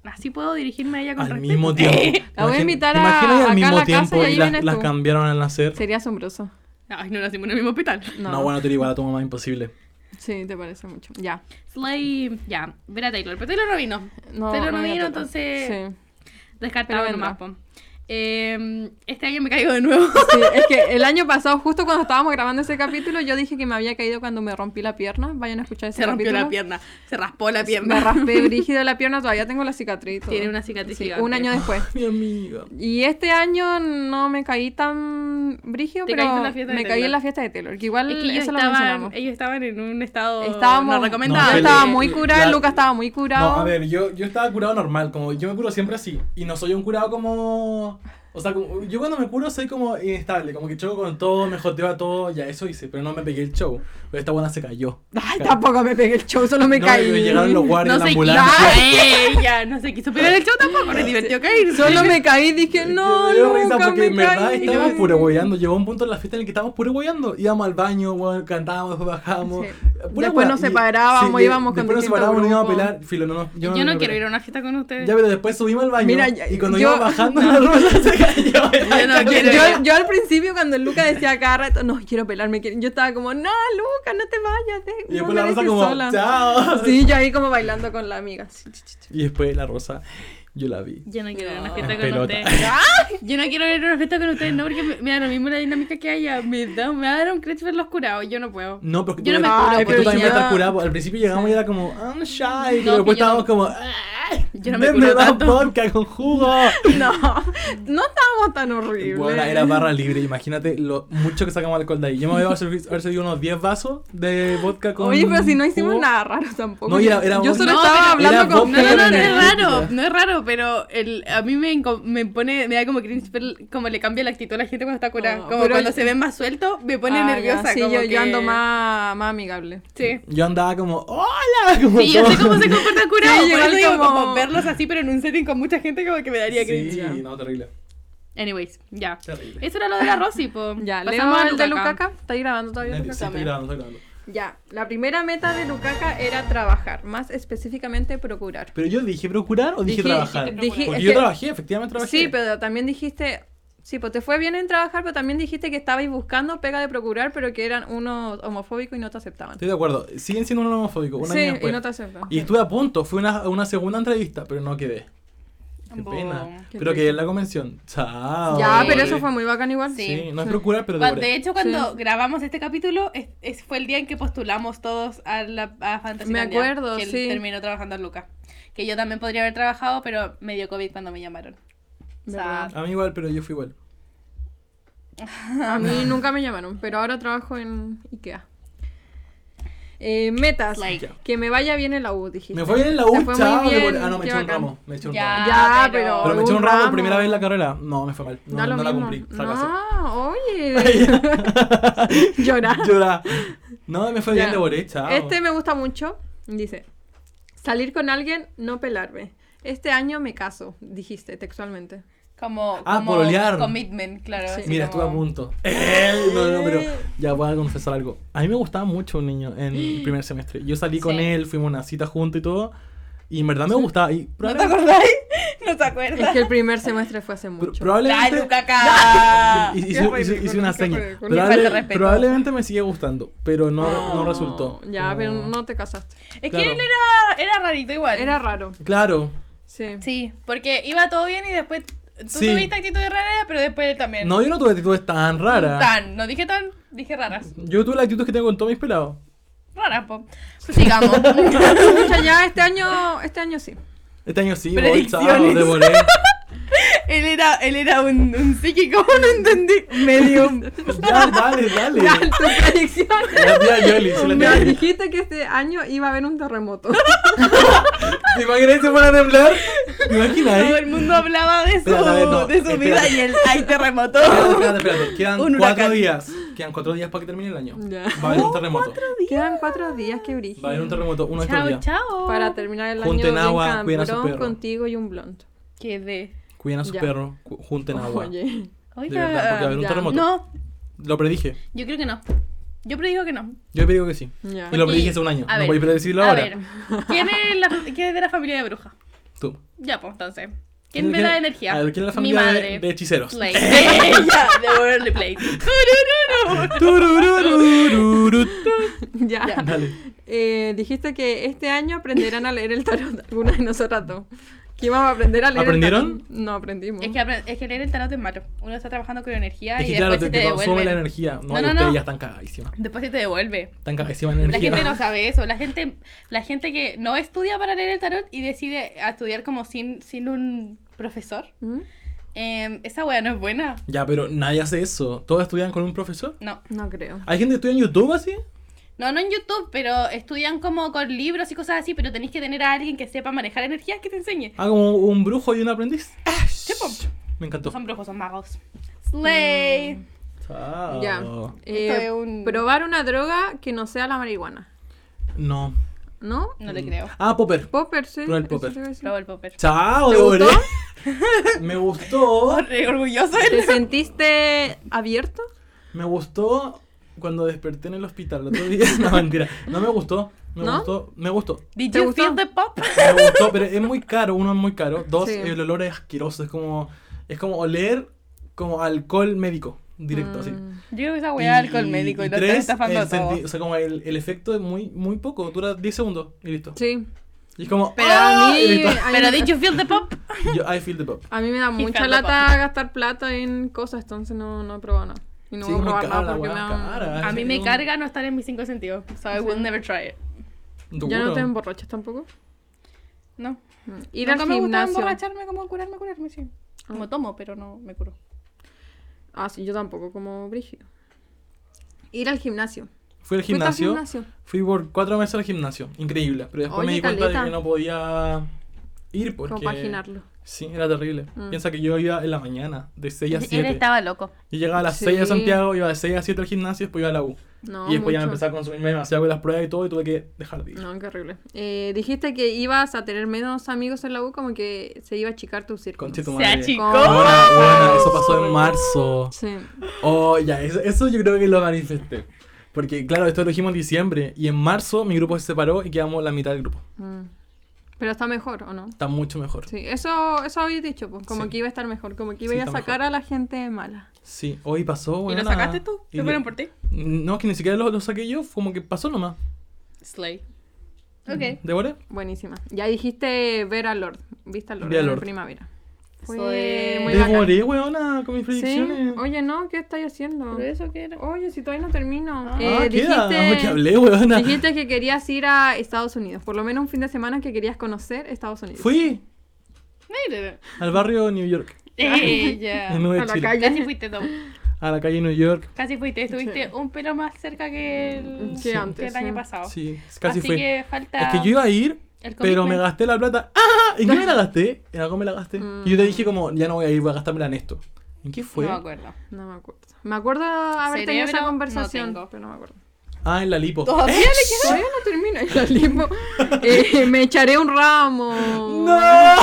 Así puedo dirigirme a ella con
Al
respeto.
mismo tiempo.
La voy
Imagina-
a invitar
¿te
a-
imaginas
acá a
al mismo
la casa y
tiempo
ahí
y las,
vienes
las
tú.
cambiaron al nacer.
Sería asombroso.
Ay, no nacimos en el mismo hospital.
No,
No, bueno, tú eres igual a tu mamá, imposible.
Sí, te parece mucho. Ya.
Slay. Ya, ver a Taylor. Pero Taylor no vino.
No,
Taylor no
voy a
vino,
tratar.
entonces.
Sí.
Descartado
Pero
nomás,
vendrá.
po. Eh, este año me caigo de nuevo.
Sí, es que el año pasado, justo cuando estábamos grabando ese capítulo, yo dije que me había caído cuando me rompí la pierna. Vayan a escuchar ese
Se rompió
capítulo.
la pierna. Se raspó la
Me
pierna.
raspé brígido la pierna, todavía tengo la cicatriz. y todo.
Tiene una cicatriz
Sí,
gigante.
un año después.
Mi amiga.
Y este año no me caí tan brígido,
Te
pero
caíste en la fiesta de
me caí
Taylor.
en la fiesta de Taylor. Que igual
Es que ellos
eso lo
estaban,
mencionamos.
ellos estaban en un estado
Estábamos,
no recomendable.
yo
No,
estaba
el-
muy
el-
curada,
la-
Lucas estaba muy curado.
No, a ver, yo, yo estaba curado normal, como yo me curo siempre así. Y no soy un curado como. O sea, como- yo cuando me curo soy como inestable, como que choco con todo, me joteo a todo, ya eso hice, pero no me pegué el show. Pero esta buena se cayó.
Ay, tampoco me pegué el show, solo me
No,
caí.
me llegaron los guardias,
No
la
se quiso
ambulancia.
ella, no se quiso pegar el show tampoco, le divirtió caer.
Solo me caí, dije, no,
me dio risa
nunca
porque
me
en verdad
caí.
estábamos puro hueveando. Llegó un punto en la fiesta en el que estábamos puro hueveando. Íbamos al baño, hueón, cantábamos, después bajábamos.
Sí.
Pura
Después
hueá.
nos
Y-
separábamos,
de-
íbamos con
Después nos
distintos
separábamos, nos íbamos a
grupos.
pelar. Filo, no, no,
Yo no quiero ir a una fiesta con ustedes.
Ya, pero después subimos al baño.
Mira, ya-
y cuando
yo-
íbamos bajando, la rosa se cayó.
Yo no
Yo,
quiero ir.
yo- yo al principio cuando Luca decía cada rato, no, quiero pelarme, quiero-", yo estaba como, no, Luca, no te vayas, de,
Y
no
después
me
la rosa
dejes
como,
sola".
chao.
Sí, yo ahí como bailando con la amiga. Sí, sí, sí, sí.
Y después la rosa, yo la vi.
Yo no quiero ir a una
No.
fiesta con
Pelota.
ustedes. Yo no quiero ir a una fiesta con ustedes, no, porque me, me da lo mismo la dinámica que haya. Me da, me va a dar un crush ver los curados. Yo no puedo.
No, porque
Yo
tú,
no me
porque
curo,
tú
pero
también
yo-
estás curado. pues, Al principio llegamos y era como, I'm shy. y
No,
después
yo no-
estábamos como, "Ah,
Yo no me
denme
curo
más
tanto".
vodka con jugo.
No, no estábamos tan horribles.
Bueno, era barra libre. Imagínate lo mucho que sacamos alcohol de ahí. Yo me había servido- haber servido unos 10 vasos de vodka con
Oye, pero si no hicimos
jugo.
nada raro tampoco.
No, y era- era
yo
vos-
solo
No,
estaba
pero-
era
hablando
vos
con...
No, no, no, no es
Energética.
raro, no es raro, pero el, a mí me, inco- me pone, me da como cringe ver como le cambia la actitud a la gente cuando está curada.
No,
como
pero-
cuando se ven más suelto, me pone
Ah, ya,
nerviosa.
Sí,
como
yo,
que-
yo ando más, más amigable.
Sí.
Yo andaba como, hola. Como
Sí, yo sé
todo.
cómo se comporta el curado,
Sí,
por
igual
eso digo,
como-
como verlos así, pero en un setting con mucha gente, como que me daría cringe.
Sí, no, terrible.
Anyways, ya.
Terrible.
Eso era lo de la Rosy, po.
Ya,
Pasamos
leo el de
Lucaca.
Lucaca. ¿Está ahí grabando todavía?
Nati,
Lucaca?
sí, estoy grabando, estoy grabando.
Ya, la primera meta de Lucaca era trabajar, más específicamente procurar.
Pero yo dije procurar o dije,
Dije-
trabajar.
dijiste
Porque
procurar. Dije-
yo
es que-
trabajé, efectivamente trabajé.
Sí, pero también dijiste, sí, pues te fue bien en trabajar, pero también dijiste que estabais buscando pega de procurar, pero que eran unos homofóbicos y no te aceptaban.
Estoy de acuerdo. Siguen siendo un homofóbico. Una
sí,
año
y
después.
no te aceptaban.
Y estuve a punto. Fue una, una segunda entrevista, pero no quedé. Qué
Bo.
pena.
Qué
pero
triste.
quedé en la convención. Chao.
Ya,
Sí.
pero eso fue muy bacán igual.
Sí.
Sí, no es procurar, pero
Cuando- de
devoré.
hecho, cuando grabamos este capítulo, es- es- fue el día en que postulamos todos a la a Fantasylandia,
Me acuerdo,
que él
sí.
terminó trabajando en Luca. Que yo también podría haber trabajado, pero me dio COVID cuando me llamaron. O sea,
Verdad.
A mí igual, pero yo fui igual.
A mí nunca me llamaron, pero ahora trabajo en Ikea. Eh, metas.
Like.
Ah, Ya.
Que me vaya bien en la U, dijiste.
Me fue bien en la
Te
U,
fue muy
chao.
bien,
devoré. Ah, no, me
qué
eché un
bacán.
ramo. Me eché un
Ya.
ramo.
Ya,
Ah, pero-
pero...
Pero me eché un
algún
ramo por
ramo.
primera vez en la carrera. No, me fue mal. No,
Da lo
no la
mismo. Ah,
cumplí. Fracasé.
No, oye. Llorar.
Llora. No, me fue bien,
Ya.
devoré, chao.
Este me gusta mucho. Dice, salir con alguien, no pelarme. Este año me caso, dijiste textualmente.
como,
Ah,
como
pololear.
commitment, claro.
Sí.
así
Mira,
como-
estuve a punto. Eh, No, no, pero ya voy a confesar algo. A mí me gustaba mucho un niño en el primer semestre. Yo salí con
Sí.
él, fuimos a una cita juntos y todo. Y en verdad me gustaba. Y
¿No te
probablemente,
acordáis? ¿No te
Es
acuerdas?
que el primer semestre fue hace
pro-
mucho.
¡Ay,
probablemente
Luca acá!
hice,
Qué
hice- hice- hice
ridículo,
una
qué
seña.
ridículo.
Me falta
Probable-
respeto.
probablemente me sigue gustando, pero no, no
Oh,
resultó.
Ya,
Como-
pero no te casaste.
Es que
claro.
él era, era rarito igual.
Era raro.
Claro.
Sí.
Sí, porque iba todo bien y después tú
Sí.
tuviste actitud de rara, pero después él también. Mm,
No, yo no tuve actitudes tan raras.
Tan, no dije tan, dije raras.
Yo tuve la actitud que tengo con todos mis pelados.
Raras, po. Pues sigamos.
Pucha, ya este año, este año sí.
Este año sí, voy, chao,
Predicciones.
devoré.
él era, él era un, un psíquico, no entendí. Medium.
ya, dale, dale.
Ya, tu predicción.
La tía Yoli, sí, la tía
Me
Yoli.
dijiste que este año iba a haber un terremoto.
¿Te imaginas que se fuera a temblar? ¿Te
Todo
imaginas?
el mundo hablaba de su,
Espérate, a ver, no,
de su
espérate.
vida y él, hay terremoto.
Espérate, espérate, espérate. Quedan
Un
cuatro
huracán.
días. Quedan cuatro días para que termine el año.
Ya.
Va a haber un terremoto.
Quedan cuatro días que brillo.
Va a haber un terremoto uno de estos
Chao,
días.
chao.
Para terminar el
Junten
año
agua,
bien
cuiden a sus
cambrón,
perros.
contigo y un blond.
Quedé.
Cuiden a sus
Ya.
perros, cu- junten agua.
Oye.
De verdad, porque va a haber un
ya.
terremoto.
No,
Lo predije.
yo creo que no. Yo predigo que no.
Yo predigo que sí.
Ya.
Y
Porque-
lo predije hace un año.
a
No
ver,
voy a predecirlo
a
ahora.
ver, ¿quién es, la, ¿quién es de la familia de bruja?
Tú.
Ya, pues entonces. ¿Quién me da energía?
A ver, ¿quién es la
Mi
familia
madre.
de, de hechiceros?
Play. Ella, de Waverly Place. Turururu.
Turururururu.
Ya.
Ya.
Dale.
Eh, dijiste que este año aprenderán a leer el tarot algunas de nosotras dos. Que íbamos a aprender a leer. el
¿Aprendieron?
tarot. No aprendimos.
Es que, apre- es que leer el tarot es malo. Uno está trabajando con energía
Es
y
que claro,
después
te,
se te
te consume
devuelve.
la energía. No,
No,
y
no,
ustedes
no.
ya están cagadísimas.
Después se te devuelve.
Están cagadísimas en
La
energía.
gente no sabe eso. La gente, la gente que no estudia para leer el tarot y decide a estudiar como sin, sin un profesor.
¿Mm?
eh, esa wea no es buena.
Ya, pero nadie hace eso. ¿Todos estudian con un profesor?
No.
No creo.
¿Hay gente que estudia en YouTube así?
No, no en YouTube, pero estudian como con libros y cosas así, pero tenéis que tener a alguien que sepa manejar energías que te enseñe.
Ah, como un brujo y un aprendiz.
Ah, po.
Me encantó.
No son brujos, son magos.
Mm.
Slay.
Chao.
Ya.
Esto
Eh,
es un-
Probar una droga que no sea la marihuana.
No.
¿No?
No le creo.
Ah, Popper.
Popper, sí.
Probar el
eso
popper.
te iba a decir.
Probo el popper.
Chao,
¿Te
devolé.
gustó?
Me gustó.
Re Orgulloso de
¿Te sentiste abierto?
Me gustó cuando desperté en el hospital el otro día. No, mentira. No me gustó. Me
¿No?
gustó. Me gustó.
Did
¿Te
you
gustó?
feel the pop?
Me gustó, pero es muy caro. Uno es muy caro. Dos,
Sí.
el olor es asqueroso. Es como, es como oler como alcohol médico. Directo, así.
Mm.
Yo creo que esa wea es alcohol médico y, lo están
tres,
estafando
el
a todos.
senti- O sea, como el, el efecto es muy, muy poco. Dura 10 segundos y listo.
Sí.
Y es como.
Pero a
¡ah!
mí-
Y listo.
a mí-
Pero did you feel the pop?
Yo, I feel the pop.
A mí me da mucha
felt the
lata gastar plata en cosas, entonces no, no he probado nada. Y no
Sí,
voy a
muy
probar
cara,
nada porque me
weón,
da-
cara.
A mí me
Mm.
carga no estar en mis cinco sentidos. So I will never try it.
Ya no
Duro.
te emborrachas tampoco.
No.
Mm. Ir
Nunca
al
me gustaba
gimnasio.
emborracharme, como curarme, curarme, sí. Como tomo, pero no me curo.
Ah, sí, yo tampoco como brígido. Ir al gimnasio.
Fui al
¿Fuiste al
gimnasio.
gimnasio?
Fui por cuatro meses al gimnasio. Increíble. Pero después me
Oye,
di cuenta
caleta.
de que no podía ir porque.
Compaginarlo.
Sí, era terrible.
Mm.
Piensa que yo iba en la mañana, de 6 a 7.
loco.
Yo llegaba a las
Sí.
6 a Santiago, iba de 6 a 7 al gimnasio, después iba a la U.
No,
y después ya me
mucho.
empezaba a consumir demasiado con las pruebas y todo, y tuve que dejar de ir.
No, qué horrible. Eh, dijiste que ibas a tener menos amigos en la U, como que se iba a achicar tu círculo.
Conche tu
Se
madre.
achicó.
Con-
Buena, buena, eso pasó en marzo.
Sí.
Oh, ya, eso, eso yo creo que lo manifesté. Porque, claro, esto lo dijimos en diciembre. Y en marzo mi grupo se separó y quedamos la mitad del grupo.
Mm. Pero está mejor, ¿o no?
Está mucho mejor.
Sí, eso, eso había dicho, pues, como
Sí.
que iba a estar mejor, como que iba
Sí,
a
está
sacar a la gente mala.
Sí, hoy pasó,
¿Y
buena.
lo sacaste tú?
Y
¿Te
lo-
fueron por ti?
No, es que ni siquiera lo, lo saqué yo, como que pasó nomás.
Slay. Ok.
¿Devoré?
Buenísima. Ya dijiste ver a Lord, viste a Lord
Vi a
en
Lord.
primavera. Fue
Soy-
muy bacán.
Devoré, weona, con mis
Sí.
predicciones.
Oye, no, ¿qué estáis haciendo?
¿Pero eso qué era?
Oye, si todavía no termino.
Ah,
Eh,
ah, queda.
dijiste-
que hablé, weona.
Dijiste que querías ir a Estados Unidos, por lo menos un fin de semana que querías conocer Estados Unidos.
Fui
Mira.
al barrio de New York,
Ella.
en Nueva
a la
Chile.
calle.
Casi fuiste tú.
A la calle de New York.
Casi fuiste. Estuviste
Sí.
un pelo más cerca que el,
Sí,
que
Mm, antes,
el año
sí.
pasado.
Sí, casi
Así
fue.
que falta.
Es que yo iba a ir,
el
pero me
commitment.
gasté la plata. ¡Ah! ¿En qué me la gasté? En algo me la gasté.
Mm.
Y yo te dije como, ya no voy a ir, voy a gastármela en esto. ¿En qué fue?
No me acuerdo.
No me acuerdo. Me acuerdo haber tenido
Cerebro,
esa
no
conversación,
tengo.
pero no me acuerdo.
ah, en la lipo.
Todavía
¡Eh!
Todavía no termino el limbo. Eh, me echaré un ramo.
¡No!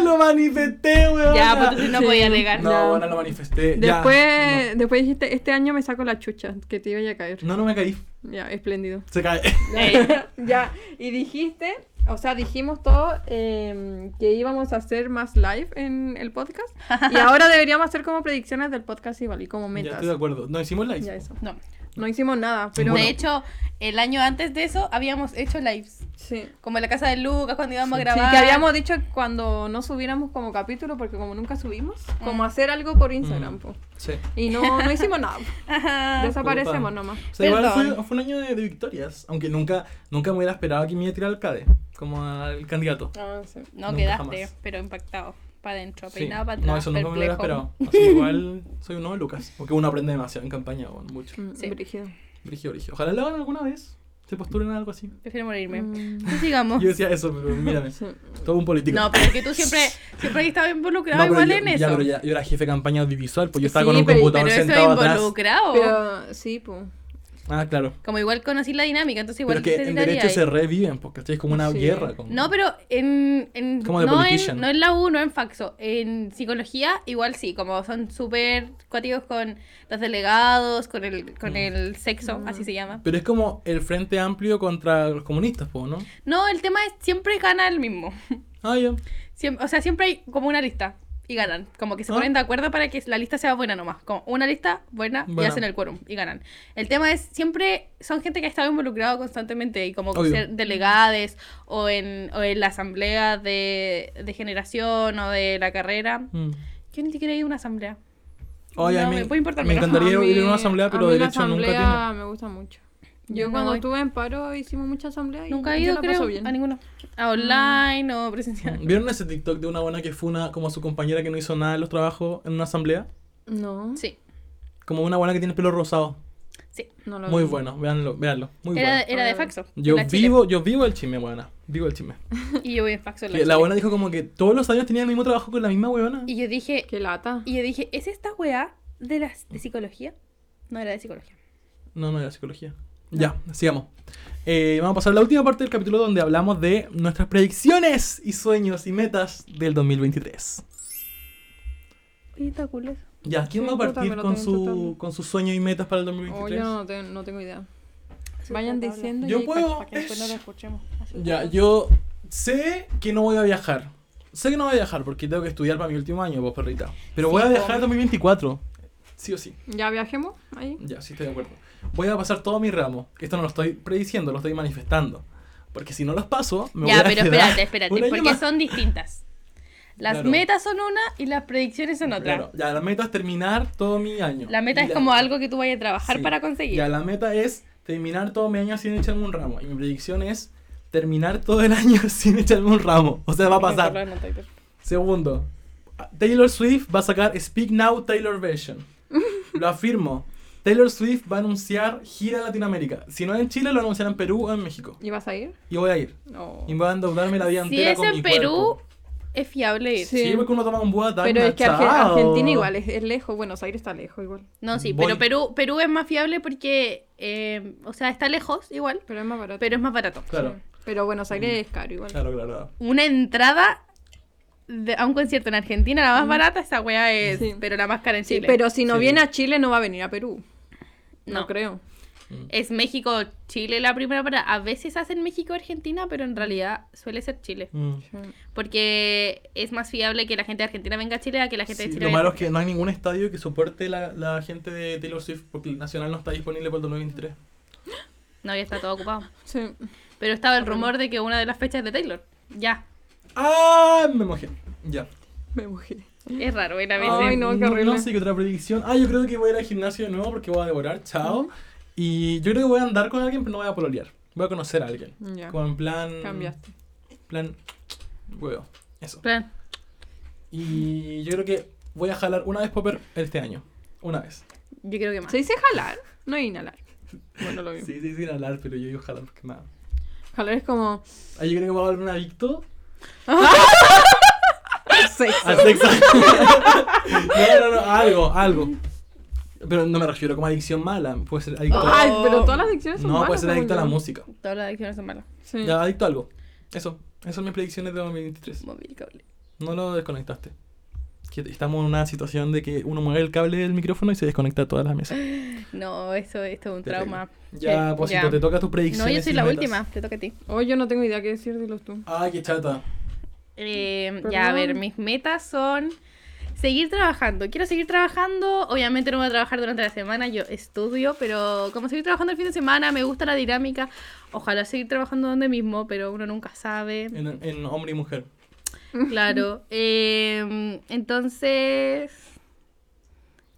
lo manifesté, weona.
Ya, pues entonces no
Sí.
podía negar.
No,
Ya.
bueno, lo manifesté. Ya,
Después, después dijiste, este año me saco la chucha, que te iba a caer.
No, no me caí.
Ya, espléndido.
Se cae. Eh,
Ey.
ya, y dijiste, o sea, dijimos todo eh, que íbamos a hacer más live en el podcast. Y ahora deberíamos hacer como predicciones del podcast igual y como
Ya
metas.
estoy de acuerdo. No hicimos live.
Ya, eso.
No.
No hicimos nada, pero...
De hecho, el año antes de eso habíamos hecho lives.
Sí.
Como en la casa de Lucas cuando íbamos a
Sí,
grabar.
que habíamos dicho cuando no subiéramos como capítulo, porque como nunca subimos,
Ah.
como hacer algo por Instagram.
Mm.
po.
Sí.
Y no, no hicimos nada.
Ajá.
Desaparecemos
Disculpa.
nomás.
O sea, igual
Perdón.
fue, fue un año de, de victorias. Aunque nunca, nunca me hubiera esperado que me iba a tirar al CADE. Como al candidato.
Ah,
No
Nunca
quedaste,
jamás.
pero impactado. Para adentro,
Sí.
peinado para atrás.
No, eso nunca me lo hubiera
perplejo.
esperado. Así que igual soy uno de Lucas. Porque uno aprende demasiado en campaña, bueno, mucho.
Mm,
Sí.
brígido.
Brigio, brigio. Ojalá lo hagan alguna vez. Se postulen a algo así.
Prefiero morirme.
Mm,
Sí, Sigamos.
Yo decía eso, pero mírame.
sí.
Todo un político.
No, pero es que tú siempre, siempre has estado involucrado
No, pero
igual
yo,
en
ya,
eso.
pero ya, yo era jefe de campaña audiovisual, pues yo estaba
Sí,
con un
pero-
Pero
computador
eso es
sentado atrás.
involucrado.
Pero sí, pues.
Ah, claro.
Como igual conocí la dinámica, entonces igual
Pero que
te
en
tiraría
derecho
ahí.
se reviven, porque es como una
Sí.
guerra. como-
No, pero en, en,
Como de
no,
Politician.
en no en la U, no en Faxo, en psicología igual sí, como son súper cuáticos con los delegados, con el con
Mm.
el sexo, así se llama.
Pero es como el Frente Amplio contra los comunistas, po, ¿no?
No, el tema es siempre gana el mismo.
Ah, ya.
Siem- o sea, siempre hay como una lista. y ganan. Como que se
Ah.
ponen de acuerdo para que la lista sea buena nomás. Como una lista buena y
Buena.
hacen el quórum y ganan. El tema es, siempre son gente que ha estado involucrada constantemente y como
Obvio.
ser delegades o en, o en la asamblea de, de generación o de la carrera.
Mm.
Yo ni siquiera he ido a una asamblea.
Oye, a
No,
mí-
me puede importar
me
menos.
encantaría
A
ir a
mí-
una asamblea, pero
a mí la
derecho nunca
asamblea
tiene.
me gusta mucho. Yo
No
cuando
voy.
estuve en paro hicimos mucha asamblea y
Nunca he
yo
ido,
la paso
creo,
bien. Mm.
a ninguno. A online o presencial.
Mm. ¿Vieron ese TikTok de una buena que fue una, como a su compañera que no hizo nada en los trabajos en una asamblea?
No,
Sí,
Como una buena que tiene el pelo rosado.
sí.
no lo
Muy
vi.
bueno, véanlo, véanlo. Muy
Era,
bueno.
era de
Obviamente.
Faxo.
Yo
la Chile.
vivo, yo vivo el chisme, buena. Vivo el chisme.
Y yo voy en Faxo. en
Que
la
la
Chile.
buena dijo como que todos los años tenía el mismo trabajo con la misma huevona.
Y yo dije,
Qué lata.
y yo dije, ¿es esta weá de las de psicología? No era de psicología.
No, no era psicología. Ya, sigamos. Eh, vamos a pasar a la última parte del capítulo donde hablamos de nuestras predicciones y sueños y metas del 2023.
Oye, está cool eso.
Ya, ¿quién
Sí,
va a
puta,
partir
me lo
con
tengo que
su,
anotar.
con sus sueños y metas para el
Oh,
2023?
yo no, te- no tengo idea. Vayan diciendo.
Yo
y-
puedo-
Para que después no lo escuchemos. Así
Ya,
que-
yo sé que no voy a viajar. Sé que no voy a viajar porque tengo que estudiar para mi último año, vos perrita. Pero voy
Sí,
a viajar en
po.
2024. Sí o sí.
¿Ya viajemos ahí?
Ya, sí estoy de acuerdo. Voy a pasar todo mi ramo. Esto no lo estoy prediciendo, lo estoy manifestando. Porque si no los paso, me
Ya,
voy a
pero
quedar
espérate, espérate,
un año
porque
más.
son distintas. Las
Claro.
metas son una y las predicciones son otra.
Claro, ya, la meta es terminar todo mi año.
La meta
Y
es como algo que tú vayas a trabajar
Sí.
para conseguir.
Ya, la meta es terminar todo mi año sin echarme un ramo. Y mi predicción es terminar todo el año sin echarme un ramo. O sea, va a pasar. Segundo, Taylor Swift va a sacar Speak Now Taylor Version. Lo afirmo. Taylor Swift va a anunciar gira en Latinoamérica. Si no es en Chile, lo anunciarán en Perú o en México.
¿Y vas a ir?
Y voy a ir.
No.
Y voy a endeudarme la vida
Si
entera
es
con mi
en Perú,
cuerpo.
es fiable ir.
Sí.
Sí, porque uno toma un bus a
Pero
Tacna,
es que Arge-
chao.
Argentina igual, es, es lejos. Buenos Aires está lejos igual.
No, sí,
Voy.
pero Perú, Perú es más fiable porque, eh, o sea, está lejos igual,
Pero es más barato.
pero es más barato.
Claro,
Pero Buenos Aires es caro igual.
claro, claro.
Una entrada de- a un concierto en Argentina, la más barata, esa weá es,
Sí.
pero la más cara en
Sí,
Chile.
pero si no
Sí.
viene a Chile no va a venir a Perú. No,
No.
creo.
Es México, Chile la primera para. A veces hacen México, Argentina, pero en realidad suele ser Chile.
Mm.
Porque es más fiable que la gente de Argentina venga a Chile a que la gente
Sí,
de Chile
lo
venga a
malo es que no hay ningún estadio que soporte la, la gente de Taylor Swift porque el Nacional no está disponible para el 2023.
No, ya está todo ocupado.
Sí.
Pero estaba el rumor de que una de las fechas de Taylor. Ya.
¡Ah! Me mojé. Ya.
Me mojé.
Es raro, ¿eh? a veces.
Ay, no, qué horrible.
Mm, No sé qué otra predicción. Ah, yo creo que voy a ir al gimnasio de nuevo porque voy a devorar. Chao. Y yo creo que voy a andar con alguien, pero no voy a pololear. Voy a conocer a alguien.
Ya.
Como en plan.
Cambiaste.
Plan. Huevo. Eso.
Plan,
Y yo creo que voy a jalar una vez Popper este año. Una vez.
yo creo que más.
Se dice jalar, no inhalar. Bueno, lo mismo.
Sí, sí, sin hablar, pero yo digo jalar porque nada.
Jalar es como.
Ah, yo creo que voy a volver un adicto
sexo.
al sexo. no, no, no, algo, algo. Pero no me refiero como adicción mala. Puede ser adicto a-
Ay, pero todas las adicciones son
No,
malas.
puede ser
según
adicto a la
yo.
música.
Todas las adicciones son malas.
Sí.
Ya, adicto a algo. Eso. Esas son mis predicciones de 2023.
Móvil, cable.
No lo desconectaste. Que estamos en una situación de que uno mueve el cable del micrófono y se desconecta toda la mesa.
No, eso, esto es un
Terrible.
trauma.
Ya,
Sí,
Posito,
ya.
te toca tus predicciones.
No, yo soy
y
la
metas.
última. Te toca a ti.
Oh, yo no tengo idea qué decir, dilos tú.
Ay, qué chata.
Eh, ya, a ver,
Perdón.
mis metas son seguir trabajando. Quiero seguir trabajando. Obviamente no voy a trabajar durante la semana, yo estudio, pero como seguir trabajando el fin de semana, me gusta la dinámica. Ojalá seguir trabajando donde mismo, pero uno nunca sabe.
En, en hombre y mujer.
Claro. Eh, entonces.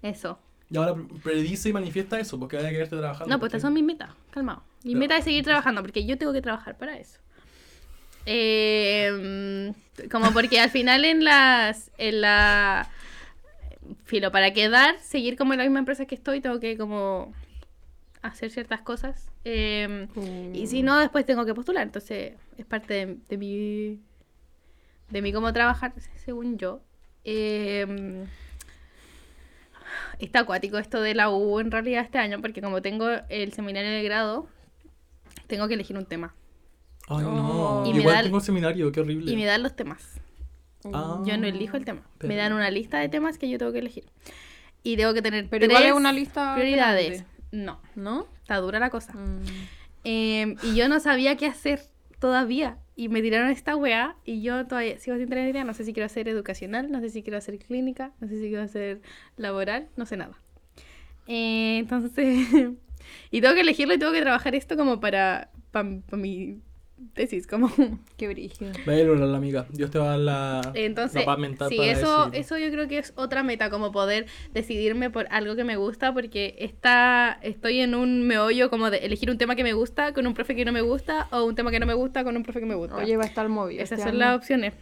Eso.
Y ahora pre- predice y manifiesta eso, porque hay que quedarte trabajando.
No, pues estas son
¿cachai?
mis metas, calmado. Mi
Pero-
meta es seguir trabajando, porque yo tengo que trabajar para eso. Eh, mm, como porque al final en las. En la. Filo, para quedar, seguir como en la misma empresa que estoy, tengo que como. hacer ciertas cosas. Eh, y si no, después tengo que postular. Entonces, es parte de, de mi. de mi cómo trabajar, según yo. Eh, está acuático esto de la U en realidad este año, porque como tengo el seminario de grado, tengo que elegir un tema.
Ay, no.
Oh. Y
me
Igual
da-
tengo un seminario, qué horrible.
Y me dan los temas.
Oh.
Ah.
Yo no elijo el tema.
Pero-
Me dan una lista de temas que yo tengo que elegir. Y tengo que tener
Pero
tres
igual es una lista.
prioridades.
grande,
No,
¿No?
está dura la cosa.
Mm.
Eh, y yo no sabía qué hacer. todavía. Y me tiraron esta weá y yo todavía sigo sin tener idea. No sé si quiero hacer educacional, no sé si quiero hacer clínica, no sé si quiero hacer laboral, no sé nada. Eh, entonces, y tengo que elegirlo y tengo que trabajar esto como para, pa- pa mi tesis, como...
Qué brígido.
Va a lograr la amiga. Dios te va a dar la,
Entonces,
la paz mental
sí,
para
eso,
decir-
eso yo creo que es otra meta, como poder decidirme por algo que me gusta, porque está, estoy en un meollo como de elegir un tema que me gusta con un profe que no me gusta o un tema que no me gusta con un profe que me gusta.
Oye, va a estar movido.
Esas
este
son
año.
las opciones.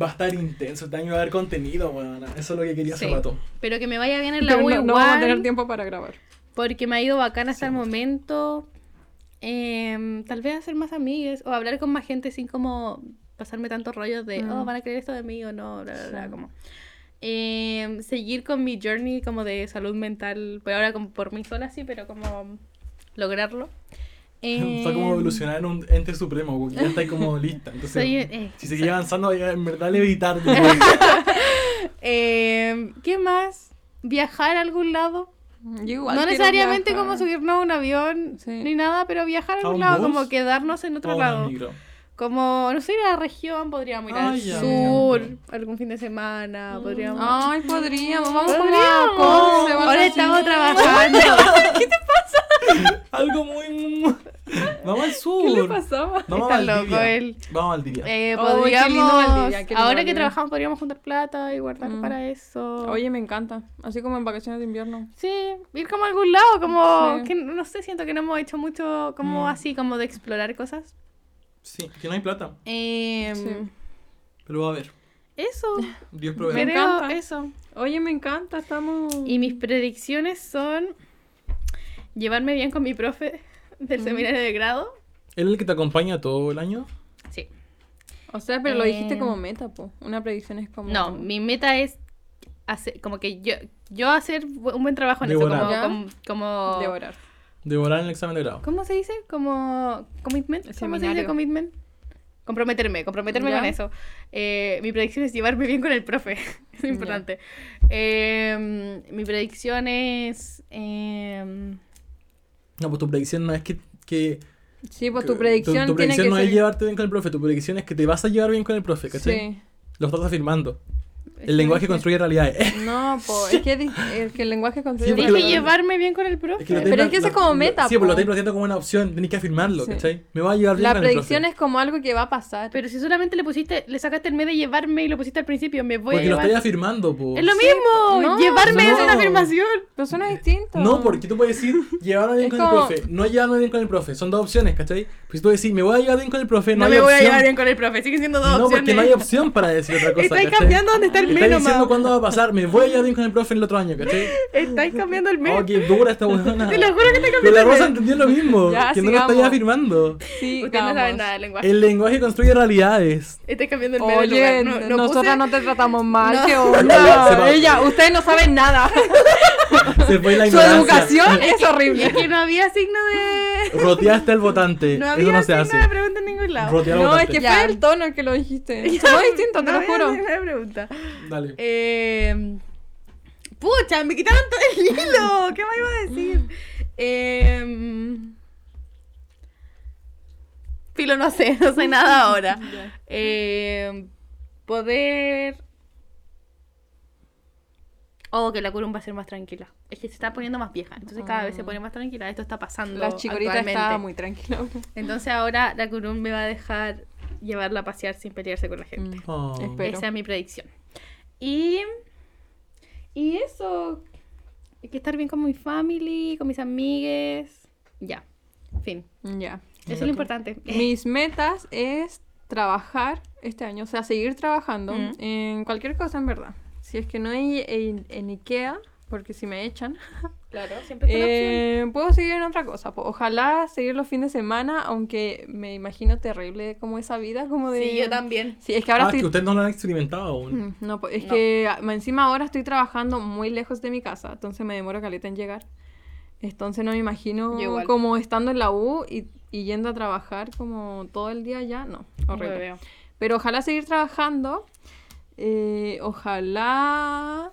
Va a estar intenso. Este año va a haber contenido, weón. Eso es lo que quería hace
Sí.
rato.
Pero que me vaya bien en la
Pero
U
no, no vamos a tener
igual,
tiempo para grabar.
porque me ha ido bacán hasta el momento. Em, tal vez hacer más amigues o hablar con más gente sin como pasarme tantos rollos de,
Mm.
oh, van a creer esto de mí o no, bla, bla, bla,
Sí.
como. Em, seguir con mi journey como de salud mental, pero ahora como por mí sola sí, pero como lograrlo.
Está como
Em,
evolucionar en un ente supremo, porque ya está ahí como lista. Entonces,
Soy- eh,
si seguís avanzando, ya en verdad levitar. yo creo.
em, ¿Qué más? Viajar a algún lado.
Yo igual
no
quiero
necesariamente
viajar.
como subirnos a un avión
Sí.
ni nada, pero viajar a
¿A
algún
un
lado,
bus?
como quedarnos en otro
Todo
lado.
en micro.
Como, no sé, ir a la región, podríamos ir
Ah,
al
ya,
sur,
ya.
algún fin de semana, podríamos...
Ay, Mm. Ah, podríamos. Vamos
Podríamos.
como a Conce, o algo
Ahora
así.
estamos trabajando.
Algo muy. Vamos al sur.
¿Qué le pasaba?
Vamos
Está
a Valdivia.
loco él.
Vamos a Valdivia.
Eh,
Oh, qué lindo
podríamos...
Valdivia, qué lindo
ahora que
Valdivia.
trabajamos podríamos juntar plata y guardar
Mm.
para eso.
Oye, me encanta. Así como en vacaciones de invierno.
Sí, ir como a algún lado, como...
Sí.
Que, no no sé, siento que no hemos hecho mucho como
Mm.
así, como de explorar cosas.
Sí, que no hay plata.
Em,
Sí.
Pero va a haber.
Eso,
Dios
creo
provee.
Me encanta.
eso.
Oye, me encanta. Estamos.
Y mis predicciones son llevarme bien con mi profe
Mm.
del seminario de grado.
¿Él es el que te acompaña todo el año?
Sí.
O sea, pero lo dijiste
Eh,
como meta, po. Una predicción es como.
No, mi meta es hacer, como que yo, yo hacer bu- un buen trabajo en
Devorar.
eso,
¿Ya?
como, como,
De
como-
orar.
Devorar en el examen de grado.
¿cómo se dice? Como commitment, ¿cómo se dice
Seminario.
commitment? Comprometerme, comprometerme
¿Ya?
con eso. Eh, mi predicción es llevarme bien con el profe, es importante. Eh, mi predicción es eh,
No, pues tu predicción no es que. que
Sí, pues
que-
tu predicción,
tu, tu predicción
tiene que
no
ser.
es llevarte bien con el profe, tu predicción es que te vas a llevar bien con el profe, ¿cachai?
sí.
Lo estás afirmando.
Sí,
El
sí.
lenguaje construye realidades.
No, pues es que, di- es que el lenguaje construye.
Sí, porque
Dije
lo-
llevarme bien con el profe.
Es que lo
Pero
tenés
es que ese
pla-
es como
lo-
meta,
Sí, pues lo
po.
tenés planteando como una opción, tenés que afirmarlo,
Sí.
¿cachai? Me va a llevar bien
La
con el
predicción
profe.
es como algo que va a pasar.
Pero si solamente le pusiste, le sacaste el mes de llevarme y lo pusiste al principio, me voy
Porque
a
lo
llevar.
estás afirmando, po.
Es lo mismo,
no.
llevarme es una
No.
afirmación.
Pero suena distinto.
No, porque tú puedes decir llevarme bien con
Es como-
el profe, no llevarme bien con el profe. Son dos opciones, ¿cachai? Pues si tú decís, me voy a llevar bien con el profe, no,
No,
hay
me voy a
opción.
llevar bien con el profe, siguen siendo dos
No,
opciones.
porque no hay opción para decir otra cosa.
Estáis
¿cachai?
cambiando donde está el
Estáis
menos
diciendo cuándo va a pasar, me voy a llevar bien con el profe el otro año, ¿cachai?
Estáis cambiando el mes.
Oh, qué dura esta buena.
Te lo juro que estáis
Pero
cambiando
la
el
Rosa
mes.
entendió lo mismo,
Ya,
que no lo estáis
sigamos.
afirmando.
Sí,
Ustedes no saben
vamos.
nada del lenguaje.
El lenguaje construye realidades.
Estáis cambiando el mes del lugar.
Oye,
No, no
nosotras
puse-
no te tratamos mal,
No.
qué
Se va.
onda. Ella, ustedes no saben nada.
Se fue la
Su
ignorancia.
educación es
Y Ah, es
horrible.
que no había signo de...
Roteaste al votante.
No
Eso
había
no se
signo
hace.
de pregunta en ningún lado.
Rotear al
No, es
votante.
que
Ya.
fue el tono en que lo dijiste. No es distinto, te
No
lo
había
juro.
signo de pregunta.
Dale.
Eh, pucha, me quitaron todo el hilo. ¿Qué me iba a decir? Eh, filo, no sé, no sé nada ahora. Eh, poder. Oh, que la curumba va a ser más tranquila. Es que se está poniendo más vieja. Entonces cada vez se pone más tranquila. Esto está pasando.
Ah. La chicorita
actualmente.
está muy tranquila.
Entonces ahora la curum me va a dejar llevarla a pasear sin pelearse con la gente.
Oh.
Espera. pero-
Esa es mi predicción. Y, y eso. Hay que estar bien con mi family, con mis amigues. Ya. Fin.
Mm, Ya.
Eso es lo importante.
Mis metas es trabajar este año, o sea, seguir trabajando
Mm.
en cualquier cosa en verdad. Si es que no hay en, en Ikea, porque si me echan,
Claro, siempre está la opción.
eh, puedo seguir en otra cosa. po. Ojalá seguir los fines de semana, aunque me imagino terrible como esa vida, como de...
Sí, yo también.
Sí, es que ahora
ah,
estoy...
que ustedes no lo han experimentado aún.
Mm, No, po, es
No.
que ah, encima ahora estoy trabajando muy lejos de mi casa, entonces me demoro caleta en llegar. Entonces no me imagino
Yo igual.
como estando en la U y, y yendo a trabajar como todo el día ya, no, horrible.
Lo veo.
Pero ojalá seguir trabajando. eh, ojalá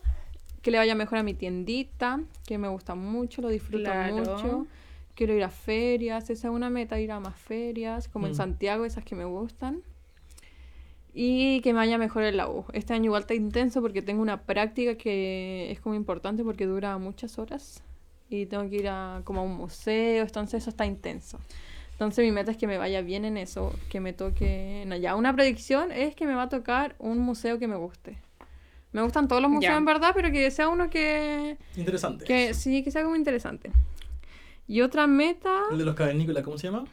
que le vaya mejor a mi tiendita, que me gusta mucho, lo disfruto
Claro.
mucho. Quiero ir a ferias, esa es una meta, ir a más ferias, como en
Mm.
Santiago, esas que me gustan. Y que me vaya mejor en la U. Este año igual está intenso porque tengo una práctica que es como importante porque dura muchas horas. Y tengo que ir a como a un museo, entonces eso está intenso. Entonces mi meta es que me vaya bien en eso, que me toque... No, ya, una predicción es que me va a tocar un museo que me guste. Me gustan todos los museos
Ya.
en verdad, pero que sea uno que...
Interesante.
Que sí, que sea como interesante. Y otra meta...
El de los cavernícolas, ¿cómo se llama?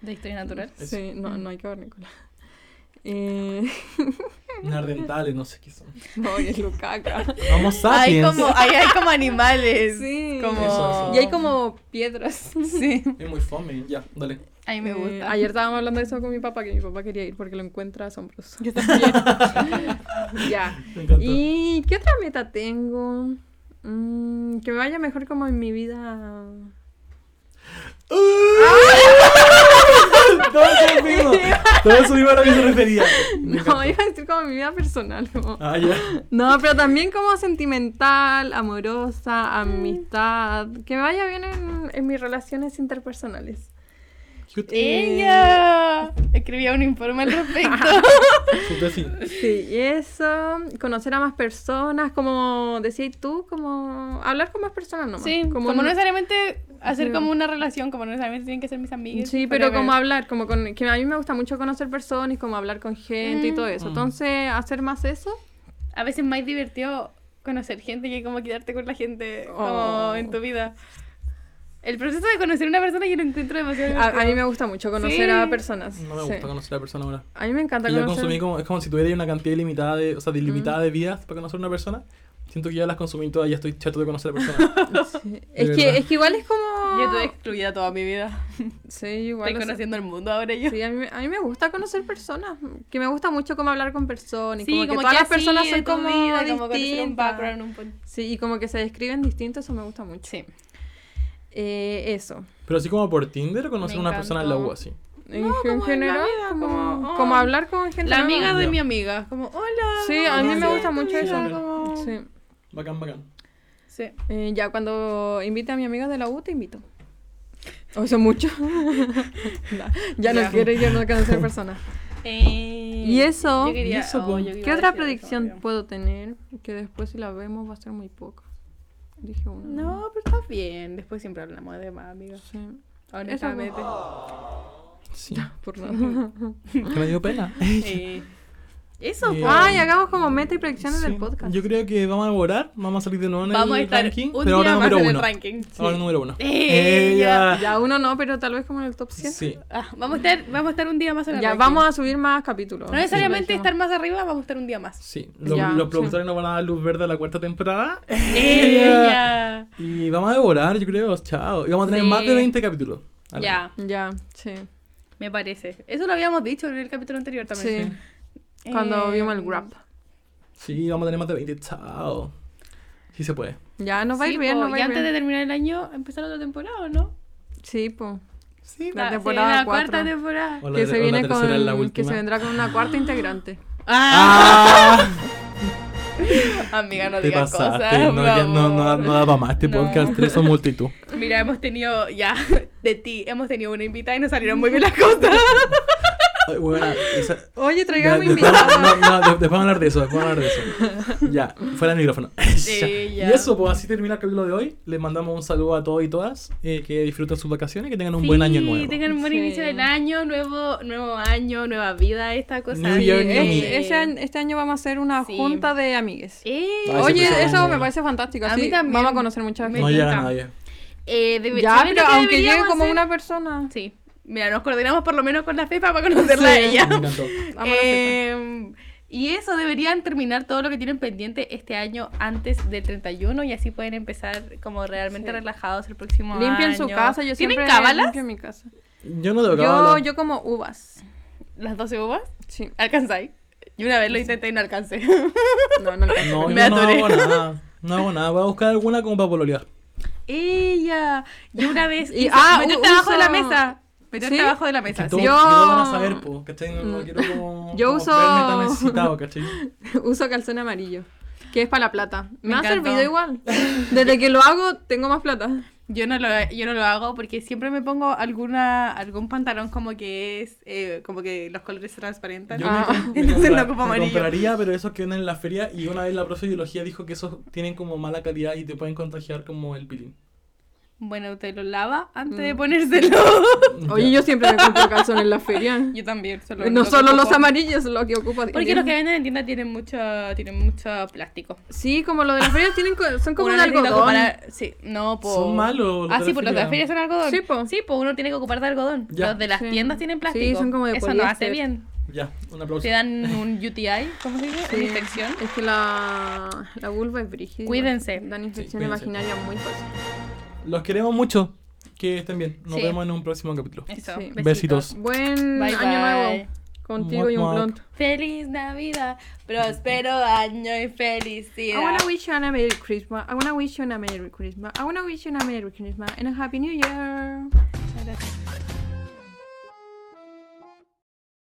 De historia natural.
Es-
Sí, no, no hay que ver, Nicolás. Eh,
Nardentales, no sé qué son.
no, y es Lucaca.
Vamos
Hay
sapiens.
como, ahí hay como animales.
Sí.
Como...
Eso, eso.
Y hay como piedras.
Sí.
Es muy fome, ya, dale.
A mí me
Eh,
gusta.
ayer estábamos hablando de eso con mi papá, que mi papá quería ir porque lo encuentra asombroso.
Yo también.
ya.
Me encantó.
¿Y qué otra meta tengo? Mm, que me vaya mejor como en mi vida.
Todo eso mismo. Todo eso mismo a lo que se refería. Me encantó.
No, iba a decir como en mi vida personal. como-
Ah, ya.
No, pero también como sentimental, amorosa,
Mm.
amistad. Que me vaya bien en, en mis relaciones interpersonales.
Cute.
Ella
Eh.
escribía un informe al respecto.
Cute, sí.
Sí, y eso, conocer a más personas, como decías tú, como hablar con más personas nomás.
sí, como,
un-
no necesariamente hacer
Sí.
como una relación, como no necesariamente tienen que ser mis amigas.
Sí, pero como
whatever.
hablar, como con... Que a mí me gusta mucho conocer personas y como hablar con gente y todo eso.
Mm.
Entonces, hacer más eso.
A veces es más divertido conocer gente que como quedarte con la gente como
Oh.
en tu vida. El proceso de conocer a una persona yo lo encuentro demasiado
A, a mí
divertido.
me gusta mucho conocer
Sí.
a personas.
No me
sí.
gusta conocer a la persona ahora.
A mí me encanta
Y la consumí
conocer...
como, es como si tuviera una cantidad ilimitada de, o sea, de ilimitada de vidas para conocer a una persona. Siento que ya las consumí todas, ya estoy chato de conocer a la persona.
Sí. Es,
De
que,
verdad.
es que igual es como...
Yo estuve excluida toda mi vida.
Sí, Oh. igual...
Estoy
o sea,
conociendo el mundo ahora yo.
Sí, a mí, me- a mí me gusta conocer personas, que me gusta mucho como hablar con personas, y
Sí,
como, que todas las
así
personas
de
son
tu
como,
vida, como conocer un
distintas.
background, un pun-
Sí, y como que se describen distintos, eso me gusta mucho.
Sí.
Eh, eso.
Pero así como por Tinder o conocer a
Me
una persona en la
encantó.
U así.
En,
No,
gen-
como en la
general,
vida,
como,
como, oh,
como hablar con gente.
La
nueva.
amiga de
Ya.
mi amiga, como, hola.
Sí,
¿cómo
a mí
te
me
va
gusta
en tu
mucho
vida?
eso.
Como-
Sí.
Bacán, bacán.
Sí.
Eh, ya cuando invite a mi amiga de la U, te invito. O eso mucho. No, ya no
Ya.
quiero yo no conocer personas. Y eso- pues,
yo quería-
y eso,
oh,
po.
yo iba
¿Qué
a
otra
decir algo,
predicción
pero-
puedo tener? Que después si la vemos va a ser muy poca. Dije una.
No, pero está bien. Después siempre hablamos de más, amigos.
Sí.
Honestamente.
Sí.
Por nada.
Que me dio pena.
Sí. Eso, ah,
Eh,
po.
Ay, hagamos como meta y predicciones
Sí.
del podcast.
Yo creo que vamos a devorar, vamos a salir de nuevo en
Vamos a
el
estar
ranking.
un
pero
día
ahora
más
número
en el
uno.
ranking.
Ahora número uno.
Eh, ya.
Ya uno no, pero tal vez como en el top 100.
Sí.
Ah, vamos, a estar, vamos a estar un día más en el
Ya
ranking.
vamos a subir más capítulos.
No necesariamente
Sí, lo
estar
dijimos.
más arriba, vamos a estar un día más.
Sí, los,
Ya,
los
sí.
productores nos van a dar luz verde a la cuarta temporada.
Eh, ya.
Y vamos a devorar, yo creo, chao. Y vamos a tener
Sí.
más de 20 capítulos. Al año.
Ya,
Ya, sí.
me parece. Eso lo habíamos dicho en el capítulo anterior también.
Sí. Cuando
Eh,
vimos el grab.
Sí, vamos a tener más de 20, chao. Sí se puede.
Ya, nos va a
sí,
ir bien,
po,
nos va a
y
ir
antes
bien.
de terminar el año, empezar otra temporada, ¿o no?
Sí, po.
Sí,
La
Ah, se viene
temporada
la cuarta
cuatro.
temporada.
O la ter-
Que se
o la
viene
tercera es la
con... Que
última.
se vendrá con una cuarta integrante.
¡Ah!
Amiga, no
Te
digas
pasaste.
cosas.
no,
por
ya, no, no,
favor.
no da para más este
No.
podcast. Tres son multitud.
Mira, hemos tenido ya de ti, hemos tenido una invitada y nos salieron muy bien las cosas.
Ay, buena, esa-
Oye,
Ya,
traigamos
después, no,
invitados.
no, de- después vamos a hablar de eso, después vamos a hablar de eso. Ya, fuera del micrófono. Ya.
ya.
Y eso, pues así termina el capítulo de hoy. Les mandamos un saludo a todos y todas. eh, que disfruten sus vacaciones y que tengan un buen año nuevo.
tengan un buen
Sí.
inicio del año, nuevo, nuevo año, nueva vida, esta cosa.
New Year, New
Eh,
me.
Este, año- este año vamos a hacer una
Sí.
junta de amigues.
eh,
Ay, se
Oye,
presenta muy
eso me
bien.
parece fantástico.
A
así
mí también.
Vamos a conocer mucha
Me
No
encanta.
gente.
llega nadie.
eh, debe-
Ya,
¿saben lo
pero
que
aunque llegue
deberíamos
como
hacer?
una persona.
Sí. Mira, nos coordinamos por lo menos con la Fefa para conocerla a
Sí.
ella.
Me encantó.
Vamos a la
Eh, y eso, deberían terminar todo lo que tienen pendiente este año antes del 31 y así pueden empezar como realmente
Sí.
relajados el próximo
Limpien
año.
su casa, yo
¿Tienen
siempre
cábalas?
limpio mi casa.
Yo no tengo
Yo,
cábala.
yo como uvas.
¿Las 12 uvas?
Sí.
¿Alcanzáis? Yo una vez lo intenté y no alcancé.
No, no alcanzo.
No,
me
yo no
atoré.
hago nada. No hago nada. Voy a buscar alguna como para pololear.
Ella. Yo una vez.
Y-
hice-
ah,
metí
u-
hasta abajo de la
uso-
mesa. Metí hasta
¿Sí?
abajo de la mesa.
Que
sí.
todos-
Yo-
que todos van a saber, pues, ¿cachai? No, no quiero como.
Yo
como
uso-
verme tan necesitado, ¿cachai?
Uso calzón amarillo, que es para la plata. Me,
Me
ha
encantó.
servido igual. Desde que lo hago, tengo más plata.
Yo no, lo, yo no lo hago porque siempre me pongo alguna algún pantalón como que es, eh, como que los colores se transparentan.
Yo
Ah.
me,
Entonces
compra-
lo ocupo
me
amarillo.
compraría, pero esos que venden en la feria y una vez la profe de biología dijo que esos tienen como mala calidad y te pueden contagiar como el pilín.
Bueno, usted lo lava antes de
Mm.
ponérselo.
Oye, yo siempre me compro calzón en la feria.
yo también. solo
No
lo que
solo los
ocupo.
amarillos, lo que ocupa.
Porque los que venden en tienda tienen mucho, tienen mucho plástico.
Sí, como lo de las ferias tienen, co- son como
Uno
de
no tiene que
algodón.
ocupar- sí, no, po.
Son malos.
Ah, sí, por los de la feria son algodón.
Sí, po.
Sí, po, uno tiene que ocupar de algodón.
Ya.
Los de las
Sí.
tiendas tienen
Sí,
plástico.
son como de
Eso no hace
poliéster.
bien.
Ya, un aplauso.
Te dan un UTI, ¿cómo se dice?
Sí.
Una infección.
Es que la, la vulva es brígida.
Cuídense.
Dan infección
Sí, cuídense.
imaginaria muy fácil.
Los queremos mucho. Que estén bien. Nos
Sí.
vemos en un próximo capítulo.
Eso.
Sí.
Besitos.
Buen
Bye,
año
bye.
nuevo. Contigo y un
Muac, muac.
blond.
Feliz Navidad, próspero año y
I
felicidad.
wanna wish you a Merry Christmas. I wanna wish you a Merry Christmas. I wanna wish you a Merry Christmas and a Happy New Year.
Gracias.